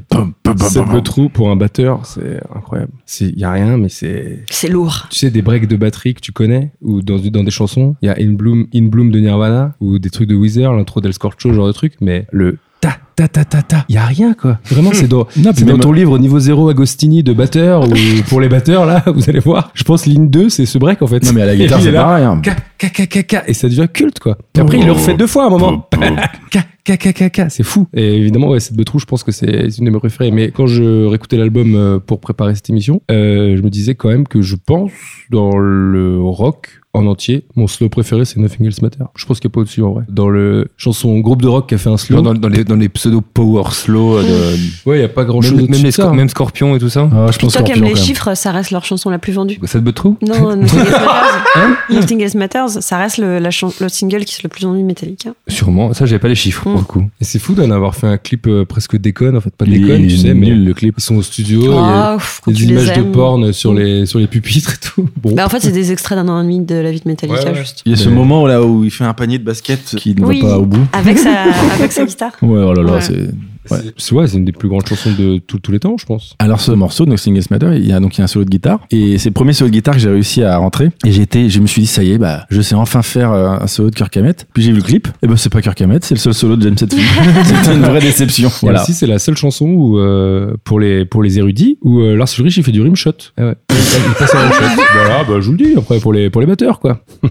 Speaker 2: Cette le trou pour un batteur, bah, c'est incroyable. Il y a rien, mais c'est.
Speaker 4: C'est lourd.
Speaker 2: Tu sais, des breaks de batterie que tu connais, ou dans, dans des chansons. Il y a In Bloom, In Bloom de Nirvana, ou des trucs de Weezer, l'intro d'El Scorcho, ce genre de truc, mais le ta ta ta ta ta, il y a rien quoi. Vraiment, c'est [LAUGHS] dans,
Speaker 3: Non,
Speaker 2: c'est dans ton livre niveau 0 Agostini de batteur, ou pour les batteurs là, [LAUGHS] vous allez voir. Je pense ligne 2, c'est ce break en fait.
Speaker 3: Non, mais à la guitare,
Speaker 2: [LAUGHS] Il est
Speaker 3: c'est
Speaker 2: là.
Speaker 3: pareil. hein.
Speaker 2: Ka, ka, ka, ka, ka, et ça devient culte quoi. Et après, il le refait deux fois à un moment.
Speaker 3: Oh,
Speaker 2: [LAUGHS] Ka, ka, ka, ka, ka, c'est fou. Et évidemment, ouais, cette betrou, je pense que c'est une de mes préférées. Mais quand je réécoutais l'album euh, pour préparer cette émission, euh, je me disais quand même que je pense dans le rock en entier, mon slow préféré c'est Nothing Else Matter. Je pense qu'il n'y a pas au-dessus en vrai. Dans le chanson groupe de rock qui a fait un slow,
Speaker 1: Genre dans, dans les, dans les pseudo power slow, euh, de-
Speaker 4: Mm.
Speaker 2: ouais, il n'y a pas grand
Speaker 1: même,
Speaker 2: chose
Speaker 1: même
Speaker 2: au-dessus.
Speaker 1: les
Speaker 2: de ça,
Speaker 1: Scor-
Speaker 2: hein.
Speaker 1: même Scorpion et tout ça.
Speaker 3: Ah, je pense
Speaker 4: Toi qui aimes
Speaker 3: Scorpion,
Speaker 4: les
Speaker 3: quand même.
Speaker 4: chiffres, ça reste leur chanson la plus vendue.
Speaker 1: Ça te trou
Speaker 3: [LAUGHS]
Speaker 4: Non, Nothing Else Matters.
Speaker 3: Hein
Speaker 4: Nothing Else Matters, ça reste le, la chan- le single qui est le plus vendu de Metallica.
Speaker 1: Sûrement. Ça, j'avais pas les chiffres pour
Speaker 4: Mm.
Speaker 1: le coup.
Speaker 2: Et c'est fou d'en avoir fait un clip euh, presque déconne, en fait pas
Speaker 3: Il est-
Speaker 2: déconne,
Speaker 3: il
Speaker 2: tu
Speaker 3: est
Speaker 2: sais, mais
Speaker 3: nul, le clip.
Speaker 2: ils sont au studio. il y a-
Speaker 4: Ah, ouf, quand
Speaker 2: des
Speaker 4: tu les
Speaker 2: images de
Speaker 4: aimes. Mm.
Speaker 2: porn sur les, sur les pupitres et tout. [LAUGHS] Bon.
Speaker 4: Bah, en fait, c'est des extraits d'un an et demi de la vie de Metallica,
Speaker 2: Ouais, ouais.
Speaker 4: juste.
Speaker 3: Il y a ce
Speaker 2: Mais-
Speaker 3: moment là où il fait un panier de basket qui ne
Speaker 4: Oui.
Speaker 3: va pas au bout.
Speaker 4: Avec sa,
Speaker 3: [LAUGHS]
Speaker 4: avec sa guitare.
Speaker 3: Ouais, oh là là,
Speaker 4: Ouais.
Speaker 3: c'est.
Speaker 2: C'est- c'est ouais, c'est une des plus grandes chansons de tout- tous les temps, je pense.
Speaker 3: Alors ce morceau, Nothing Else Matter, il y a donc il y a un solo de guitare et c'est le premier solo de guitare que j'ai réussi à rentrer et j'étais, je me suis dit ça y est, bah je sais enfin faire euh, un solo de Kirk Hammett. Puis j'ai vu le clip et ben c'est pas Kirk Hammett, c'est le seul solo de James Hetfield. [LAUGHS] C'était une vraie déception.
Speaker 2: Voilà.
Speaker 3: Voilà.
Speaker 2: Aussi, c'est la seule chanson où, euh, pour, les, pour les érudits où euh, Lars Ulrich il fait du rimshot. Ah ouais. il passe un
Speaker 4: [LAUGHS]
Speaker 2: rimshot. Voilà, bah, je vous le dis, après pour les, pour les batteurs quoi.
Speaker 1: Je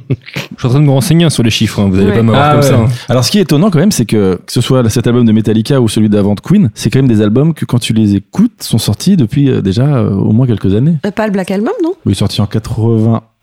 Speaker 1: suis en train de me renseigner hein, sur les chiffres. hein. Vous allez
Speaker 4: Ouais.
Speaker 1: pas m'avoir
Speaker 2: Ah
Speaker 1: comme
Speaker 2: ouais.
Speaker 1: ça. hein.
Speaker 3: Alors ce qui est étonnant quand même, c'est que que ce soit cet album de Metallica ou celui d'avant de Queen, c'est quand même des albums que quand tu les écoutes sont sortis depuis euh, déjà euh, au moins quelques années.
Speaker 4: Euh, Pas le Black Album, non
Speaker 3: Oui, sorti en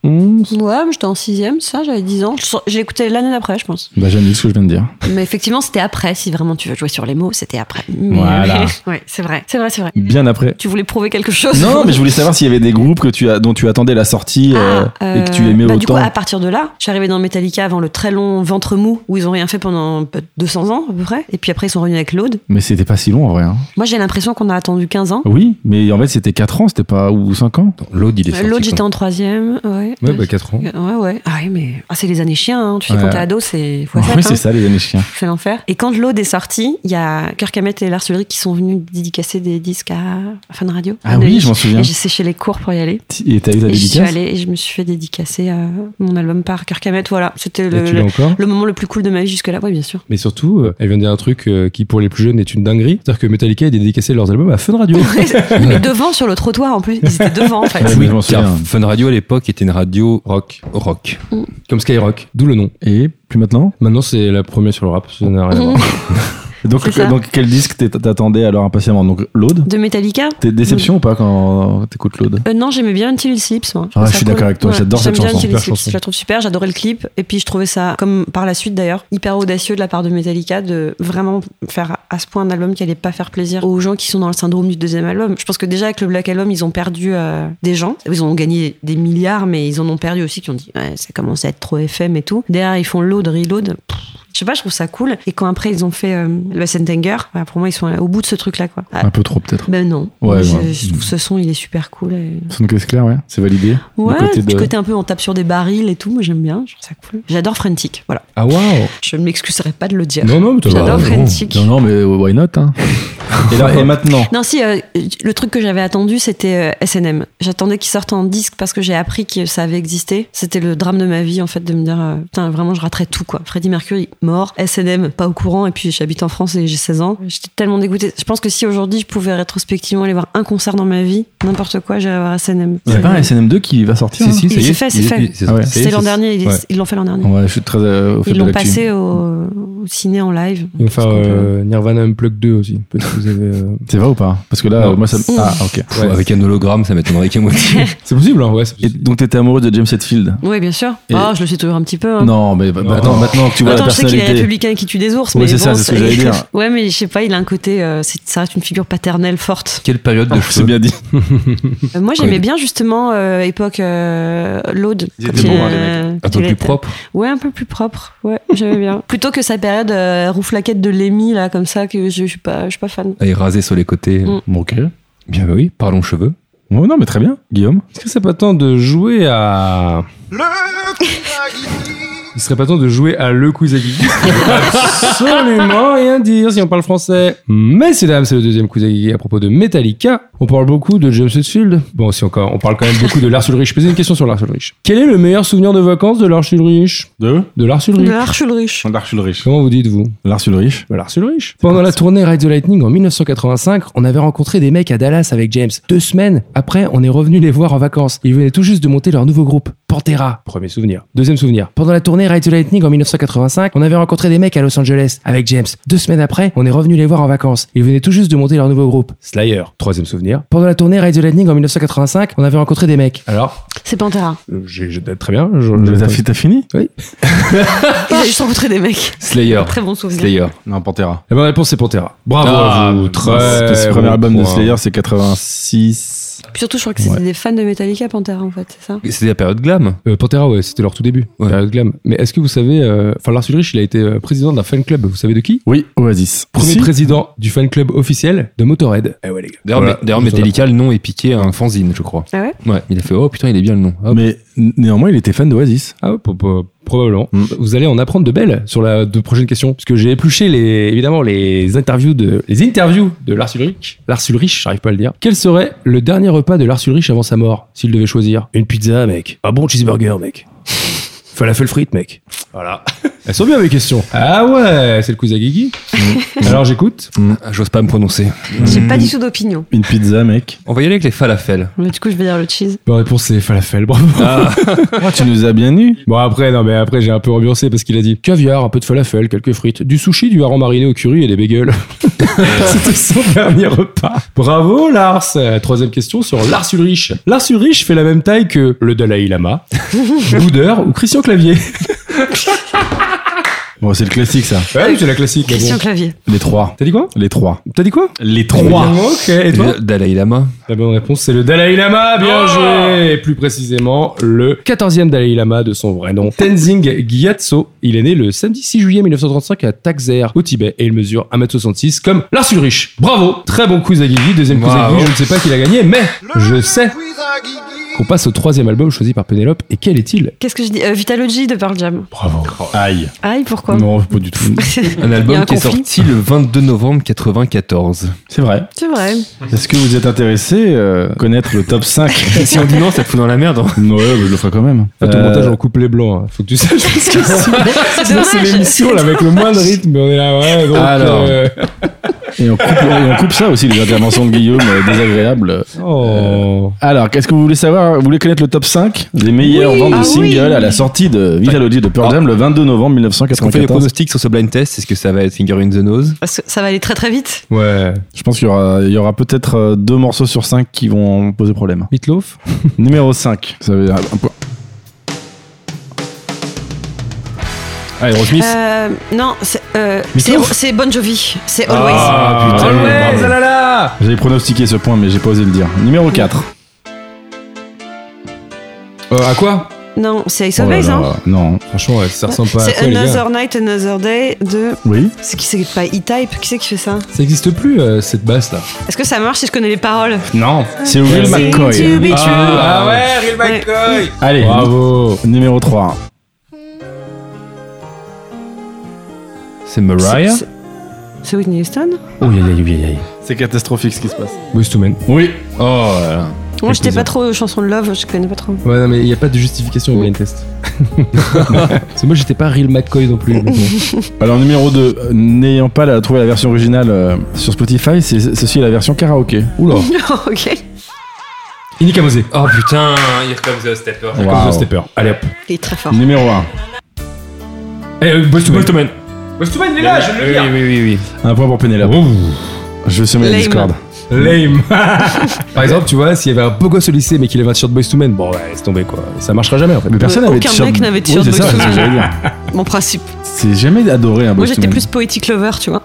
Speaker 3: 91.
Speaker 4: Ouais, mais j'étais en sixième, ça, j'avais 10 ans. Je- J'ai écouté l'année d'après, je pense.
Speaker 3: Bah j'aime ce que je viens de dire.
Speaker 4: Mais effectivement, c'était après. Si vraiment tu veux jouer sur les mots, c'était après. Mais-
Speaker 3: Voilà.
Speaker 4: [LAUGHS] ouais, c'est vrai. C'est vrai, c'est vrai.
Speaker 3: Bien après.
Speaker 4: [LAUGHS] Tu voulais prouver quelque chose
Speaker 3: Non, mais je voulais savoir s'il y avait des groupes que tu as, dont tu attendais la sortie euh,
Speaker 4: Ah,
Speaker 3: et que tu aimais
Speaker 4: euh, bah,
Speaker 3: autant.
Speaker 4: Du coup, à partir de là, je suis arrivée dans Metallica avant le très long ventre mou où ils ont rien fait pendant peut- 200 ans à peu près. Et puis après, ils sont revenus avec l'Aude.
Speaker 3: Mais c'était pas si long en vrai. hein.
Speaker 4: Moi, j'ai l'impression qu'on a attendu 15 ans.
Speaker 3: Oui, mais en fait c'était 4 ans, c'était pas ou 5 ans.
Speaker 1: L'autre, il est sorti.
Speaker 4: L'Aude,
Speaker 1: quand
Speaker 4: j'étais en troisième. Ouais,
Speaker 2: Ouais, bah 4 ans.
Speaker 4: Ouais, ouais. Ah oui, mais ah, c'est les années chiens. hein. Tu sais,
Speaker 3: Ouais.
Speaker 4: quand t'es ado, c'est fois
Speaker 3: Oui,
Speaker 4: sept, hein.
Speaker 3: c'est ça les années chiens.
Speaker 4: C'est l'enfer. Et quand l'Aude est sortie, il y a Kirk Hammett et Lars Ulrich qui sont venus dédicacer des disques à Fan Radio.
Speaker 3: Ah oui, je m'en souviens.
Speaker 4: Et j'ai séché les cours pour y aller.
Speaker 3: Et t'as eu ta
Speaker 4: Et j'y suis
Speaker 3: dédicace
Speaker 4: allée et je me suis fait dédicacer euh, mon album par Kirk Hammett. Voilà, c'était
Speaker 2: Et
Speaker 4: le,
Speaker 2: tu l'as
Speaker 4: le-
Speaker 2: encore
Speaker 4: le moment le plus cool de ma vie jusque-là. Oui,
Speaker 2: [LAUGHS]
Speaker 4: bien sûr.
Speaker 2: Mais surtout, euh, elle vient de dire un truc euh, qui pour les plus jeunes est une dinguerie. C'est-à-dire que Metallica a dédicacé leurs albums à Fun
Speaker 4: [LAUGHS]
Speaker 2: Radio.
Speaker 4: mais devant sur le trottoir en plus. Ils étaient devant en fait.
Speaker 2: Ah
Speaker 3: Ouais, mais je m'en
Speaker 1: Car
Speaker 3: souviens.
Speaker 1: Fun Radio à l'époque était une radio rock. Rock.
Speaker 2: Comme Skyrock, d'où le nom.
Speaker 3: Et plus maintenant
Speaker 2: Maintenant, c'est la première sur le rap, ça n'a rien à
Speaker 4: [LAUGHS]
Speaker 2: voir.
Speaker 3: donc,
Speaker 4: C'est ça.
Speaker 3: donc quel disque t'es- t'attendais alors impatiemment Donc l'Aude
Speaker 4: De Metallica
Speaker 3: T'es déception ou pas quand t'écoutes l'Aude
Speaker 4: Euh, non, j'aimais bien Until It Sleeps. Moi.
Speaker 3: Ah,
Speaker 4: trouvais
Speaker 3: je
Speaker 4: ça
Speaker 3: suis d'accord avec toi, j'adore cette
Speaker 4: j'aime bien
Speaker 3: chanson,
Speaker 4: Until
Speaker 2: super
Speaker 4: It Sleeps,
Speaker 2: chanson.
Speaker 4: Je la trouve super, j'adorais le clip. Et puis je trouvais ça, comme par la suite d'ailleurs, hyper audacieux de la part de Metallica de vraiment faire à ce point un album qui allait pas faire plaisir aux gens qui sont dans le syndrome du deuxième album. Je pense que déjà avec le Black Album, ils ont perdu euh, des gens. Ils ont gagné des milliards, mais ils en ont perdu aussi qui ont dit ouais, ça commence à être trop FM et tout. Derrière, ils font load, reload. Pff, Je sais pas, je trouve ça cool. Et quand après ils ont fait euh, le Sentenger, voilà, bah, pour moi ils sont au bout de ce truc-là quoi. Ah,
Speaker 3: Un peu trop peut-être.
Speaker 4: ben non.
Speaker 3: Ouais,
Speaker 4: je,
Speaker 3: ouais.
Speaker 4: je trouve ce son il est super cool. et-
Speaker 3: Son caisse claire, ouais. C'est validé.
Speaker 4: Ouais,
Speaker 3: du côté de...
Speaker 4: du côté un peu on tape sur des barils et tout, moi j'aime bien, je trouve ça cool. J'adore Frantic, voilà.
Speaker 2: Ah waouh
Speaker 4: Je ne m'excuserai pas de le dire.
Speaker 2: Non, non, mais t'as-
Speaker 4: J'adore
Speaker 2: bah, non.
Speaker 4: Frantic.
Speaker 3: Non, non, mais why not hein. et, là, et maintenant
Speaker 4: Non, si, euh, le truc que j'avais attendu, c'était euh, SNM. J'attendais qu'il sorte en disque parce que j'ai appris que ça avait existé. C'était le drame de ma vie, en fait, de me dire, euh, putain, vraiment, je raterais tout, quoi. Freddie Mercury, mort. SNM, pas au courant. Et puis, j'habite en France et j'ai 16 ans. J'étais tellement dégoûtée. Je pense que si aujourd'hui, je pouvais rétrospectivement aller voir un concert dans ma vie, n'importe quoi, j'irais voir SNM.
Speaker 3: C'est pas un SNM2 qui va sortir hein
Speaker 1: Si, si,
Speaker 4: Il
Speaker 1: ça y
Speaker 4: s'est
Speaker 1: est.
Speaker 4: fait,
Speaker 1: il
Speaker 4: c'est
Speaker 1: est-
Speaker 4: fait.
Speaker 1: il- c'est
Speaker 3: Ah ouais.
Speaker 1: ça y est,
Speaker 4: C'était l'an
Speaker 1: c'est-
Speaker 4: dernier, ils
Speaker 1: ouais.
Speaker 4: ils l'ont fait l'an dernier.
Speaker 3: hein. Ouais, je suis très euh, au fait
Speaker 4: Ils
Speaker 3: de
Speaker 4: l'ont
Speaker 3: l'actu.
Speaker 4: passé au, au ciné en live.
Speaker 2: Ils vont faire
Speaker 4: Parce qu'on peut-
Speaker 2: euh, Nirvana Unplugged 2 aussi. Peut-être que vous avez. euh,
Speaker 3: C'est vrai ou pas Parce que là,
Speaker 2: Non.
Speaker 3: euh, moi, ça. me-
Speaker 4: Mm.
Speaker 3: Ah, ok.
Speaker 1: Pff,
Speaker 2: Ouais.
Speaker 1: Avec un hologramme, ça m'étonnerait
Speaker 4: [LAUGHS]
Speaker 1: qu'à moitié.
Speaker 2: C'est possible, hein, ouais. c'est
Speaker 3: Et
Speaker 2: possible.
Speaker 3: donc, t'étais amoureuse de James Hetfield
Speaker 4: Oui, bien sûr.
Speaker 3: Et-
Speaker 4: Ah, je le sais toujours un petit peu. hein.
Speaker 3: Non, mais bah,
Speaker 2: Non.
Speaker 3: attends, maintenant que tu vois
Speaker 4: Attends,
Speaker 3: la
Speaker 4: je sais qu'il est
Speaker 3: personnalité.
Speaker 4: républicain et qui tue des ours,
Speaker 3: Ouais,
Speaker 4: mais
Speaker 3: c'est
Speaker 4: bon,
Speaker 3: ça, c'est ce que j'allais dire.
Speaker 4: ouais, mais je sais pas, il a un côté, euh, c'est- ça reste une figure paternelle forte.
Speaker 3: [LAUGHS]
Speaker 1: Quelle période de
Speaker 3: Oh, C'est
Speaker 1: cheveux
Speaker 3: bien dit.
Speaker 4: Euh, moi, j'aimais
Speaker 1: Oui.
Speaker 4: bien justement euh, époque euh, l'Aude.
Speaker 3: Ils
Speaker 4: quand
Speaker 3: étaient
Speaker 4: il,
Speaker 3: bons, hein, les
Speaker 4: euh,
Speaker 1: Un
Speaker 4: quand
Speaker 1: peu
Speaker 4: il
Speaker 1: plus
Speaker 4: était-
Speaker 1: propre.
Speaker 3: [LAUGHS]
Speaker 4: Ouais, un peu plus propre. Ouais, j'aimais bien. Plutôt que sa période euh, rouflaquette de Lémi, là, comme ça, que je, je suis pas, je suis pas fan.
Speaker 1: Elle est rasée sur les côtés.
Speaker 4: Mm.
Speaker 3: Bon, ok.
Speaker 1: Bien bah oui, parlons cheveux.
Speaker 3: Oh, non, mais très bien, Guillaume.
Speaker 2: Est-ce que c'est pas temps de jouer à. Il serait pas temps de jouer à le Kuzagi. Absolument rien dire si on parle français. Messieurs, dames, c'est le deuxième Kuzagi à propos de Metallica. On parle beaucoup de James Hetfield. Bon, si encore, on parle quand même beaucoup de Lars Ulrich. Je posais une question sur Lars Ulrich. Quel est le meilleur souvenir de vacances de Lars Ulrich
Speaker 3: De
Speaker 2: De Lars Ulrich
Speaker 4: L'arche le riche.
Speaker 5: Dark Ulrich.
Speaker 2: Comment vous dites-vous
Speaker 3: Lars Ulrich.
Speaker 2: Lars Ulrich. Pendant la tournée Ride the Lightning en 1985, on avait rencontré des mecs à Dallas avec James. Deux semaines après, on est revenu les voir en vacances. Ils venaient tout juste de monter leur nouveau groupe, Pantera. Premier souvenir. Deuxième souvenir. Pendant la tournée Ride the Lightning en 1985, on avait rencontré des mecs à Los Angeles avec James. Deux semaines après, on est revenu les voir en vacances. Ils venaient tout juste de monter leur nouveau groupe, Slayer. Troisième souvenir. Pendant la tournée Ride the Lightning en 1985, on avait rencontré des mecs. Alors,
Speaker 4: C'est Pantera.
Speaker 2: euh, j'ai j'ai- très bien. je- je-
Speaker 3: T'as fi- t'as fini
Speaker 4: Il a juste rencontré des mecs.
Speaker 1: Slayer.
Speaker 4: Très bon souvenir.
Speaker 1: Slayer.
Speaker 3: Non, Pantera.
Speaker 2: Eh ben, La bonne réponse c'est Pantera. Bravo
Speaker 3: Ah,
Speaker 2: à vous. Très
Speaker 3: C'est le premier
Speaker 2: bon
Speaker 3: album de
Speaker 2: point.
Speaker 3: Slayer, c'est 86.
Speaker 4: Puis surtout, je crois que c'était des fans de Metallica, Pantera, en fait, c'est ça
Speaker 1: C'était la période glam.
Speaker 2: Euh, Pantera, ouais, c'était leur tout début,
Speaker 1: Ouais.
Speaker 2: période glam. Mais est-ce que vous savez, euh, enfin, Lars Ulrich, il a été euh, président d'un fan club, vous savez de qui
Speaker 3: Oui, Oasis.
Speaker 2: Premier
Speaker 3: Si.
Speaker 2: président du fan club officiel de Motorhead. Eh ouais, les gars.
Speaker 1: D'ailleurs,
Speaker 2: Voilà.
Speaker 1: mais- d'ailleurs, Metallica, le nom est piqué à un fanzine, je crois.
Speaker 4: Ah ouais
Speaker 1: Ouais, il a fait Oh putain, il est bien le nom. Hop.
Speaker 3: Mais n- néanmoins, il était fan d'Oasis.
Speaker 2: Ah, ouais, po- po- probablement.
Speaker 3: Mm.
Speaker 2: Vous allez en apprendre de belles sur la de prochaine question, puisque j'ai épluché les, évidemment les interviews de les interviews de Lars Ulrich. Lars Ulrich, j'arrive pas à le dire. Quel serait le dernier repas de Lars Ulrich avant sa mort, s'il devait choisir Une pizza, mec. Un bon cheeseburger, mec. Falafel frites, mec. Voilà. Elles sont bien mes questions. Mm. Ah ouais, c'est le Kuzagigi. Alors j'écoute.
Speaker 1: Ah, J'ose pas me prononcer.
Speaker 4: J'ai
Speaker 2: Hmm.
Speaker 4: pas du tout d'opinion.
Speaker 3: Une pizza, mec.
Speaker 1: On va y aller avec les falafels.
Speaker 4: Mais du coup, je vais dire le cheese.
Speaker 2: La réponse c'est falafel, bravo.
Speaker 3: Ah, tu nous as bien eu.
Speaker 2: Bon après, non mais après j'ai un peu ambiancé parce qu'il a dit caviar, un peu de falafel, quelques frites, du sushi, du hareng mariné au curry et des [LAUGHS] bagels. C'était son dernier repas. Bravo Lars Euh, Troisième question sur Lars Ulrich. Lars Ulrich fait la même taille que le Dalai [LAUGHS] Lama, Bouder ou Christian Clavier.
Speaker 3: Bon, c'est le classique, ça.
Speaker 2: Ouais, c'est la classique. mais bon.
Speaker 4: Christian Clavier.
Speaker 3: Les trois.
Speaker 2: T'as dit quoi
Speaker 3: Les trois.
Speaker 2: T'as dit quoi
Speaker 3: Les
Speaker 2: Ok, et toi
Speaker 1: Dalai Lama.
Speaker 2: La bonne réponse, c'est le Dalai Lama, bien joué Et plus précisément, le 14e Dalai Lama de son vrai nom, Tenzing Gyatso. Il est né le samedi 6 juillet 1935 à Taxer, au Tibet, et il mesure 1m66 comme Lars Ulrich. Bravo Très bon quiz à Guigui, deuxième quiz à
Speaker 1: Bravo.
Speaker 2: Guigui, je ne sais pas qui l'a gagné, mais je sais qu'on passe au troisième album choisi par Pénélope, et quel est-il
Speaker 4: Qu'est-ce que je dis Euh, Vitalogy de Pearl Jam.
Speaker 3: Bravo. Aïe.
Speaker 4: Aïe, pourquoi [LAUGHS]
Speaker 3: Non, pas du tout.
Speaker 1: Un
Speaker 4: Il y a
Speaker 1: album
Speaker 4: un
Speaker 1: qui est
Speaker 4: conflit.
Speaker 1: sorti le 22 novembre 94.
Speaker 3: C'est vrai.
Speaker 4: C'est vrai.
Speaker 3: Est-ce que vous êtes intéressé euh, connaître le top [LAUGHS] 5
Speaker 1: si on dit non, ça te fout dans la merde.
Speaker 3: Ouais, mais je le ferai quand même.
Speaker 2: Faites au
Speaker 3: Euh,
Speaker 2: montage en couplet blanc, hein. faut que tu saches, parce que sinon,
Speaker 4: C'est
Speaker 2: sinon, c'est l'émission là, avec le moins de rythme, on est là, ouais, donc,
Speaker 1: Alors.
Speaker 2: euh,
Speaker 3: Et on coupe, et on coupe ça aussi, les interventions de Guillaume euh, désagréables.
Speaker 2: Oh.
Speaker 3: Alors, qu'est-ce que vous voulez savoir Vous voulez connaître le top 5 des meilleures
Speaker 4: Oui.
Speaker 3: ventes de
Speaker 4: Ah oui.
Speaker 3: singles à la sortie de Vitalogy de Pearl Jam le 22 novembre
Speaker 1: Est-ce qu'on fait les
Speaker 3: 1994
Speaker 1: pronostics sur ce blind test Est-ce que ça va être Finger in the Nose
Speaker 4: Parce que ça va aller très très vite.
Speaker 2: Ouais.
Speaker 3: Je pense qu'il y aura, il y aura peut-être euh, deux morceaux sur 5 qui vont poser problème.
Speaker 2: Meatloaf
Speaker 3: Numéro 5. Ça veut dire un point. Ah, Aerosmith.
Speaker 4: Euh, non, c'est euh, c'est-
Speaker 3: Meatloaf
Speaker 4: c'est Bon Jovi. C'est Always.
Speaker 2: Ah, putain,
Speaker 3: Always,
Speaker 2: bravo.
Speaker 3: J'avais pronostiqué ce point, mais j'ai pas osé le dire. Numéro 4.
Speaker 2: Euh, à quoi
Speaker 4: Non, c'est Ace Always, hein.
Speaker 3: Oh Non.
Speaker 2: Franchement, ouais, ça ressemble Oh pas à
Speaker 4: C'est
Speaker 2: quoi, les gars
Speaker 4: Another Night, Another Day de.
Speaker 3: Oui.
Speaker 4: C'est qui c'est pas E-Type Qui c'est qui fait ça
Speaker 2: Ça existe plus, euh, cette basse là.
Speaker 4: Est-ce que ça marche si je connais les paroles
Speaker 3: Non. C'est Will
Speaker 4: C'est to
Speaker 3: McCoy.
Speaker 2: ouais,
Speaker 4: be true.
Speaker 2: Real
Speaker 4: Ouais.
Speaker 2: McCoy
Speaker 3: Ah, Allez.
Speaker 2: Bravo
Speaker 3: Numéro 3.
Speaker 1: C'est Mariah
Speaker 4: C'est- C'est Whitney Houston
Speaker 2: Oh, aïe, aïe, aïe, aïe.
Speaker 3: C'est catastrophique ce qui se passe.
Speaker 2: Boyz II Men.
Speaker 3: Oui.
Speaker 1: Oh là là.
Speaker 4: Moi, j'étais
Speaker 2: plaisir.
Speaker 4: pas trop chanson de love, je connais pas trop. [LAUGHS]
Speaker 2: Ouais, non, mais il n'y a pas de justification au blind [LAUGHS] test. Parce que moi, j'étais pas Real McCoy non [LAUGHS] plus.
Speaker 3: Alors numéro 2, n'ayant pas la- trouvé la version originale euh, sur Spotify, c'est ceci est la version karaoké.
Speaker 2: Oula
Speaker 4: ok.
Speaker 2: Inika Mosé.
Speaker 1: Oh putain, Here Comes the Stepper.
Speaker 3: Wow.
Speaker 2: Comme The Stepper. Allez hop.
Speaker 4: Il est très fort.
Speaker 3: Numéro 1,
Speaker 2: Eh, euh, Boyz II Men.
Speaker 1: il est là, je le Oui, oui, oui.
Speaker 3: un point pour Pénélope. Je vais semer la
Speaker 4: Lame.
Speaker 3: discorde.
Speaker 2: [LAUGHS] Lame Par exemple, tu vois, s'il y avait un beau gosse au lycée mais qu'il avait un t-shirt Boyz II Men, bon, ouais, laisse tomber quoi. Ça marchera jamais en fait.
Speaker 3: Mais personne
Speaker 4: Euh,
Speaker 3: n'avait
Speaker 4: aucun
Speaker 3: t-shirt-
Speaker 4: mec n'avait de
Speaker 3: Oui,
Speaker 4: t-shirt
Speaker 3: c'est ça,
Speaker 4: Boyz
Speaker 3: c'est ce que
Speaker 4: II Men.
Speaker 3: j'allais dire.
Speaker 4: [LAUGHS] mon principe.
Speaker 3: C'est jamais adoré un
Speaker 4: Moi,
Speaker 3: Boyz II
Speaker 4: j'étais
Speaker 3: Men.
Speaker 4: plus poétique lover, tu vois.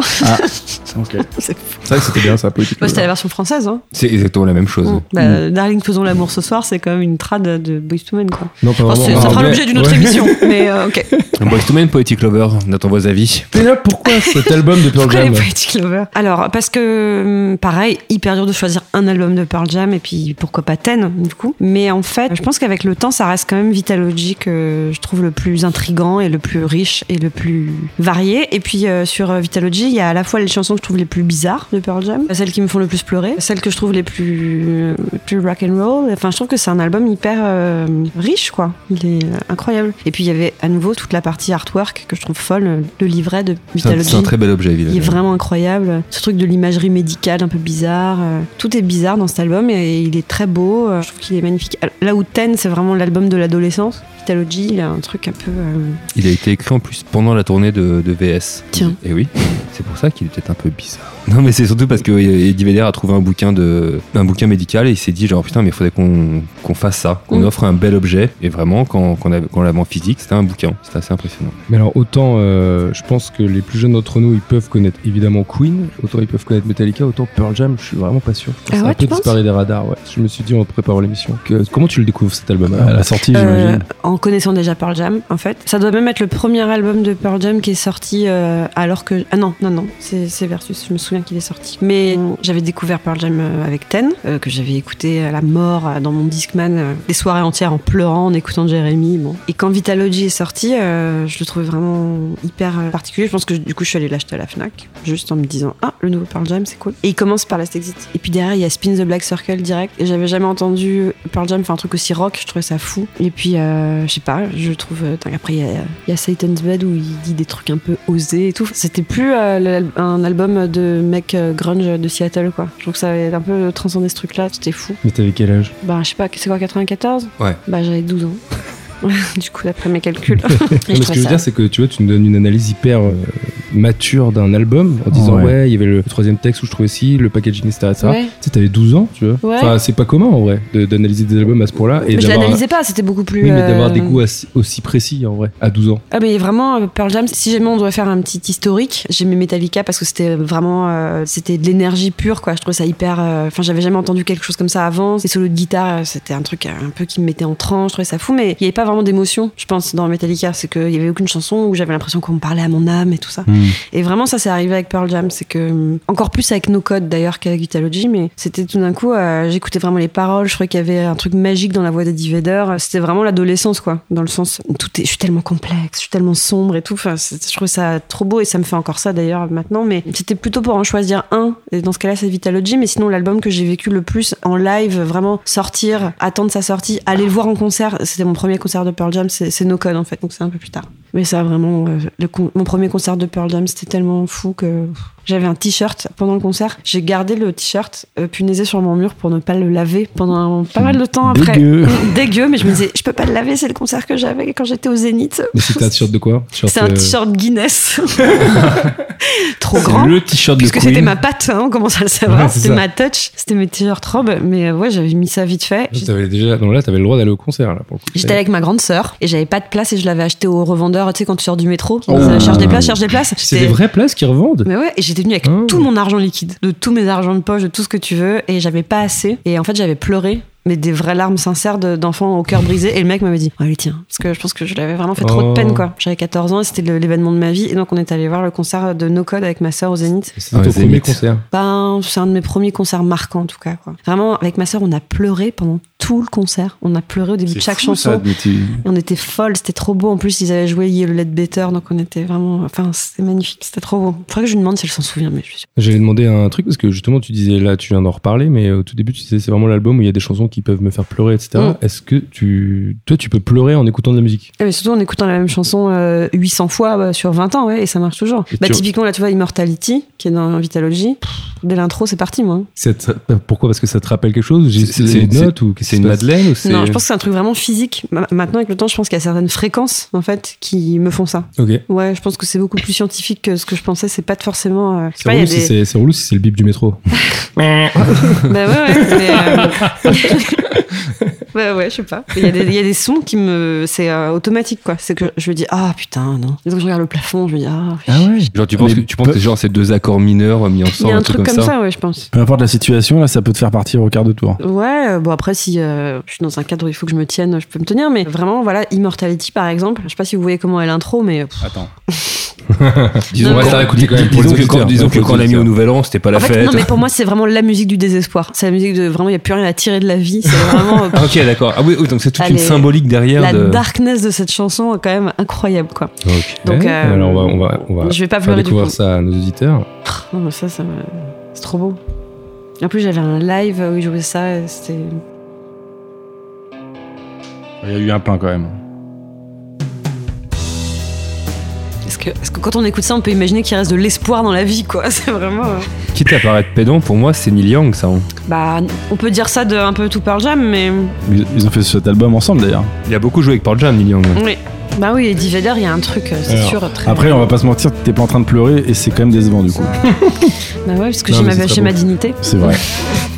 Speaker 5: Ok.
Speaker 4: C'est
Speaker 5: C'est vrai que c'était bien ça, politique.
Speaker 4: Moi, c'était la version française. Hein.
Speaker 1: C'est exactement la même chose.
Speaker 4: Bon,
Speaker 3: Mm.
Speaker 4: bah, Darling, faisons l'amour ce soir, c'est quand même une trad de Boyz II Men, quoi.
Speaker 2: Non, pas
Speaker 4: Enfin,
Speaker 2: vraiment.
Speaker 4: c'est- ça
Speaker 2: En
Speaker 4: fera
Speaker 2: anglais.
Speaker 4: l'objet d'une autre
Speaker 2: Ouais. [LAUGHS]
Speaker 3: [LAUGHS]
Speaker 4: émission, mais euh, ok.
Speaker 1: Boys to Men, Poetic Lover, Nathan vos avis.
Speaker 2: Mais là, pourquoi cet album de Pearl
Speaker 4: Pourquoi
Speaker 2: Jam
Speaker 4: les Poetic Lovers Alors, parce que, hum, pareil, hyper dur de choisir un album de Pearl Jam et puis pourquoi pas Ten, du coup. Mais en fait, je pense qu'avec le temps, ça reste quand même Vitalogy que je trouve le plus intrigant et le plus riche et le plus varié. Et puis, euh, sur euh, Vitalogy, il y a à la fois les chansons que je trouve les plus bizarres de Pearl Jam, celles qui me font le plus pleurer, celles que je trouve les plus, euh, plus rock and roll. Enfin, je trouve que c'est un album hyper euh, riche, quoi. Il est euh, incroyable. Et puis, il y avait à nouveau toute la partie artwork que je trouve folle, le livret de
Speaker 1: C'est un,
Speaker 4: Vitalogy.
Speaker 1: c'est un très bel objet,
Speaker 4: Il est
Speaker 1: évidemment.
Speaker 4: vraiment incroyable. Ce truc de l'imagerie médicale un peu bizarre. euh, Tout est bizarre dans cet album et il est très beau. euh, Je trouve qu'il est magnifique. Là où Ten, c'est vraiment l'album de l'adolescence. Vitalogy, il a un truc un peu. euh,
Speaker 1: Il a été écrit en plus pendant la tournée de, de VS.
Speaker 4: Tiens.
Speaker 1: Et oui, c'est pour ça qu'il est peut-être un peu bizarre. Non, mais c'est surtout parce que euh, Eddie Vedder a trouvé un bouquin, de, un bouquin médical et il s'est dit genre putain, mais il faudrait qu'on qu'on fasse ça, qu'on
Speaker 4: Mm.
Speaker 1: offre un bel objet. Et vraiment, quand, quand on avait- quand on l'avait en physique, c'était un bouquin. C'était assez impressionnant.
Speaker 2: Mais alors, autant euh, je pense que les plus jeunes d'entre nous, ils peuvent connaître évidemment Queen, autant ils peuvent connaître Metallica, autant Pearl Jam, je suis vraiment pas sûr. Je pense
Speaker 4: Ah
Speaker 2: que ça a
Speaker 4: ouais,
Speaker 2: un peu
Speaker 4: tu penses
Speaker 2: disparu des radars, ouais. Je me suis dit en préparant l'émission. que- Comment tu le découvres cet album
Speaker 3: À la sortie,
Speaker 4: euh,
Speaker 3: j'imagine.
Speaker 4: en connaissant déjà Pearl Jam, en fait. Ça doit même être le premier album de Pearl Jam qui est sorti euh, alors que. Ah non, non, non, c'est c'est Versus, je me souviens qu'il est sorti. Mais euh, j'avais découvert Pearl Jam euh, avec Ten, euh, que j'avais écouté à la mort euh, dans mon Discman, euh, des soirées entières en pleurant, en écoutant Jérémy. Bon. Et quand Vitalogy est sorti, euh, je le trouvais vraiment hyper euh, particulier. Je pense que du coup, je suis allée l'acheter à la Fnac, juste en me disant Ah, le nouveau Pearl Jam, c'est cool. Et il commence par Last Exit. Et puis derrière, il y a Spin the Black Circle direct. Et j'avais jamais entendu Pearl Jam faire un truc aussi rock, je trouvais ça fou. Et puis, euh, je sais pas, je trouve. euh, attends, après, il y, a- il y a Satan's Bed où il dit des trucs un peu osés et tout. C'était plus euh, l'al- un album de mec euh, grunge de Seattle, quoi. Je trouve que ça avait un peu transcendé ce truc-là, c'était fou.
Speaker 2: Mais t'avais quel âge
Speaker 4: Bah, je sais pas, c'est quoi, 94
Speaker 1: Ouais.
Speaker 4: Bah, j'avais 12 ans. [LAUGHS] du coup, d'après mes calculs. Et
Speaker 2: [LAUGHS] Non, mais ce
Speaker 4: trouvais
Speaker 2: que je veux
Speaker 4: ça-
Speaker 2: dire, c'est que tu vois, tu nous donnes une analyse hyper euh, mature d'un album en disant
Speaker 3: Ouais.
Speaker 2: ouais, il y avait le troisième texte où je trouvais ci, le packaging, etc. etc.
Speaker 4: Ouais.
Speaker 2: Tu sais, t'avais 12 ans, tu vois.
Speaker 4: Ouais.
Speaker 2: Enfin, c'est pas commun en vrai de- d'analyser des albums à ce point-là. et
Speaker 4: Mais je
Speaker 2: d'avoir-
Speaker 4: l'analysais pas, c'était beaucoup plus.
Speaker 2: Oui, mais d'avoir
Speaker 4: euh,
Speaker 2: des goûts assez- aussi précis en vrai, à 12 ans.
Speaker 4: Ah mais vraiment euh, Pearl Jam si jamais on doit faire un petit historique j'aimais Metallica parce que c'était vraiment euh, c'était de l'énergie pure quoi je trouvais ça hyper euh, enfin j'avais jamais entendu quelque chose comme ça avant les solos de guitare euh, c'était un truc euh, un peu qui me mettait en transe je trouvais ça fou mais il y avait pas vraiment d'émotion je pense dans Metallica c'est qu'il y avait aucune chanson où j'avais l'impression qu'on me parlait à mon âme et tout ça
Speaker 3: Hmm.
Speaker 4: et vraiment, ça, c'est arrivé avec Pearl Jam. C'est que, euh, encore plus avec No Code d'ailleurs qu'avec Vitalogy, mais c'était tout d'un coup, euh, j'écoutais vraiment les paroles. Je trouvais qu'il y avait un truc magique dans la voix d'Eddie Vedder. C'était vraiment l'adolescence, quoi. Dans le sens, tout est, je suis tellement complexe, je suis tellement sombre et tout. Enfin, c'est- je trouvais ça trop beau et ça me fait encore ça d'ailleurs maintenant. Mais c'était plutôt pour en choisir un. Et dans ce cas-là, c'est Vitalogy. Mais sinon, l'album que j'ai vécu le plus en live, vraiment sortir, attendre sa sortie, aller le voir en concert. C'était mon premier concert de Pearl Jam. C'est c'est No Code en fait, donc c'est un peu plus tard. Mais ça, vraiment, euh, le con- mon premier concert de Pearl Jam, c'était tellement fou que pff, j'avais un t-shirt pendant le concert. J'ai gardé le t-shirt euh, punaisé sur mon mur pour ne pas le laver pendant un- pas mal de temps après.
Speaker 3: Dégueu.
Speaker 4: [LAUGHS] Dégueu, mais je me disais, je peux pas le laver, c'est le concert que j'avais quand j'étais au Zénith.
Speaker 2: Mais
Speaker 4: [LAUGHS]
Speaker 2: c'était un t-shirt de quoi
Speaker 4: C'est un
Speaker 2: euh,
Speaker 4: t-shirt Guinness.
Speaker 2: [LAUGHS]
Speaker 4: Trop grand.
Speaker 1: Le t-shirt de
Speaker 4: Parce que c'était
Speaker 1: Queen.
Speaker 4: ma patte, hein, on commence à le savoir.
Speaker 2: Ouais, c'est
Speaker 4: c'était
Speaker 2: ça.
Speaker 4: ma touch, c'était mes t-shirts robes. Mais euh, ouais, j'avais mis ça vite fait. J'ai-
Speaker 2: Ah, T'avais déjà, non, là, t'avais le droit d'aller au concert, là, pour le coup.
Speaker 4: J'étais avec ma grande sœur et j'avais pas de place et je l'avais acheté au revendeur, tu sais, quand tu sors du métro. qui
Speaker 3: Oh.
Speaker 4: disent, cherche des places, cherche des places.
Speaker 2: C'est
Speaker 4: J'étais-
Speaker 2: des vraies places qui revendent
Speaker 4: Mais ouais, et j'étais venue avec
Speaker 2: Oh.
Speaker 4: tout mon argent liquide, de tous mes argents de poche, de tout ce que tu veux, et j'avais pas assez. Et en fait, j'avais pleuré, mais des vraies larmes sincères de- d'enfant au cœur brisé. Et le mec m'avait dit, allez tiens, parce que je pense que je l'avais vraiment fait trop de
Speaker 2: Oh.
Speaker 4: peine, quoi. J'avais 14 ans et c'était le- l'événement de ma vie, et donc on est allé voir le concert de No Code avec ma sœur au Zénith.
Speaker 2: C'était
Speaker 1: Ouais,
Speaker 2: ton
Speaker 1: c'est
Speaker 2: premier
Speaker 1: vite.
Speaker 2: concert.
Speaker 4: Ben, c'est un de mes premiers concerts marquants, en tout cas, quoi. Vraiment, avec ma sœur, on a pleuré pendant tout le concert. On a pleuré au début de chaque
Speaker 3: fou,
Speaker 4: chanson.
Speaker 3: ça, mais tu-
Speaker 4: Et on était folles, c'était trop beau. En plus, ils avaient joué Yellow Let Better, donc on était vraiment. Enfin, c'était magnifique, c'était trop beau. Faudrait que je lui demande si elle s'en souvient, mais je suis sûre.
Speaker 2: J'allais demander un truc parce que justement tu disais là, tu viens d'en reparler, mais euh, au tout début tu disais c'est vraiment l'album où il y a des chansons qui peuvent me faire pleurer, etc.
Speaker 4: Mm.
Speaker 2: Est-ce que tu, toi, tu peux pleurer en écoutant de la musique
Speaker 4: Ah, Mais surtout en écoutant la même chanson euh, 800 fois euh, sur 20 ans, ouais, et ça marche toujours.
Speaker 2: Et
Speaker 4: Bah,
Speaker 2: tu-
Speaker 4: typiquement, là, tu vois, Immortality, qui est dans Vitalogy. Dès l'intro, c'est parti, moi.
Speaker 2: Ça te- bah, Pourquoi Parce que ça te rappelle quelque chose J'ai-
Speaker 1: C'est-
Speaker 2: C'est
Speaker 1: c'est-
Speaker 2: une note ou
Speaker 1: C'est une Madeleine ou c'est.
Speaker 4: Non, je pense que c'est un truc vraiment physique. Ma- Maintenant, avec le temps, je pense qu'il y a certaines fréquences, en fait, qui me font ça.
Speaker 2: Ok.
Speaker 4: Ouais, je pense que c'est beaucoup plus scientifique que ce que je pensais. C'est pas de forcément. euh, je sais
Speaker 2: C'est
Speaker 4: pas, il y
Speaker 2: relou,
Speaker 4: a
Speaker 2: si
Speaker 4: des-
Speaker 2: c'est- c'est relou si c'est le bip du métro.
Speaker 4: Bah ouais, ouais, mais, euh, [LAUGHS] Bah ouais, je sais pas. Il y, a des- il y a des sons qui me. C'est euh, automatique, quoi. C'est que je me dis, ah putain, non. Et donc je regarde le plafond, je me dis, ah.
Speaker 3: ouais
Speaker 1: Genre, tu penses, que,
Speaker 3: Mais
Speaker 1: tu penses que
Speaker 3: peu-
Speaker 1: genre, c'est deux accords mineurs mis
Speaker 4: Il y
Speaker 1: ensemble,
Speaker 4: a un truc comme ça, ouais, je pense.
Speaker 3: Peu importe la situation, là, ça peut te faire partir au quart de tour.
Speaker 4: Ouais, euh, bon après, si euh, je suis dans un cadre où il faut que je me tienne, je peux me tenir, mais vraiment, voilà, Immortality par exemple, je sais pas si vous voyez comment est l'intro, mais. pff,
Speaker 3: Attends.
Speaker 1: Disons,
Speaker 4: Non,
Speaker 1: ouais,
Speaker 4: mais-
Speaker 1: ça a écouté quand même
Speaker 3: Disons
Speaker 1: Disons
Speaker 3: que
Speaker 1: que quand,
Speaker 3: quand-
Speaker 1: disons
Speaker 3: pour
Speaker 1: que
Speaker 3: les
Speaker 1: quand on l'a mis
Speaker 3: auditeurs.
Speaker 1: au Nouvel An, c'était pas la
Speaker 4: en fait,
Speaker 1: fête.
Speaker 4: non, mais pour moi, c'est vraiment la musique du désespoir. C'est la musique de vraiment, il n'y a plus rien à tirer de la vie. C'est vraiment. euh,
Speaker 1: Ah, ok, d'accord. Ah oui, oui, donc c'est toute
Speaker 4: Ah,
Speaker 1: une
Speaker 4: les-
Speaker 1: symbolique derrière.
Speaker 4: La
Speaker 1: de...
Speaker 4: darkness de cette chanson est quand même incroyable, quoi. Donc, euh,
Speaker 2: Eh, Alors, on va, on va, on va
Speaker 4: je vais pas
Speaker 2: faire
Speaker 4: pleurer du coup.
Speaker 2: découvrir ça à nos auditeurs.
Speaker 4: Ah, Non, mais ça, ça me- c'est trop beau. En plus, j'avais un live où ils jouaient ça. et C'était.
Speaker 3: Il y a eu un plein quand même.
Speaker 4: Parce que, parce que quand on écoute ça, on peut imaginer qu'il reste de l'espoir dans la vie, quoi. [LAUGHS] C'est vraiment. euh,
Speaker 1: Quitte à paraître pédant, pour moi, c'est Neil Young, ça. hein.
Speaker 4: Bah, on peut dire ça de un peu tout par jam, mais.
Speaker 3: Ils ils ont fait cet album ensemble d'ailleurs.
Speaker 1: Il a beaucoup joué avec Pearl Jam, Neil Young.
Speaker 4: Oui. Bah oui, Eddie Vedder, il y a un truc, euh, c'est
Speaker 3: Alors,
Speaker 4: sûr. Très...
Speaker 3: Après, on va pas se mentir, t'es pas en train de pleurer et c'est quand même décevant du coup.
Speaker 4: Bah ouais, parce que
Speaker 2: Non,
Speaker 4: j'ai
Speaker 2: mais
Speaker 4: ma,
Speaker 2: c'est très
Speaker 4: j'ai ma dignité.
Speaker 3: C'est vrai.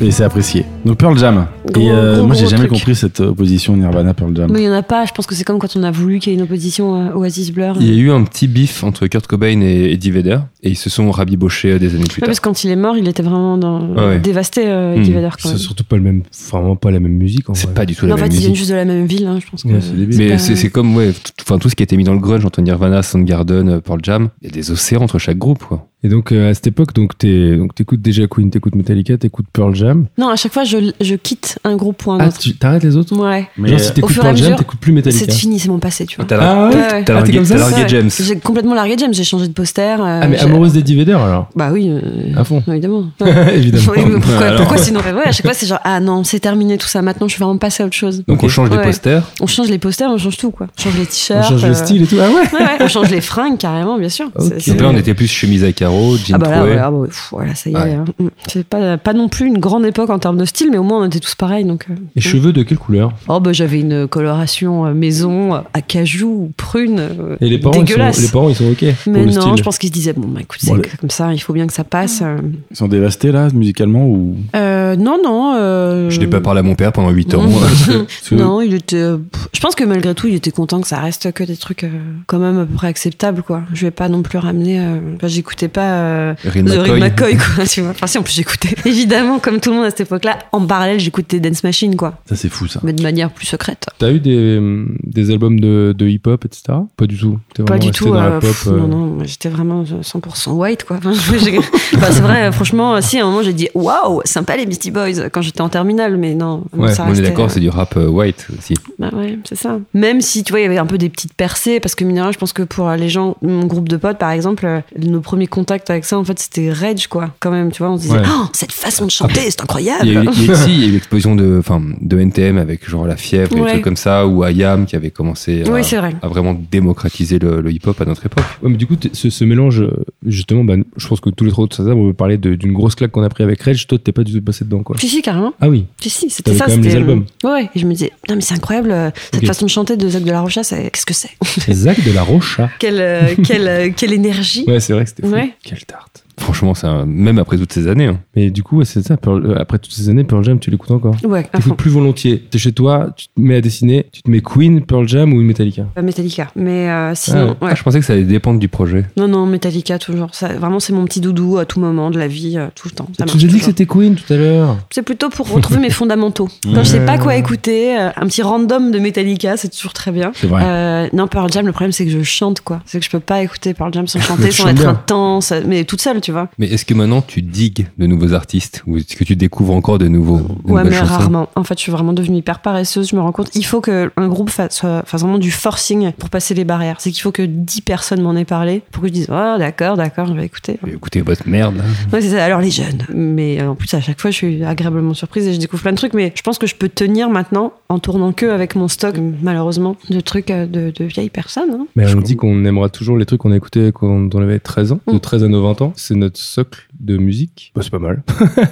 Speaker 3: Et c'est apprécié. Donc Pearl Jam.
Speaker 4: Gros,
Speaker 3: et euh,
Speaker 4: gros,
Speaker 3: moi, j'ai
Speaker 4: gros
Speaker 3: jamais
Speaker 4: truc.
Speaker 3: compris cette opposition Nirvana-Pearl Jam.
Speaker 4: Mais il y en a pas, je pense que c'est comme quand on a voulu qu'il y ait une opposition euh, Oasis Blur.
Speaker 1: Il y a eu un petit bif entre Kurt Cobain et Eddie Vedder, et ils se sont rabibochés euh, des années plus
Speaker 4: Ouais,
Speaker 1: tard.
Speaker 4: parce que quand il est mort, il était vraiment dans...
Speaker 1: Ah ouais.
Speaker 4: dévasté, euh, Eddie
Speaker 1: Hmm,
Speaker 4: Vedder, quand
Speaker 2: C'est
Speaker 4: même.
Speaker 2: surtout pas le même, vraiment pas la même musique. en
Speaker 1: C'est
Speaker 2: vrai.
Speaker 1: pas du tout
Speaker 4: Mais
Speaker 1: la
Speaker 4: en fait,
Speaker 1: même
Speaker 4: ils viennent
Speaker 1: musique.
Speaker 4: juste de la même ville, hein, je pense. Que...
Speaker 2: Ouais, c'est débile.
Speaker 1: Mais
Speaker 4: pas-
Speaker 1: c'est c'est comme ouais, tout, enfin, tout ce qui a été mis dans le grunge entre Nirvana, Soundgarden, euh, Pearl Jam, il y a des océans entre chaque groupe. Quoi.
Speaker 2: Et donc, euh, à cette époque, donc t'es- donc, t'écoutes déjà Queen, t'écoutes Metallica, t'écoutes Pearl Jam.
Speaker 4: Non, à chaque fois, je, je quitte un groupe pour un
Speaker 2: Ah,
Speaker 4: autre.
Speaker 2: tu- t'arrêtes les autres
Speaker 4: Ouais.
Speaker 3: Mais
Speaker 2: Genre,
Speaker 3: euh,
Speaker 2: si
Speaker 4: au
Speaker 2: t'écoutes
Speaker 4: fur et à
Speaker 2: Pearl Jam,
Speaker 4: mesure,
Speaker 2: t'écoutes plus Metallica.
Speaker 4: C'est fini, c'est mon passé, tu vois.
Speaker 1: T'as
Speaker 2: Ah ouais
Speaker 4: Ouais, ouais.
Speaker 1: t'as
Speaker 2: Ah, t'es
Speaker 1: largué,
Speaker 2: comme ça
Speaker 1: t'as largué
Speaker 4: Ouais.
Speaker 1: James.
Speaker 4: J'ai complètement largué James, j'ai changé de poster. euh,
Speaker 2: Ah, mais
Speaker 4: j'ai-
Speaker 2: amoureuse d'Eddie Vedder alors
Speaker 4: Bah oui, euh,
Speaker 2: À fond.
Speaker 4: évidemment.
Speaker 2: [LAUGHS] Évidemment.
Speaker 4: [LAUGHS] Oui, mais pourquoi,
Speaker 1: Alors.
Speaker 4: pourquoi sinon Ouais, à chaque fois, c'est genre, ah non, c'est terminé tout ça, maintenant je suis vraiment passé à autre chose.
Speaker 1: Donc on
Speaker 2: Ok.
Speaker 1: change les
Speaker 4: Ouais.
Speaker 1: posters.
Speaker 4: On change les posters, on change tout, quoi. On change les
Speaker 2: On
Speaker 4: t-shirts.
Speaker 2: change le
Speaker 4: euh,
Speaker 2: style et tout. Ah ouais
Speaker 4: [LAUGHS] Ouais, ouais, on change les fringues, carrément, bien sûr.
Speaker 2: Ok.
Speaker 4: C'est- c'est-
Speaker 1: Donc là, on était plus chemise à carreaux, jean
Speaker 4: Ah bah là,
Speaker 1: troué.
Speaker 4: ouais, ah bah ouais, pff, voilà, ça y est.
Speaker 1: Ouais.
Speaker 4: hein. Mm. C'est pas, pas non plus une grande époque en termes de style, mais au moins on était tous pareils. Donc, euh.
Speaker 2: Et cheveux de quelle couleur
Speaker 4: Oh bah j'avais une coloration euh, maison, euh, acajou, ou prune, euh,
Speaker 2: Et les parents, ils
Speaker 4: dégueulasse.
Speaker 2: sont, les parents, ils sont OK pour
Speaker 4: Mais
Speaker 2: le
Speaker 4: non,
Speaker 2: style.
Speaker 4: je pense qu'ils se disaient, bon bah écoute, c'est
Speaker 3: Bon,
Speaker 4: que- comme ça, il faut bien que ça passe. euh.
Speaker 3: Ils sont dévastés là, musicalement ou.
Speaker 4: Euh, non, non. euh, mm.
Speaker 1: Je n'ai pas parlé à mon père pendant 8 [LAUGHS] ans. euh,
Speaker 4: Non, il était. euh, pff, Je pense que malgré tout, il était content que ça reste que des trucs euh, quand même à peu près acceptables, quoi. Je vais pas non plus ramener. euh, enfin, j'écoutais pas euh,
Speaker 1: Erin
Speaker 4: The Ring McCoy, quoi. Tu vois. Enfin, si, en plus, j'écoutais. [LAUGHS] Évidemment, comme tout le monde à cette époque-là, en parallèle, j'écoutais Dance Machine, quoi.
Speaker 3: Ça, c'est fou ça.
Speaker 4: Mais de manière plus secrète.
Speaker 2: T'as eu des, hum, des albums de, de hip-hop, etc. Pas du tout. T'es
Speaker 4: Pas
Speaker 2: vraiment
Speaker 4: du
Speaker 2: resté
Speaker 4: tout.
Speaker 2: dans
Speaker 4: euh,
Speaker 2: la pop.
Speaker 4: pff,
Speaker 2: euh,
Speaker 4: Non, non, moi, j'étais vraiment euh, 100% white, quoi. [LAUGHS] Enfin, j'ai- enfin, c'est vrai, euh, franchement, si, à un moment, j'ai dit, waouh, sympa les Beastie Boys quand j'étais en terminale, mais non. vraiment,
Speaker 2: Ouais,
Speaker 4: ça
Speaker 1: On est
Speaker 4: restait,
Speaker 1: d'accord,
Speaker 4: euh,
Speaker 1: c'est du rap euh, white aussi.
Speaker 4: Bah ouais, c'est ça. Même si, tu vois, il y avait un peu des petites percées, parce que mine de rien, je pense que pour euh, les gens, mon groupe de potes, par exemple, euh, nos premiers contacts avec ça, en fait, c'était Rage, quoi. Quand même, tu vois, on se disait,
Speaker 2: Ouais. Ah,
Speaker 4: oh, cette façon de chanter, c'est incroyable.
Speaker 1: Il y a eu, il y a eu- si, il y a eu l'explosion de, enfin, de NTM avec genre la fièvre et des
Speaker 4: Ouais.
Speaker 1: trucs comme ça, ou IAM qui avait commencé à,
Speaker 4: Oui, c'est vrai.
Speaker 1: à vraiment démocratiser le, le hip-hop à notre époque.
Speaker 2: Ouais, mais du coup, t'es- ce, ce mélange, euh, justement, bah, je pense que tous les trois autres, ça, ça, on peut parler de- d'une grosse claque qu'on a pris avec Rage. Toi, t'es pas du tout passé dedans, quoi.
Speaker 4: Si, si, carrément.
Speaker 2: Ah oui.
Speaker 4: Si, si, c'était
Speaker 2: T'avais
Speaker 4: ça.
Speaker 2: quand même
Speaker 4: c'était,
Speaker 2: les
Speaker 4: euh,
Speaker 2: albums.
Speaker 4: Ouais, ouais. Et je me disais, non, mais c'est incroyable, euh, cette
Speaker 2: Ok.
Speaker 4: façon de chanter de Zach de la Rocha, c'est... qu'est-ce que c'est
Speaker 2: Zach de la Rocha. [LAUGHS]
Speaker 4: quelle, euh, quelle, euh, quelle énergie.
Speaker 2: Ouais, c'est vrai que c'était fou.
Speaker 4: Ouais.
Speaker 2: Quelle tarte.
Speaker 1: Franchement, c'est un- même après toutes ces années. hein.
Speaker 2: Mais du coup, ouais, c'est ça. Pearl- euh, après toutes ces années, Pearl Jam, tu l'écoutes encore.
Speaker 4: Ouais, à fond.
Speaker 2: T'écoutes plus volontiers. T'es chez toi, tu te mets à dessiner, tu te mets Queen, Pearl Jam ou Metallica.
Speaker 4: Pas Metallica. Mais euh,
Speaker 2: Ah
Speaker 4: sinon,
Speaker 2: ouais.
Speaker 4: ouais.
Speaker 1: Ah, je pensais que ça allait dépendre du projet.
Speaker 4: Non, non, Metallica, toujours. Ça, vraiment, c'est mon petit doudou à tout moment de la vie, euh, tout le temps. Ça
Speaker 2: tu
Speaker 4: marche
Speaker 2: nous as dit que
Speaker 4: toujours.
Speaker 2: c'était Queen tout à l'heure.
Speaker 4: C'est plutôt pour retrouver
Speaker 2: [LAUGHS]
Speaker 4: mes fondamentaux. Quand je sais pas quoi écouter, euh, un petit random de Metallica, c'est toujours très bien.
Speaker 3: C'est [LAUGHS] vrai.
Speaker 4: Euh, non, Pearl Jam, le problème c'est que je chante quoi. C'est que je peux pas écouter
Speaker 2: [LAUGHS]
Speaker 4: Pearl Jam sans chanter,
Speaker 2: tu
Speaker 4: sans
Speaker 2: chantes
Speaker 4: être
Speaker 2: bien.
Speaker 4: intense, mais toute seule, tu vois.
Speaker 1: Mais est-ce que maintenant tu digues de nouveaux artistes ou est-ce que tu découvres encore de nouveaux de
Speaker 4: Ouais,
Speaker 1: nouvelles
Speaker 4: mais
Speaker 1: chansons
Speaker 4: rarement. En fait, je suis vraiment devenue hyper paresseuse. Je me rends compte, il faut que un groupe fasse, soit- fasse vraiment du forcing pour passer les barrières. C'est qu'il faut que 10 personnes m'en aient parlé pour que je dise, oh d'accord, d'accord, je vais écouter.
Speaker 1: Mais Eh Écoutez votre merde. hein.
Speaker 4: Ouais, c'est ça. Alors les jeunes. Mais euh, en plus, à chaque fois, je suis agréablement surprise et je découvre plein de trucs. Mais je pense que je peux tenir maintenant en tournant que avec mon stock, malheureusement, de trucs euh, de, de vieilles personnes. hein.
Speaker 2: Mais on dit qu'on aimera toujours les trucs qu'on a écoutés quand on avait 13 ans, de
Speaker 4: Mm.
Speaker 2: 13 à nos 20 ans. C'est c'est notre socle de musique. Bah, c'est pas mal.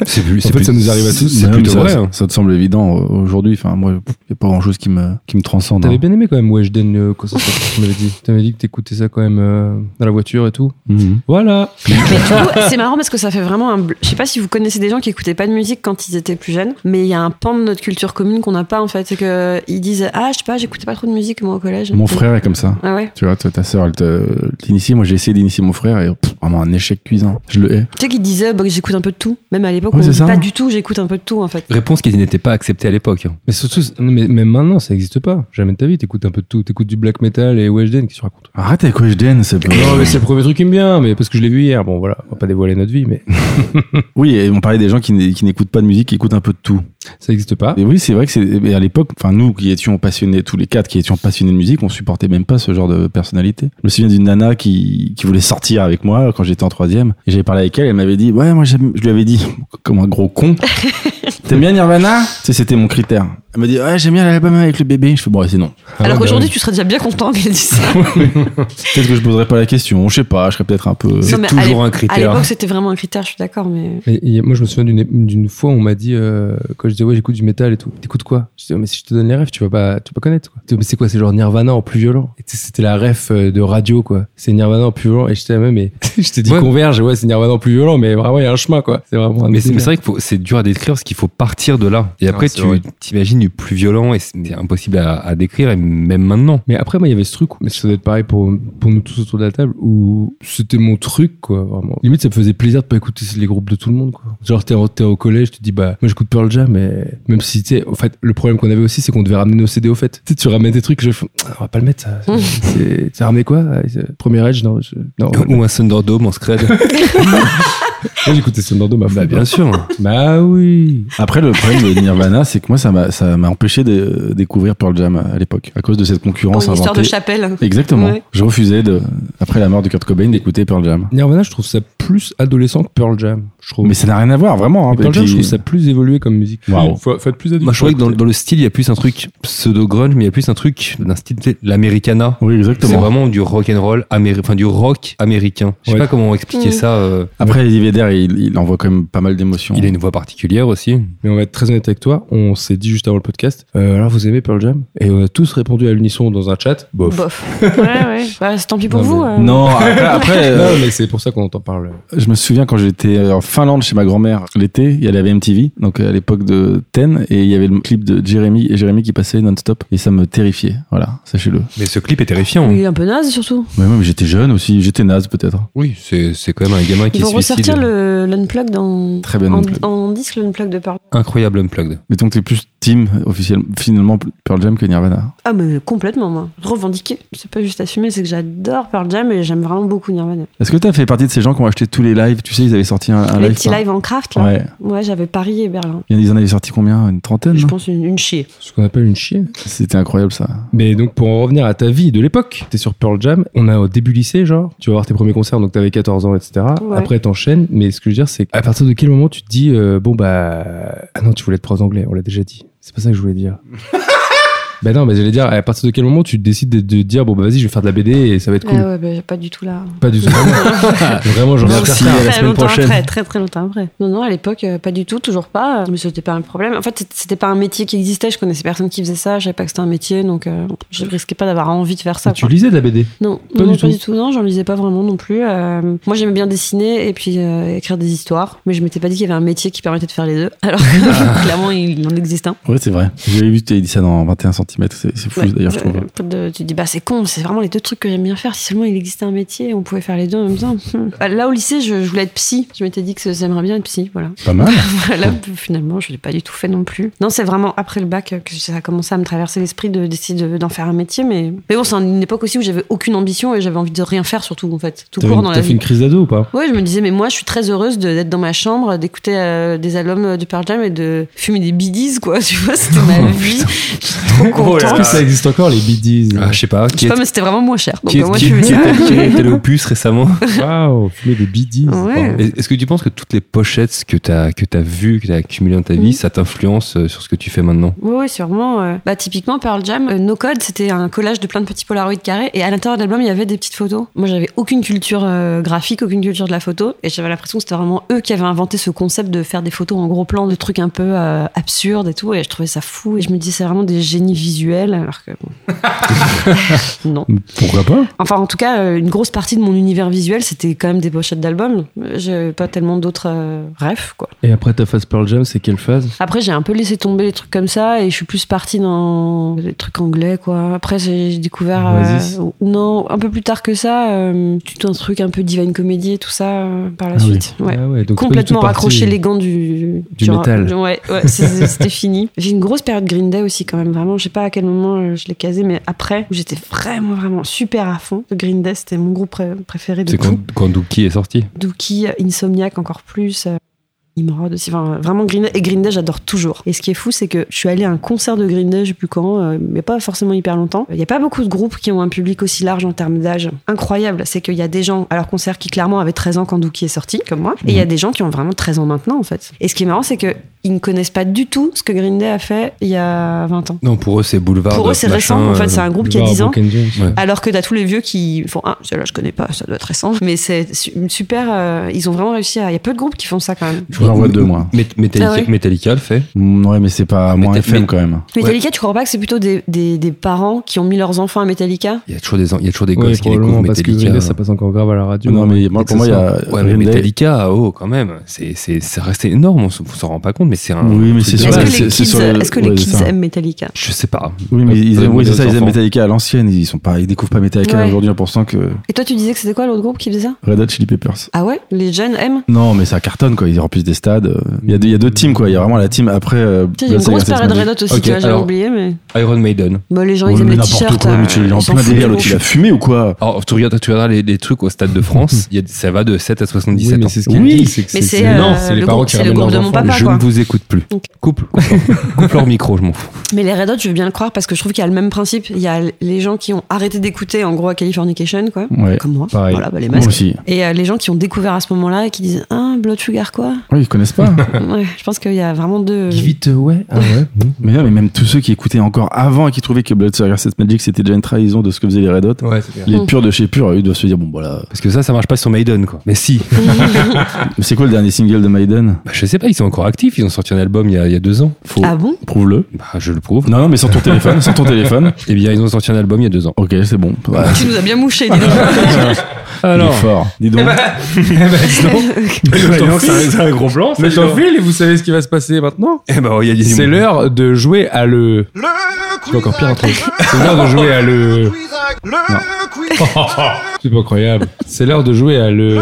Speaker 1: C'est plus-
Speaker 2: En
Speaker 1: c'est
Speaker 2: fait,
Speaker 1: plus-
Speaker 2: ça nous arrive à tous. C'est
Speaker 3: Non, mais
Speaker 2: plutôt
Speaker 3: ça,
Speaker 2: vrai.
Speaker 3: Ça,
Speaker 2: hein.
Speaker 3: ça te semble évident euh, aujourd'hui. Enfin, moi, il n'y a pas grand chose qui me, qui me transcende.
Speaker 2: T'avais
Speaker 3: hein.
Speaker 2: bien aimé quand même Weshden, euh, quand ça s'appelle, tu m'avais dit. T'avais dit que t'écoutais ça quand même euh, dans la voiture et tout.
Speaker 3: Mhm.
Speaker 2: Voilà.
Speaker 4: Mais du coup, c'est marrant parce que ça fait vraiment un. bl- Je sais pas si vous connaissez des gens qui écoutaient pas de musique quand ils étaient plus jeunes, mais il y a un pan de notre culture commune qu'on n'a pas en fait. C'est que ils disent Ah, je sais pas, j'écoutais pas trop de musique moi au collège.
Speaker 3: Mon frère est comme ça.
Speaker 4: Ah ouais.
Speaker 3: Tu vois, toi, ta sœur, elle te- t'initie. Moi, j'ai essayé d'initier mon frère et pff, vraiment un échec cuisant. Je le hais.
Speaker 4: Tu sais qu'ils disaient bah, J'écoute un peu de tout. Même à l'époque,
Speaker 3: Ouais,
Speaker 4: on
Speaker 3: c'est
Speaker 4: dit
Speaker 3: ça.
Speaker 4: pas du tout, j'écoute un peu de tout en fait.
Speaker 1: Réponse qui n'était pas acceptée à l'époque. hein.
Speaker 2: Mais surtout, c'est- mais même maintenant, ça n'existe pas. Jamais de ta vie. T'écoutes un peu de tout. T'écoutes du black metal et Weshden qui se raconte.
Speaker 3: Arrête avec Weshden, c'est pas-
Speaker 2: Non, mais c'est le premier truc qui me vient, mais parce que je l'ai vu hier. Bon, voilà, on va pas dévoiler notre vie, mais [LAUGHS]
Speaker 3: Oui, et on parlait des gens qui n- qui n'écoutent pas de musique, qui écoutent un peu de tout.
Speaker 2: ça n'existe pas.
Speaker 3: Et oui, c'est vrai que c'est et à l'époque, enfin nous qui étions passionnés tous les quatre, qui étions passionnés de musique, on supportait même pas ce genre de personnalité. Je me souviens d'une nana qui qui voulait sortir avec moi quand j'étais en troisième. Et j'avais parlé avec elle, elle m'avait dit ouais moi j'aime- je lui avais dit [LAUGHS] comme un gros con. T'aimes bien Nirvana Tu sais, c'était mon critère. Elle m'a dit ouais j'aime bien l'album avec le bébé. Je fais bon ouais, c'est non.
Speaker 2: Ah,
Speaker 4: Alors qu'aujourd'hui,
Speaker 2: bah,
Speaker 4: tu serais déjà bien content qu'elle dise ça.
Speaker 3: Peut-être que je poserais pas la question. Je sais pas. Je serais peut-être un peu.
Speaker 4: Non,
Speaker 1: C'est
Speaker 4: mais à
Speaker 1: toujours un
Speaker 4: À
Speaker 1: critère.
Speaker 4: l'époque, c'était vraiment un critère, je suis d'accord, mais.
Speaker 2: Et- et moi, je me souviens d'une- d'une fois, on m'a dit, euh, quand je disais, ouais, j'écoute du métal et tout. T'écoutes quoi Je disais, oh, mais si je te donne les refs, tu vas pas, tu vas pas connaître, quoi. Tu sais, Mais c'est quoi C'est genre Nirvana en plus violent. Et tu sais, C'était la ref euh, de radio, quoi. C'est Nirvana en plus violent. Et j'étais, ah, ouais, mais [LAUGHS] je t'ai dit
Speaker 1: Ouais.
Speaker 2: converge, ouais, c'est Nirvana en plus violent, mais vraiment, il y a un chemin, quoi. C'est vraiment un
Speaker 1: Mais c'est mais
Speaker 2: délire.
Speaker 1: c'est vrai que faut- c'est dur à décrire parce qu'il faut partir de là. Et
Speaker 2: Non,
Speaker 1: après,
Speaker 2: c'est vrai.
Speaker 1: tu t'imagines du plus violent et c'est impossible à, à décrire, et même maintenant.
Speaker 2: Mais après, moi, il y avait ce truc, mais ça doit être pareil pour, pour nous tous autour de la table, où c'était mon truc, quoi, vraiment. Limite, ça me faisait plaisir de pas écouter les groupes de tout le monde, quoi. Genre, t'es, en- t'es au collège, tu te dis, bah, moi, j'écoute Pearl Jam, mais même si, tu sais, en fait, le problème qu'on avait aussi, c'est qu'on devait ramener nos CD au fait. Tu sais, tu ramènes des trucs, je fais, Ah, on va pas le mettre, ça.
Speaker 1: [LAUGHS]
Speaker 4: Mm.
Speaker 2: C'est, t'as ramené quoi Ah, c'est- Premier Edge Non, je- non.
Speaker 1: Ou un Thunderdome en scred.
Speaker 2: Moi, j'écoutais Thunderdome à fond.
Speaker 1: bah, [LAUGHS] bien sûr.
Speaker 2: Bah oui.
Speaker 3: Après le problème de Nirvana, c'est que moi ça m'a ça m'a empêché de découvrir Pearl Jam à l'époque à cause de cette
Speaker 4: Pour
Speaker 3: concurrence
Speaker 4: une histoire de
Speaker 3: inventée.
Speaker 4: chapelle.
Speaker 3: Exactement.
Speaker 4: Ouais.
Speaker 3: Je refusais de après la mort de Kurt Cobain d'écouter Pearl Jam.
Speaker 2: Nirvana, je trouve ça plus adolescent que Pearl Jam, je trouve.
Speaker 3: Mais ça n'a rien à voir, vraiment. hein.
Speaker 2: Mais Pearl
Speaker 3: Et
Speaker 2: Jam, je
Speaker 3: puis-
Speaker 2: trouve ça plus évolué comme musique.
Speaker 3: Waouh.
Speaker 2: Faut, faut être plus adulte.
Speaker 1: Moi, je trouvais que dans, dans le style, il y a plus un truc pseudo-grunge, mais il y a plus un truc d'un style, tu sais, l'americana.
Speaker 3: Oui,
Speaker 1: C'est
Speaker 3: exactement.
Speaker 1: vraiment du rock and roll, améri- enfin du rock américain. Je sais
Speaker 2: Ouais.
Speaker 1: pas comment expliquer
Speaker 4: Mmh.
Speaker 1: ça. euh,
Speaker 3: Après, Eddie Vedder, il, il envoie quand même pas mal d'émotions.
Speaker 1: il a une voix particulière aussi.
Speaker 2: Mais on va être très honnête avec toi, on s'est dit juste avant le podcast, euh, alors vous aimez Pearl Jam Et on a tous répondu à l'unisson dans un chat,
Speaker 4: [LAUGHS]
Speaker 2: bof.
Speaker 3: [LAUGHS]
Speaker 4: Bof. Ouais, ouais. Bah, c'est tant pis pour
Speaker 2: Non,
Speaker 4: vous.
Speaker 2: mais-
Speaker 4: euh.
Speaker 3: Non, après, après, euh,
Speaker 2: Non, mais c'est pour ça qu'on en parle.
Speaker 3: je me souviens quand j'étais euh, en Finlande chez ma grand-mère l'été, il y avait MTV, donc euh, à l'époque de Ten, et il y avait le clip de Jérémy et Jérémy qui passait non-stop, et ça me terrifiait. Voilà, sachez-le.
Speaker 1: Mais ce clip est terrifiant.
Speaker 4: Il est un peu naze surtout.
Speaker 3: Mais même j'étais jeune aussi, j'étais naze peut-être.
Speaker 1: Oui, c'est c'est quand même un gamin qui
Speaker 4: Ils
Speaker 1: se
Speaker 4: vont
Speaker 1: suicide.
Speaker 4: ressortir le l'unplug dans
Speaker 3: Très bien.
Speaker 4: en,
Speaker 3: non plus.
Speaker 4: en disque l'unplug de Pearl.
Speaker 1: Incroyable Unplugged.
Speaker 3: Mais donc t'es plus team officiellement, finalement Pearl Jam que Nirvana.
Speaker 4: Ah mais complètement moi. Revendiquer. C'est pas juste assumer, c'est que j'adore Pearl Jam et j'aime vraiment beaucoup Nirvana.
Speaker 3: Est-ce que t'as fait partie de ces gens qui ont acheté tous les lives Tu sais, ils avaient sorti un, un
Speaker 4: Les
Speaker 3: live.
Speaker 4: petits
Speaker 3: par-
Speaker 4: lives en craft là. Ouais,
Speaker 3: Ouais.
Speaker 4: j'avais Paris et Berlin.
Speaker 3: Ils en avaient sorti combien Une trentaine
Speaker 4: Je
Speaker 3: non
Speaker 4: pense une, une chier.
Speaker 2: Ce qu'on appelle une chienne.
Speaker 3: C'était incroyable ça.
Speaker 2: Mais donc pour en revenir à ta vie de l'époque, t'es sur Pearl Jam, on a au début lycée genre, tu vas voir tes premiers concerts donc t'avais 14 ans etc.
Speaker 4: Ouais.
Speaker 2: Après t'enchaînes, mais ce que je veux dire c'est à partir de quel moment tu te dis euh, bon bah ah non tu voulais être prof d'anglais, on l'a déjà dit. C'est pas ça que je voulais dire. ben non, mais j'allais dire à partir de quel moment tu décides de, de dire bon bah vas-y je vais faire de la BD et ça va être cool.
Speaker 4: Ah ouais, bah, pas du tout là.
Speaker 2: Pas du tout. Vraiment, je
Speaker 4: Non,
Speaker 2: regarde
Speaker 4: c'est
Speaker 2: ça.
Speaker 3: à la
Speaker 4: très
Speaker 3: semaine
Speaker 4: longtemps
Speaker 3: prochaine.
Speaker 4: après, très très longtemps après. Non, non, à l'époque, euh, pas du tout, toujours pas. euh, Mais c'était pas un problème. En fait, c'était- c'était pas un métier qui existait. Je connaissais personne qui faisait ça. Je savais pas que c'était un métier, donc euh, je risquais pas d'avoir envie de faire ça.
Speaker 2: Tu
Speaker 4: quoi.
Speaker 2: lisais de la BD
Speaker 4: Non,
Speaker 2: Pas
Speaker 4: non,
Speaker 2: du
Speaker 4: pas
Speaker 2: tout.
Speaker 4: du tout. Non, j'en lisais pas vraiment non plus. Euh, moi, j'aimais bien dessiner et puis euh, écrire des histoires, mais je m'étais pas dit qu'il y avait un métier qui permettait de faire les deux. [LAUGHS] Alors que clairement, il en existe un.
Speaker 3: Ouais, c'est vrai. J'avais vu que tu avais dit ça dans 21 cm. C'est c'est fou
Speaker 4: Ouais.
Speaker 3: d'ailleurs, je
Speaker 4: Euh,
Speaker 3: trouve.
Speaker 4: de- tu te dis bah c'est con, c'est vraiment les deux trucs que j'aime bien faire. Si seulement il existait un métier, on pouvait faire les deux en même temps. Hmm. Bah, Là au lycée, je, je voulais être psy. Je m'étais dit que j'aimerais bien être psy, voilà. [LAUGHS]
Speaker 3: Pas mal.
Speaker 4: Voilà, finalement, je l'ai pas du tout fait non plus. Non, c'est vraiment après le bac que ça a commencé à me traverser l'esprit de décider de- d'en faire un métier. Mais, mais bon, c'est une époque aussi où j'avais aucune ambition et j'avais envie de rien faire, surtout en fait, tout
Speaker 2: T'as
Speaker 4: court dans
Speaker 2: fait
Speaker 4: la vie.
Speaker 2: une crise d'ado ou pas
Speaker 4: Ouais, je me disais, mais moi, je suis très heureuse de- d'être dans ma chambre, d'écouter [LAUGHS] Bah
Speaker 1: Oh, [LAUGHS]
Speaker 4: euh, des albums euh, de Pearl Jam et de fumer des bidis, quoi. Tu vois, c'était ma vie. Je suis trop contente.
Speaker 2: Est-ce que ça existe encore les BDs
Speaker 1: Ah, je sais pas. Oh, Qui
Speaker 4: Je sais
Speaker 1: est,
Speaker 4: pas, mais c'était vraiment moins cher. Donc
Speaker 1: qui est,
Speaker 4: euh, moi,
Speaker 1: qui
Speaker 4: je
Speaker 1: est-
Speaker 4: suis
Speaker 1: qui est- qui est- qui est allé au puce
Speaker 4: [LAUGHS]
Speaker 1: récemment
Speaker 2: Waouh, fumer des BDs.
Speaker 4: Ouais.
Speaker 1: Et- Est-ce que tu penses que toutes les pochettes que t'as que t'as vues, que t'as accumulées dans ta
Speaker 4: Mm.
Speaker 1: vie, ça t'influence euh, sur ce que tu fais maintenant
Speaker 4: Oui, oui, sûrement. euh. Bah, typiquement, Pearl Jam, euh, No Code, c'était un collage de plein de petits Polaroid carrés. Et à l'intérieur de l'album, il y avait des petites photos. Moi, j'avais aucune culture euh, graphique, aucune culture de la photo. Et j'avais l'impression que c'était vraiment eux qui avaient inventé ce concept de faire des photos en gros plan, de trucs un peu euh, absurdes et tout. Et je trouvais ça fou. Et je me disais, c'est vraiment des génies visuels. Alors que. bon. [LAUGHS] non.
Speaker 2: Pourquoi pas
Speaker 4: Enfin, en tout cas, euh, une grosse partie de mon univers visuel, c'était quand même des pochettes d'albums. Euh, J'avais pas tellement d'autres euh, rêves, quoi.
Speaker 2: Et après ta phase Pearl Jam, c'est quelle phase
Speaker 4: Après, j'ai un peu laissé tomber les trucs comme ça et je suis plus partie dans les trucs anglais, quoi. Après, j'ai j'ai découvert.
Speaker 2: Oasis.
Speaker 4: euh, non, un peu plus tard que ça, euh, tout un truc un peu divine comedy et tout ça euh, par la
Speaker 2: Ah oui.
Speaker 4: suite. Ouais.
Speaker 2: Ah ouais, donc
Speaker 4: Complètement raccroché
Speaker 2: raccroché
Speaker 4: les gants du,
Speaker 1: Du métal.
Speaker 4: Ouais, ouais, c'est- c'était fini. J'ai une grosse période Green Day aussi, quand même, vraiment. Je sais pas à quel moment euh, je l'ai casé, mais après, où j'étais vraiment, vraiment super à fond. Green Day, c'était mon groupe pré- préféré de
Speaker 1: C'est
Speaker 4: tout.
Speaker 1: quand, quand Dookie est sorti.
Speaker 4: Dookie, Insomniac encore plus. euh, Nimrod aussi, enfin, vraiment Green Day. Et Green Day, j'adore toujours. Et ce qui est fou, c'est que je suis allée à un concert de Green Day, je sais plus quand, euh, mais pas forcément hyper longtemps. Il n'y a pas beaucoup de groupes qui ont un public aussi large en termes d'âge. Incroyable, c'est qu'il y a des gens à leur concert qui clairement avaient 13 ans quand Dookie est sorti, comme moi, et il y a des gens qui ont vraiment 13 ans maintenant, en fait. Et ce qui est marrant, c'est que ils ne connaissent pas du tout ce que Green Day a fait il y a 20 ans.
Speaker 1: Non, pour eux, c'est boulevard. euh,
Speaker 4: Pour eux, c'est récent. En fait, c'est un groupe qui a 10 ans.
Speaker 1: Ouais.
Speaker 4: Alors que t'as tous les vieux qui font Ah, celle-là, je connais pas, ça doit être récent. Mais c'est su- super. euh, ils ont vraiment réussi à. Il y a peu de groupes qui font ça quand même.
Speaker 3: Je vous envoie deux, moi.
Speaker 1: Metallica,
Speaker 4: Ah ouais
Speaker 1: Metallica le fait.
Speaker 3: Mm, Ouais, mais c'est pas
Speaker 1: Mais
Speaker 3: moins
Speaker 1: t'as-
Speaker 3: FM
Speaker 1: mais-
Speaker 3: quand même.
Speaker 1: Ouais.
Speaker 4: Metallica, tu crois pas que c'est plutôt des, des, des parents qui ont mis leurs enfants à Metallica
Speaker 1: Il y a toujours des, en- il y a toujours des
Speaker 2: Ouais,
Speaker 1: gosses qui découvrent
Speaker 2: probablement parce que Green
Speaker 1: Metallica.
Speaker 2: Day, ça passe encore grave à la radio. hein.
Speaker 3: Non, mais moi,
Speaker 2: Dès que
Speaker 3: pour moi,
Speaker 2: ça
Speaker 3: il y
Speaker 2: sort.
Speaker 3: a
Speaker 1: Ouais, mais
Speaker 3: Green Day-
Speaker 1: Metallica, oh, quand même, c'est, c'est, ça reste énorme, on s- on s'en rend pas compte, mais c'est un.
Speaker 3: Oui, mais
Speaker 1: truc
Speaker 3: c'est
Speaker 1: de
Speaker 4: Est-ce
Speaker 3: sûr,
Speaker 1: dingue.
Speaker 4: que
Speaker 3: c'est-
Speaker 4: les
Speaker 3: c'est
Speaker 4: kids,
Speaker 3: sur le-
Speaker 4: est-ce que les
Speaker 3: ouais, c'est
Speaker 4: kids
Speaker 3: ça.
Speaker 4: aiment Metallica
Speaker 1: Je sais pas.
Speaker 3: Oui, mais ils
Speaker 1: Euh,
Speaker 3: aiment, oui,
Speaker 1: les
Speaker 3: c'est ça, ils aiment
Speaker 1: enfants.
Speaker 3: Metallica à l'ancienne. Ils sont pas, ils découvrent pas Metallica
Speaker 4: Ouais.
Speaker 3: aujourd'hui en pensant que
Speaker 4: Et toi, tu disais que c'était quoi l'autre groupe qui faisait ça
Speaker 3: Red Hot Chili Peppers.
Speaker 4: Ah ouais Les jeunes aiment
Speaker 3: Non, mais ça cartonne quoi. Ils remplissent des stades. euh. Il y a deux, il y a deux teams quoi. Il y a vraiment la team après. euh,
Speaker 4: Tu sais, J'ai une
Speaker 3: Blood
Speaker 4: grosse
Speaker 3: Saga,
Speaker 4: période
Speaker 3: Sex
Speaker 4: Red Hot aussi,
Speaker 1: Ok,
Speaker 4: tu vois, j'avais
Speaker 1: alors-
Speaker 4: oublié, mais.
Speaker 1: Iron Maiden.
Speaker 4: Bah, les
Speaker 3: Magic.
Speaker 4: gens, ils
Speaker 3: Oh,
Speaker 4: aiment
Speaker 3: mais
Speaker 4: les
Speaker 3: N'importe
Speaker 4: t-shirts.
Speaker 3: quoi, mais
Speaker 4: euh,
Speaker 3: tu il est en
Speaker 4: ils s'en
Speaker 3: plein
Speaker 4: foutent,
Speaker 3: délire.
Speaker 4: les
Speaker 3: l'autre,
Speaker 4: groupes.
Speaker 3: Il a fumé ou quoi
Speaker 1: Alors, tu regardes, tu regarderas les, les trucs au Stade de France, il y a- ça va de 7 à 77
Speaker 2: Oui, mais
Speaker 1: ans.
Speaker 2: c'est ce qu'il
Speaker 3: Oui.
Speaker 2: dit, c'est que
Speaker 4: Mais
Speaker 2: c'est-
Speaker 4: c'est,
Speaker 2: c'est- non,
Speaker 4: euh,
Speaker 2: c'est les
Speaker 4: le
Speaker 2: parents
Speaker 4: groupe-
Speaker 2: qui
Speaker 4: c'est le
Speaker 2: ramènent
Speaker 4: groupe
Speaker 2: leurs
Speaker 4: de mon
Speaker 2: enfants.
Speaker 4: papa.
Speaker 1: je
Speaker 4: quoi.
Speaker 1: ne vous écoute plus.
Speaker 4: Ok.
Speaker 1: Coupe, coupe, leur- coupe leur micro, je m'en fous.
Speaker 4: Mais les Red Hot, je veux bien le croire parce que je trouve qu'il y a le même principe. Il y a les gens qui ont arrêté d'écouter, en gros, à Californication, quoi.
Speaker 3: Ouais.
Speaker 4: Comme moi.
Speaker 2: Pareil.
Speaker 4: Voilà, bah, les
Speaker 3: Moi
Speaker 4: masques.
Speaker 3: aussi.
Speaker 4: Et euh, les gens qui ont découvert à ce moment-là et qui disent Ah, Blood Sugar quoi
Speaker 3: Oui, ils connaissent pas. hein.
Speaker 4: Ouais, je pense qu'il y a vraiment deux.
Speaker 2: it away. Ah ouais.
Speaker 3: [LAUGHS] mais non, mais même tous ceux qui écoutaient encore avant et qui trouvaient que Blood Sugar Sex Magic c'était déjà une trahison de ce que faisaient les Red Hot.
Speaker 2: Ouais, c'est clair.
Speaker 3: Les
Speaker 4: Mm.
Speaker 3: purs de chez purs, eux, ils doivent se dire bon voilà.
Speaker 1: Parce que ça, ça marche pas sur Maiden, quoi. Mais si,
Speaker 3: Mais c'est quoi le dernier single de Maiden
Speaker 1: bah, je sais pas, ils sont encore actifs, ils ont sorti un album il y a, il y a deux ans. Faux.
Speaker 4: ah
Speaker 3: [LAUGHS]
Speaker 4: bon
Speaker 3: Prouve-le.
Speaker 1: Bah, je le prouve.
Speaker 3: Non, non, mais sans ton téléphone, sans ton téléphone.
Speaker 1: Eh bien, ils ont sorti un album il y a
Speaker 2: [LAUGHS]
Speaker 1: deux ans.
Speaker 3: Ok, c'est bon. Ouais.
Speaker 4: Tu nous as bien mouché,
Speaker 3: [LAUGHS]
Speaker 4: dis donc.
Speaker 3: Il est [LAUGHS] fort.
Speaker 2: [LAUGHS]
Speaker 3: Dis donc.
Speaker 4: [LAUGHS]
Speaker 2: c'est un gros blanc. Mais t'en files et vous savez ce qui va se passer maintenant
Speaker 1: Eh ben, il y a des-
Speaker 2: C'est l'heure de jouer à le.
Speaker 6: Le
Speaker 2: C'est encore pire entre
Speaker 6: truc.
Speaker 2: C'est l'heure de jouer à le.
Speaker 6: Le
Speaker 2: C'est pas incroyable. C'est l'heure de jouer à le.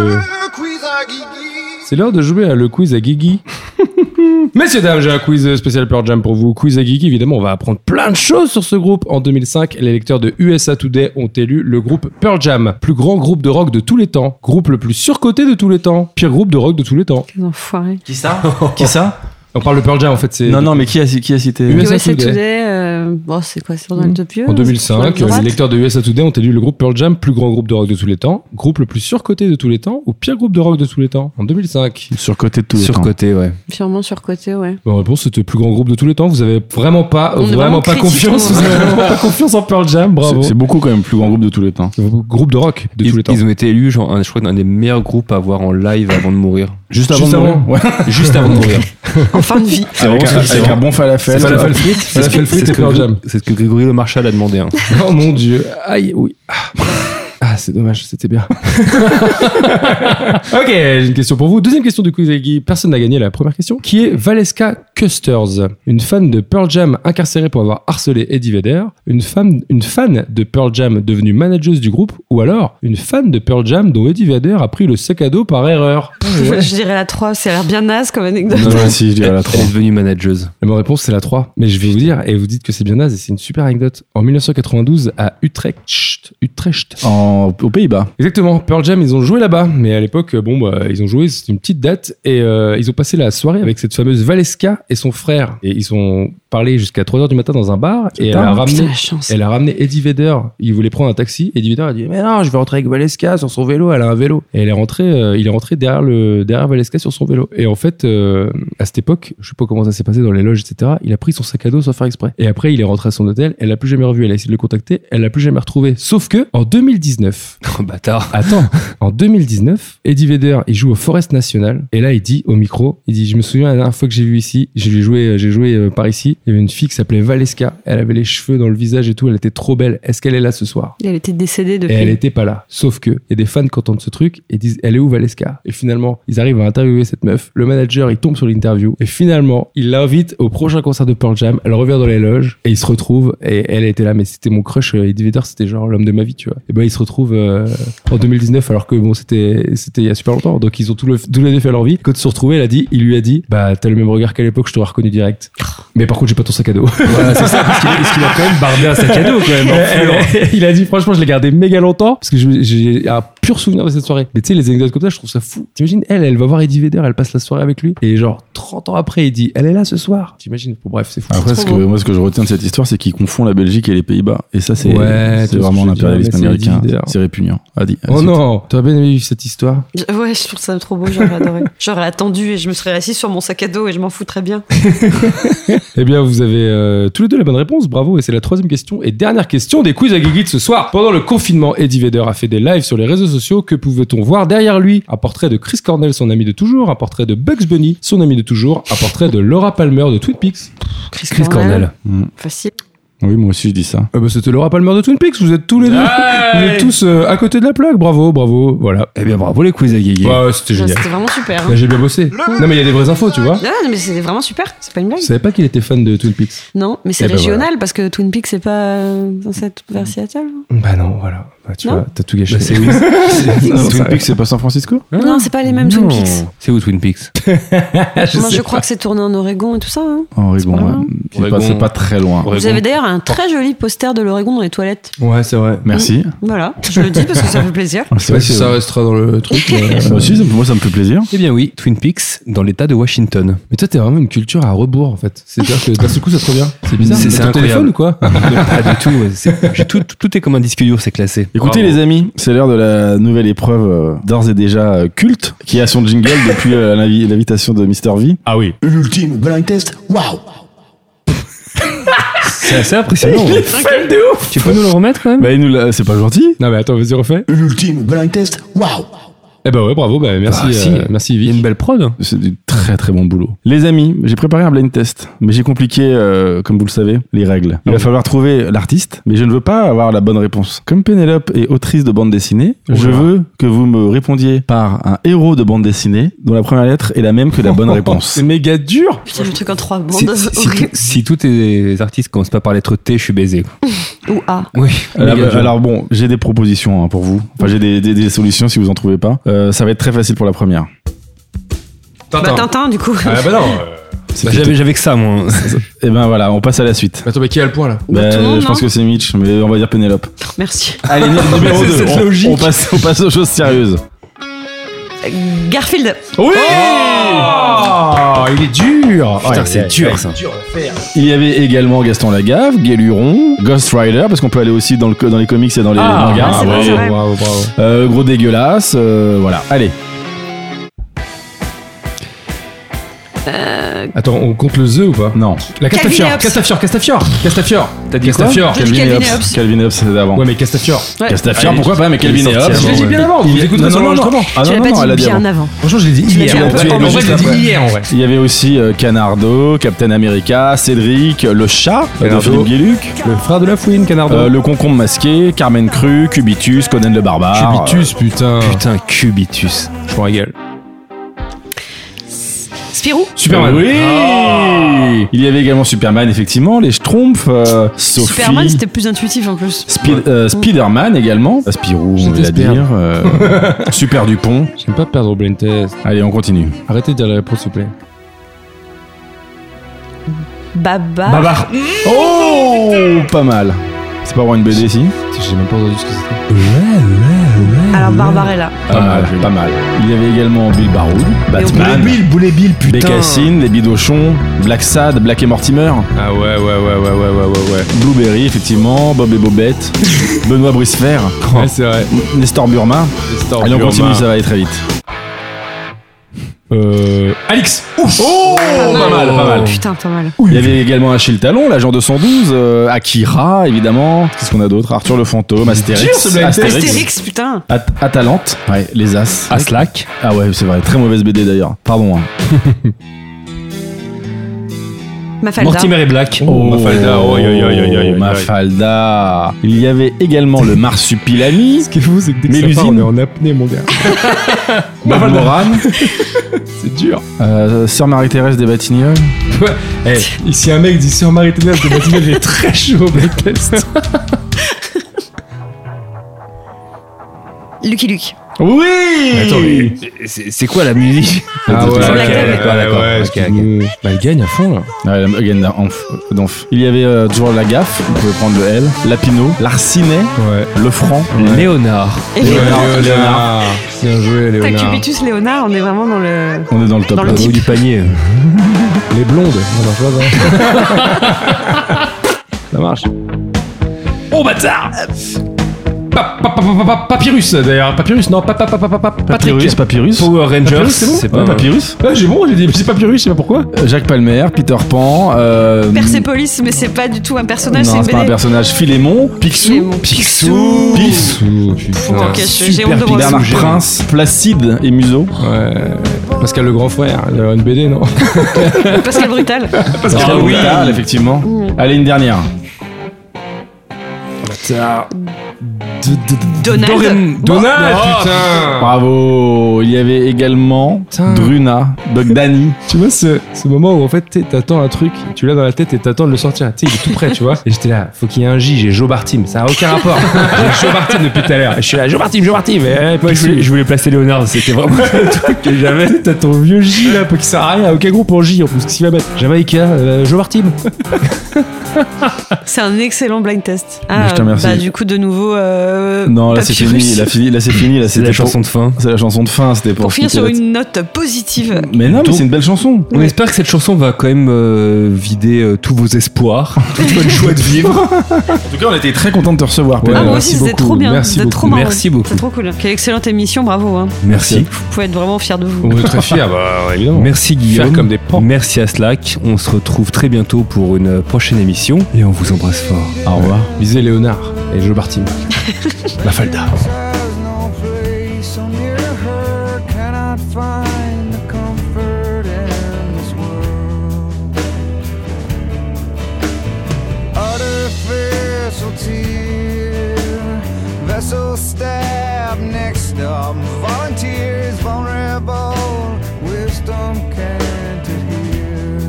Speaker 2: C'est l'heure de jouer à le quiz à
Speaker 3: [LAUGHS]
Speaker 2: Guigui. Messieurs, dames, j'ai un quiz spécial Pearl Jam pour vous. Quiz à Guigui, évidemment, on va apprendre plein de choses sur ce groupe. En 2005, les lecteurs de USA Today ont élu le groupe Pearl Jam, plus grand groupe de rock de tous les temps, groupe le plus surcoté de tous les temps, pire groupe de rock de tous les temps.
Speaker 4: Quels enfoirés.
Speaker 3: Qui ça Qui ça
Speaker 2: On parle de Pearl Jam, en fait, c'est...
Speaker 3: Non, non, mais qui a, qui a cité
Speaker 2: USA
Speaker 4: USA
Speaker 2: Today.
Speaker 4: Today, euh, bon, c'est quoi C'est dans le top vieux
Speaker 2: En
Speaker 4: sur la
Speaker 2: 2005, euh,
Speaker 4: droite
Speaker 2: les lecteurs de USA Today ont élu le groupe Pearl Jam, plus grand groupe de rock de tous les temps, groupe le plus surcoté de tous les temps, ou pire groupe de rock de tous les temps, en 2005.
Speaker 3: Surcoté de tout.
Speaker 1: Surcoté, ouais.
Speaker 4: Sûrement surcoté, ouais.
Speaker 2: Bonne réponse, c'était le plus grand groupe de tous les temps. Vous avez vraiment pas,
Speaker 4: On est
Speaker 2: Oh, vraiment,
Speaker 4: vraiment
Speaker 2: pas
Speaker 4: critique,
Speaker 2: confiance.
Speaker 4: on-
Speaker 2: Vous [LAUGHS] avez vraiment pas confiance en Pearl Jam, bravo.
Speaker 3: C'est c'est beaucoup quand même, le plus grand groupe de tous les temps.
Speaker 2: C'est un Groupe de rock de tous
Speaker 1: Ils,
Speaker 2: les temps.
Speaker 1: ils ont été élus, genre, un- je crois, un des meilleurs groupes à voir en live avant de mourir.
Speaker 3: Juste
Speaker 2: avant de mourir.
Speaker 3: Ouais.
Speaker 1: Juste avant de mourir.
Speaker 4: En fin de vie.
Speaker 3: C'est
Speaker 1: vraiment
Speaker 3: Avec, un,
Speaker 1: ce que
Speaker 3: avec
Speaker 1: c'est.
Speaker 3: un bon falafel.
Speaker 2: Falafel Frit, Falafel Frit et Pearl Jam.
Speaker 1: C'est ce que Grégory Le Marchal a demandé. hein.
Speaker 2: [LAUGHS] Oh mon dieu. Aïe, oui. Ah. Ah, c'est dommage, c'était bien. [LAUGHS] ok, j'ai une question pour vous. Deuxième question du quiz Guy. Personne n'a gagné la première question. Qui est Valeska Custers Une fan de Pearl Jam incarcérée pour avoir harcelé Eddie Vedder une, femme, une fan de Pearl Jam devenue manageuse du groupe Ou alors une fan de Pearl Jam dont Eddie Vedder a pris le sac à dos par erreur
Speaker 4: Je dirais la 3, c'est a l'air bien naze comme anecdote.
Speaker 3: Non, non, si, je dirais
Speaker 2: [LAUGHS]
Speaker 3: la
Speaker 1: Elle
Speaker 3: 3.
Speaker 1: est devenue manageuse.
Speaker 2: La bonne réponse, c'est la 3. Mais je vais vous dire, et vous dites que c'est bien naze, et c'est une super anecdote. En 1992, à Utrecht, Utrecht,
Speaker 3: En, aux Pays-Bas.
Speaker 2: Exactement, Pearl Jam, ils ont joué là-bas, mais à l'époque, bon, bah, ils ont joué, euh, c'était une petite date, et euh, ils ont passé la soirée avec cette fameuse Valeska et son frère. Et ils ont parler jusqu'à 3h du matin dans un bar et elle a
Speaker 4: Putain,
Speaker 2: ramené
Speaker 4: la chance.
Speaker 2: elle a ramené Eddie Vedder. Il voulait prendre un taxi. Eddie Vedder a dit Mais non, je vais rentrer avec Valeska sur son vélo. Elle a un vélo. Et elle est rentrée, euh, il est rentré derrière, le, derrière Valeska sur son vélo. Et en fait, euh, à cette époque, je sais pas comment ça s'est passé dans les loges, etc. Il a pris son sac à dos sans faire exprès. Et après, il est rentré à son hôtel. Elle l'a plus jamais revu. Elle a essayé de le contacter. Elle l'a plus jamais retrouvé. Sauf que, en 2019,
Speaker 1: Oh, bâtard.
Speaker 2: Attends, en 2019, Eddie Vedder, il joue au Forest National et là il dit au micro, il dit je me souviens la dernière fois que j'ai vu ici, j'ai joué j'ai joué euh, par ici, il y avait une fille qui s'appelait Valeska, elle avait les cheveux dans le visage et tout, elle était trop belle. Est-ce qu'elle est là ce soir
Speaker 4: Elle était décédée
Speaker 2: et elle
Speaker 4: depuis.
Speaker 2: était pas là. Sauf que, il y a des fans qui entendent ce truc et disent, elle est où Valeska Et finalement, ils arrivent à interviewer cette meuf. Le manager, il tombe sur l'interview. Et finalement, il l'invite au prochain concert de Pearl Jam. Elle revient dans les loges et ils se retrouvent. Et elle était là, mais c'était mon crush. euh, Eddie Vedder, c'était genre l'homme de ma vie, tu vois. Et ben, ils se retrouvent euh, en 2019, alors que bon, c'était c'était il y a super longtemps. Donc, ils ont tous le- tous les deux fait leur vie. Quand ils se sont retrouvés, elle a dit, il lui a dit, bah, t'as le même regard qu'à l'époque, je t'aurais reconnu direct. Mais par contre, j'ai pas ton sac à dos.
Speaker 1: [LAUGHS] Voilà, c'est ça, parce qu'il parce qu'il a quand même bardé un sac à dos, quand même. en
Speaker 2: Elle-
Speaker 1: full, hein.
Speaker 2: elle- il a dit franchement je l'ai gardé méga longtemps parce que je- j'ai un pur souvenir de cette soirée mais tu sais les anecdotes comme ça je trouve ça fou t'imagines elle elle va voir Eddie Vedder elle passe la soirée avec lui et genre 30 ans après il dit elle est là ce soir t'imagines bon, bref c'est fou
Speaker 1: Ah,
Speaker 3: Après,
Speaker 4: trop
Speaker 3: ce que,
Speaker 4: beau.
Speaker 3: moi, ce que je retiens de cette histoire, c'est qu'ils confond la Belgique et les Pays-Bas. Et ça, c'est
Speaker 2: Ouais,
Speaker 3: c'est
Speaker 2: tout ce
Speaker 3: vraiment
Speaker 2: que je dis,
Speaker 3: l'impérialisme
Speaker 2: mais c'est
Speaker 3: américain.
Speaker 2: individuel.
Speaker 3: C'est répugnant. Ah, dis- ah,
Speaker 2: oh
Speaker 3: zut.
Speaker 2: non t'aurais bien aimé vivre cette histoire
Speaker 4: Je- Ouais, je trouve ça trop beau, j'aurais adoré. J'aurais attendu et je me serais assise sur mon sac à dos et je m'en fous très bien.
Speaker 2: eh bien vous avez euh, tous les deux la bonne réponse bravo et c'est la troisième question et dernière question des quiz à Guigui de ce soir pendant le confinement Eddie Vedder a fait des lives sur les réseaux sociaux que pouvait-on voir derrière lui un portrait de Chris Cornell son ami de toujours un portrait de Bugs Bunny son ami de toujours un portrait de Laura Palmer de Twin Peaks
Speaker 4: Chris,
Speaker 3: Mm.
Speaker 4: Facile.
Speaker 3: Oui, moi aussi, je dis ça.
Speaker 2: Eh ben, c'était Laura Palmer de Twin Peaks, vous êtes tous les deux. Vous êtes tous euh, à côté de la plaque, bravo, bravo, voilà.
Speaker 1: Eh bien, bravo les quiz à Guigui.
Speaker 2: Ouais, ouais, c'était
Speaker 4: Ouais,
Speaker 2: génial.
Speaker 4: C'était vraiment super.
Speaker 2: Là,
Speaker 4: hein.
Speaker 2: j'ai bien bossé. Non, mais il y a des vraies infos, tu vois.
Speaker 4: Non, non, mais c'était vraiment super. C'est pas une blague.
Speaker 2: Je savais pas qu'il était fan de Twin Peaks.
Speaker 4: Non, mais c'est
Speaker 2: Eh ben
Speaker 4: régional parce que Twin Peaks c'est pas euh, dans cette hein. version
Speaker 2: Bah non, voilà. Bah, tu
Speaker 4: Non.
Speaker 2: vois, t'as tout gâché.
Speaker 1: Bah, c'est oui.
Speaker 2: [LAUGHS]
Speaker 1: [LAUGHS]
Speaker 2: Non,
Speaker 3: Twin
Speaker 2: ça-
Speaker 3: Peaks, c'est pas San Francisco
Speaker 2: Ah.
Speaker 4: Non, c'est pas les mêmes Twin Peaks.
Speaker 1: C'est où Twin Peaks
Speaker 2: Ah,
Speaker 4: Moi, je crois que c'est tourné en Oregon et tout ça. hein.
Speaker 3: Henri,
Speaker 4: C'est pas
Speaker 3: bon,
Speaker 4: loin.
Speaker 3: ouais. C'est
Speaker 1: Oregon.
Speaker 3: pas, c'est pas très loin.
Speaker 1: Oregon.
Speaker 4: Vous avez d'ailleurs un très joli poster de l'Oregon dans les toilettes.
Speaker 2: Ouais, c'est vrai.
Speaker 3: Merci.
Speaker 4: Voilà, je le dis parce que ça
Speaker 3: [LAUGHS]
Speaker 4: fait plaisir.
Speaker 2: Je sais pas si ça restera dans le truc. [LAUGHS] Mais,
Speaker 3: Moi aussi, ça- moi, ça me fait plaisir.
Speaker 1: Eh bien oui, Twin Peaks dans l'état de Washington.
Speaker 2: mais toi, t'es vraiment une culture à rebours, en fait. C'est-à-dire que d'un seul coup, ça te revient. C'est bizarre.
Speaker 1: C'est-
Speaker 2: Mais
Speaker 1: c'est
Speaker 2: ton
Speaker 1: incroyable.
Speaker 2: téléphone ou
Speaker 1: [LAUGHS]
Speaker 2: quoi
Speaker 1: pas du tout. ouais, c'est- j'ai Tout, tout est comme un disque dur, c'est classé.
Speaker 3: Écoutez les amis, c'est l'heure de la nouvelle épreuve euh, d'ores et déjà euh, culte qui a son jingle depuis euh, l'invi- l'invitation de Mr V.
Speaker 2: Ah oui.
Speaker 5: L'ultime blind test, waouh
Speaker 1: C'est assez impressionnant. ouais. Tu peux nous le remettre quand même
Speaker 3: Bah il nous l'a- c'est pas gentil.
Speaker 2: Non, mais attends, vas-y, refais.
Speaker 5: L'ultime blind test, waouh
Speaker 2: Eh ben ouais, bravo, bah, merci,
Speaker 1: Bah, si.
Speaker 2: euh, merci,
Speaker 1: Il y a une
Speaker 2: Vic.
Speaker 1: belle prod.
Speaker 3: C'est du très très bon boulot. Les amis, j'ai préparé un blind test, mais j'ai compliqué, euh, comme vous le savez, les règles. Il va falloir trouver l'artiste, mais je ne veux pas avoir la bonne réponse. Comme Pénélope est autrice de bande dessinée, je
Speaker 2: Oula.
Speaker 3: veux que vous me répondiez par un héros de bande dessinée dont la première lettre est la même que la [LAUGHS] bonne réponse.
Speaker 2: C'est méga dur.
Speaker 4: Putain, le truc en trois
Speaker 1: Si,
Speaker 4: bandes.
Speaker 1: si- si
Speaker 4: horrible.
Speaker 1: tout- si tous tes artistes commencent pas par lettre T, je suis baisé. Ah, bah,
Speaker 4: Ou A.
Speaker 1: Oui.
Speaker 3: Alors,
Speaker 1: Méga dur.
Speaker 3: Euh, alors bon, j'ai des propositions hein, pour vous. Enfin, j'ai des, des- des solutions si vous en trouvez pas. Euh, ça va être très facile pour la première.
Speaker 4: Bah, Tintin, du coup.
Speaker 2: Ah bah non. euh,
Speaker 3: C'est
Speaker 1: Bah,
Speaker 3: plutôt-
Speaker 1: j'avais, j'avais que ça, [LAUGHS] moi.
Speaker 3: Eh ben voilà, on passe à la suite.
Speaker 2: Attends, mais qui a le point là
Speaker 4: Bah,
Speaker 3: Bah,
Speaker 4: tout le monde,
Speaker 3: je pense
Speaker 4: non
Speaker 3: que c'est Mitch, mais on va dire
Speaker 4: [LAUGHS]
Speaker 3: Pénélope.
Speaker 4: [LAUGHS] Merci.
Speaker 3: Allez, numéro
Speaker 2: c'est
Speaker 3: 2.
Speaker 2: cette logique.
Speaker 3: On, on passe, on passe aux choses sérieuses.
Speaker 4: Euh, Garfield.
Speaker 2: Oui oh Il est
Speaker 3: Ah,
Speaker 2: dur
Speaker 1: Putain, c'est dur ça.
Speaker 3: Il y avait également Gaston Lagaffe, Guéluron, Ghost Rider, parce qu'on peut aller aussi dans, le, co- dans les comics et dans les mangas.
Speaker 4: ah, c'est vrai, c'est vrai.
Speaker 2: bravo, bravo.
Speaker 3: Euh, gros dégueulasse, euh, voilà. Allez,
Speaker 2: Attends, on compte le The ou pas
Speaker 3: non.
Speaker 2: La Castafiore
Speaker 4: Calvin
Speaker 2: Castafiore Castafiore Castafiore
Speaker 1: T'as dit quoi
Speaker 2: Castafiore
Speaker 4: J'ai dit
Speaker 3: et
Speaker 4: Calvin et Hobbes.
Speaker 3: Calvin et Hobbes, c'était d'avant.
Speaker 2: Ouais, mais Castafiore
Speaker 4: Ouais.
Speaker 3: Castafiore,
Speaker 1: Allez,
Speaker 3: pourquoi pas, mais Calvin et
Speaker 1: sorti
Speaker 3: Hobbes.
Speaker 1: avant,
Speaker 2: Je l'ai dit
Speaker 1: ouais.
Speaker 2: bien avant, vous
Speaker 3: Il-
Speaker 2: écoutez
Speaker 3: non,
Speaker 2: sur
Speaker 3: non, non,
Speaker 2: l'enregistrement.
Speaker 3: Ah
Speaker 4: tu
Speaker 3: non,
Speaker 4: l'as
Speaker 3: non,
Speaker 4: pas
Speaker 3: elle a
Speaker 4: dit
Speaker 3: dit
Speaker 4: bien
Speaker 3: avant.
Speaker 4: avant.
Speaker 2: Franchement, je l'ai dit
Speaker 4: Tu l'as
Speaker 2: hier.
Speaker 4: dit
Speaker 2: en
Speaker 4: un
Speaker 2: vrai.
Speaker 4: peu
Speaker 2: En vrai, je l'ai
Speaker 3: après.
Speaker 2: dit hier en vrai.
Speaker 3: Il y avait aussi euh, Canardo, Captain America, Cédric, euh, Le Chat euh, de
Speaker 2: Canardo.
Speaker 3: Philippe Guéluc,
Speaker 2: Le frère de la fouine, Canardo.
Speaker 3: euh, Le Concombre Masqué, Carmen Cru, Cubitus, Conan le Barbare.
Speaker 2: Cubitus, putain.
Speaker 1: Putain, Cubitus.
Speaker 2: Je m'en régale.
Speaker 4: Spirou.
Speaker 2: Superman.
Speaker 3: Oui Il y avait également Superman, effectivement, les Schtroumpfs, euh, Sophie.
Speaker 4: Superman, c'était plus intuitif en plus.
Speaker 3: Spi- euh, Spider-Man également. Euh, Spirou, on va
Speaker 2: J'étais
Speaker 3: dire.
Speaker 4: [LAUGHS]
Speaker 3: euh, Super Dupont.
Speaker 2: J'aime pas perdre au blind test.
Speaker 3: Allez, on continue.
Speaker 2: Arrêtez de dire la réponse, s'il vous plaît.
Speaker 4: Baba.
Speaker 2: Babar.
Speaker 3: Oh Pas mal. C'est pas vraiment une BD, si
Speaker 2: J'ai même pas entendu ce que c'était.
Speaker 1: Ouais, ouais, ouais.
Speaker 4: Alors Barbarella.
Speaker 3: Pas mal,
Speaker 2: joli.
Speaker 3: Ah, pas mal. Il y avait également Bill Baroud, Batman,
Speaker 1: Bill, boulet Bill, putain.
Speaker 3: Bécassine, les Bidochons, Black Sad, Black et Mortimer,
Speaker 2: Ah ouais, ouais, ouais, ouais, ouais, ouais, ouais, ouais.
Speaker 3: Blueberry, effectivement, Bob
Speaker 2: [LAUGHS]
Speaker 3: et Bobette, Benoît Bricefer,
Speaker 2: Ouais, c'est vrai.
Speaker 3: Nestor Burma. Allez, on continue, ça va aller très vite.
Speaker 2: Euh. Alix
Speaker 3: Oh, pas mal, pas mal.
Speaker 4: Putain, pas mal.
Speaker 3: Il y avait également Achille Talon, l'agent 212, euh, Akira, évidemment. Qu'est-ce qu'on a d'autre Arthur le fantôme,
Speaker 2: Dur,
Speaker 3: Astérix,
Speaker 2: ce blind test.
Speaker 4: Astérix, putain.
Speaker 3: At- Atalante, ouais, les As.
Speaker 1: Aslak.
Speaker 3: Ah ouais, c'est vrai, très mauvaise BD d'ailleurs. Pardon. hein.
Speaker 4: Mafalda.
Speaker 1: Mortimer et Black.
Speaker 2: Mafalda, oh, aïe, aïe, aïe, aïe, aïe, aïe.
Speaker 3: Mafalda. Il y avait également
Speaker 2: [LAUGHS]
Speaker 3: le Marsupilami,
Speaker 2: Ce qui est fou, c'est que dès que
Speaker 3: Mais
Speaker 2: ça part, on
Speaker 3: l'usine-
Speaker 2: est en apnée, mon [LAUGHS] gars.
Speaker 3: Bob Moran,
Speaker 2: [LAUGHS] C'est dur.
Speaker 3: euh, Sœur Marie-Thérèse des Batignolles.
Speaker 2: Eh, si un mec dit Sœur Marie-Thérèse de Matinelle, j'ai très chaud au blind test.
Speaker 4: Lucky Luke.
Speaker 1: Oui Attends, mais c'est c'est quoi la musique [LAUGHS]
Speaker 3: Ah ouais,
Speaker 4: ouais,
Speaker 1: d'accord, d'accord.
Speaker 2: ouais,
Speaker 1: Ok, ok.
Speaker 2: excuse-nous. Bah, elle gagne à fond, là.
Speaker 3: Ouais, la- again, la- enf- d'enf. Il y avait euh, toujours la gaffe, on pouvait prendre le L, Lapino, Larcinet,
Speaker 2: [LAUGHS] Ouais.
Speaker 3: Le Franc,
Speaker 1: Léonard.
Speaker 4: Et
Speaker 3: Léonard.
Speaker 2: Ouais, Léonard. Bien joué,
Speaker 4: T'as
Speaker 2: Léonard.
Speaker 4: Cubitus Léonard, on est vraiment dans le.
Speaker 3: On est dans le top
Speaker 4: Dans
Speaker 3: là.
Speaker 4: le type.
Speaker 1: panier.
Speaker 2: Les blondes. Non, non, je vois pas. [LAUGHS] Ça marche. Oh bâtard Pa- pa- pa- pa- pa- Papyrus d'ailleurs, Papyrus, non, pa- pa- pa- pa- pa- pa- Patrick.
Speaker 3: Papyrus, Papyrus.
Speaker 1: Power Rangers.
Speaker 2: Papyrus, c'est bon
Speaker 3: Ouais, Papyrus.
Speaker 2: Ah, j'ai bon, j'ai dit, c'est Papyrus, je sais pas pourquoi.
Speaker 3: Euh, Jacques Palmer, Peter Pan, euh,
Speaker 4: Persepolis, mais c'est pas du tout un personnage, c'est
Speaker 3: non,
Speaker 4: une
Speaker 3: c'est pas un
Speaker 4: BD.
Speaker 3: personnage, Philémon,
Speaker 4: Mais
Speaker 3: Picsou,
Speaker 4: bon.
Speaker 1: Picsou.
Speaker 3: Pif,
Speaker 4: Faut qu'on cache, J'ai honte de
Speaker 3: Pierre
Speaker 4: moi.
Speaker 3: Bernard Prince, Placide et Museau.
Speaker 2: Ouais, Pascal le grand frère, il a une BD, non
Speaker 4: Pascal Brutal.
Speaker 3: Ah oui, effectivement.
Speaker 4: Mm.
Speaker 3: Allez, une dernière.
Speaker 2: Ah.
Speaker 4: Donald.
Speaker 2: Donald, putain
Speaker 3: Bravo. Il y avait également
Speaker 2: Putain.
Speaker 3: Druna, Bogdani.
Speaker 2: Tu vois ce, ce moment où en fait t'es- t'attends un truc, tu l'as dans la tête et t'attends de le sortir. Tu sais, il est tout prêt, tu vois. Et j'étais là, faut qu'il y ait un J, j'ai Joe Bartim, ça a aucun rapport. J'ai Joe Bartim depuis tout à l'heure. Je suis là, Joe Bartim, Joe Bartim. Et
Speaker 1: Moi, je voulais, je voulais placer Léonard, c'était vraiment le truc que j'avais.
Speaker 2: Jamais [LAUGHS] t'as ton vieux J là, pour qu'il sert à rien, aucun groupe en J en plus, qu'est-ce qu'il va mettre Jamaïca, euh, Joe Bartim.
Speaker 4: C'est un excellent blind test. Ah,
Speaker 3: Mais je te remercie.
Speaker 4: Bah, du coup, de nouveau. euh,
Speaker 3: Non, là c'est
Speaker 4: Papyrus.
Speaker 3: fini. Là, fini- là, c'est fini. Là,
Speaker 1: C'est
Speaker 3: c'était
Speaker 1: la
Speaker 3: pour-
Speaker 1: chanson de fin.
Speaker 3: C'est la chanson de fin. C'était pour.
Speaker 4: Pour finir sur
Speaker 3: piquer la-
Speaker 4: une note positive.
Speaker 3: Mais non, mais
Speaker 1: Donc-
Speaker 3: c'est une belle chanson.
Speaker 1: On espère que cette chanson va quand même euh, vider euh, tous vos [LAUGHS] espoirs, toute votre joie de vivre.
Speaker 3: En tout cas, on était très content de te recevoir. Pedro.
Speaker 4: Ah, moi
Speaker 2: merci
Speaker 4: aussi, c'était
Speaker 2: beaucoup,
Speaker 4: trop bien.
Speaker 2: merci
Speaker 4: C'était
Speaker 2: beaucoup,
Speaker 4: trop marrant.
Speaker 1: merci beaucoup.
Speaker 4: C'est trop cool. Quelle excellente émission, bravo. hein.
Speaker 1: Merci.
Speaker 4: Vous pouvez être vraiment fiers de vous.
Speaker 2: On est très fiers, bah évidemment.
Speaker 1: Merci Guillaume.
Speaker 2: Faire comme des pans.
Speaker 1: Merci à Slack. On se retrouve très bientôt pour une prochaine émission et on vous embrasse fort.
Speaker 3: Au revoir.
Speaker 2: Visez Léonard et Joe Bartim. La Falda.
Speaker 6: There's no place on earth I cannot find the comfort in this world. Artificial tear, vessel stab next up. Volunteers vulnerable, wisdom can't adhere.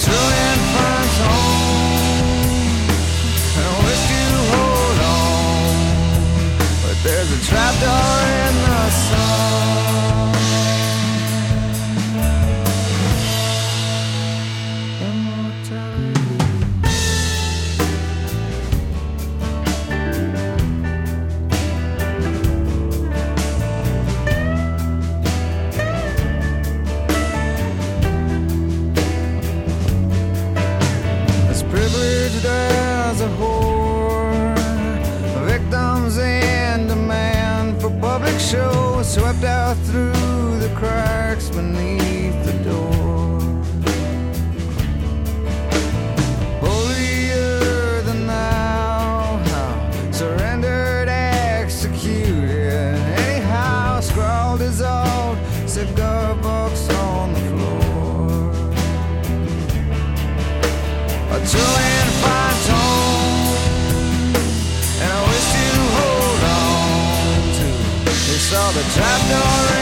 Speaker 6: Turning from home. And I wish you hold on, but there's a trapdoor in the sun. Immortality. as privileged as a whore. Victims in demand for public show, swept out through the cracks beneath the door. Holier than thou, how surrendered, executed. Anyhow, scrawled, dissolved, cigar box on the floor. A true and fine tone And I wish you hold on to They saw the trapdoor Oh,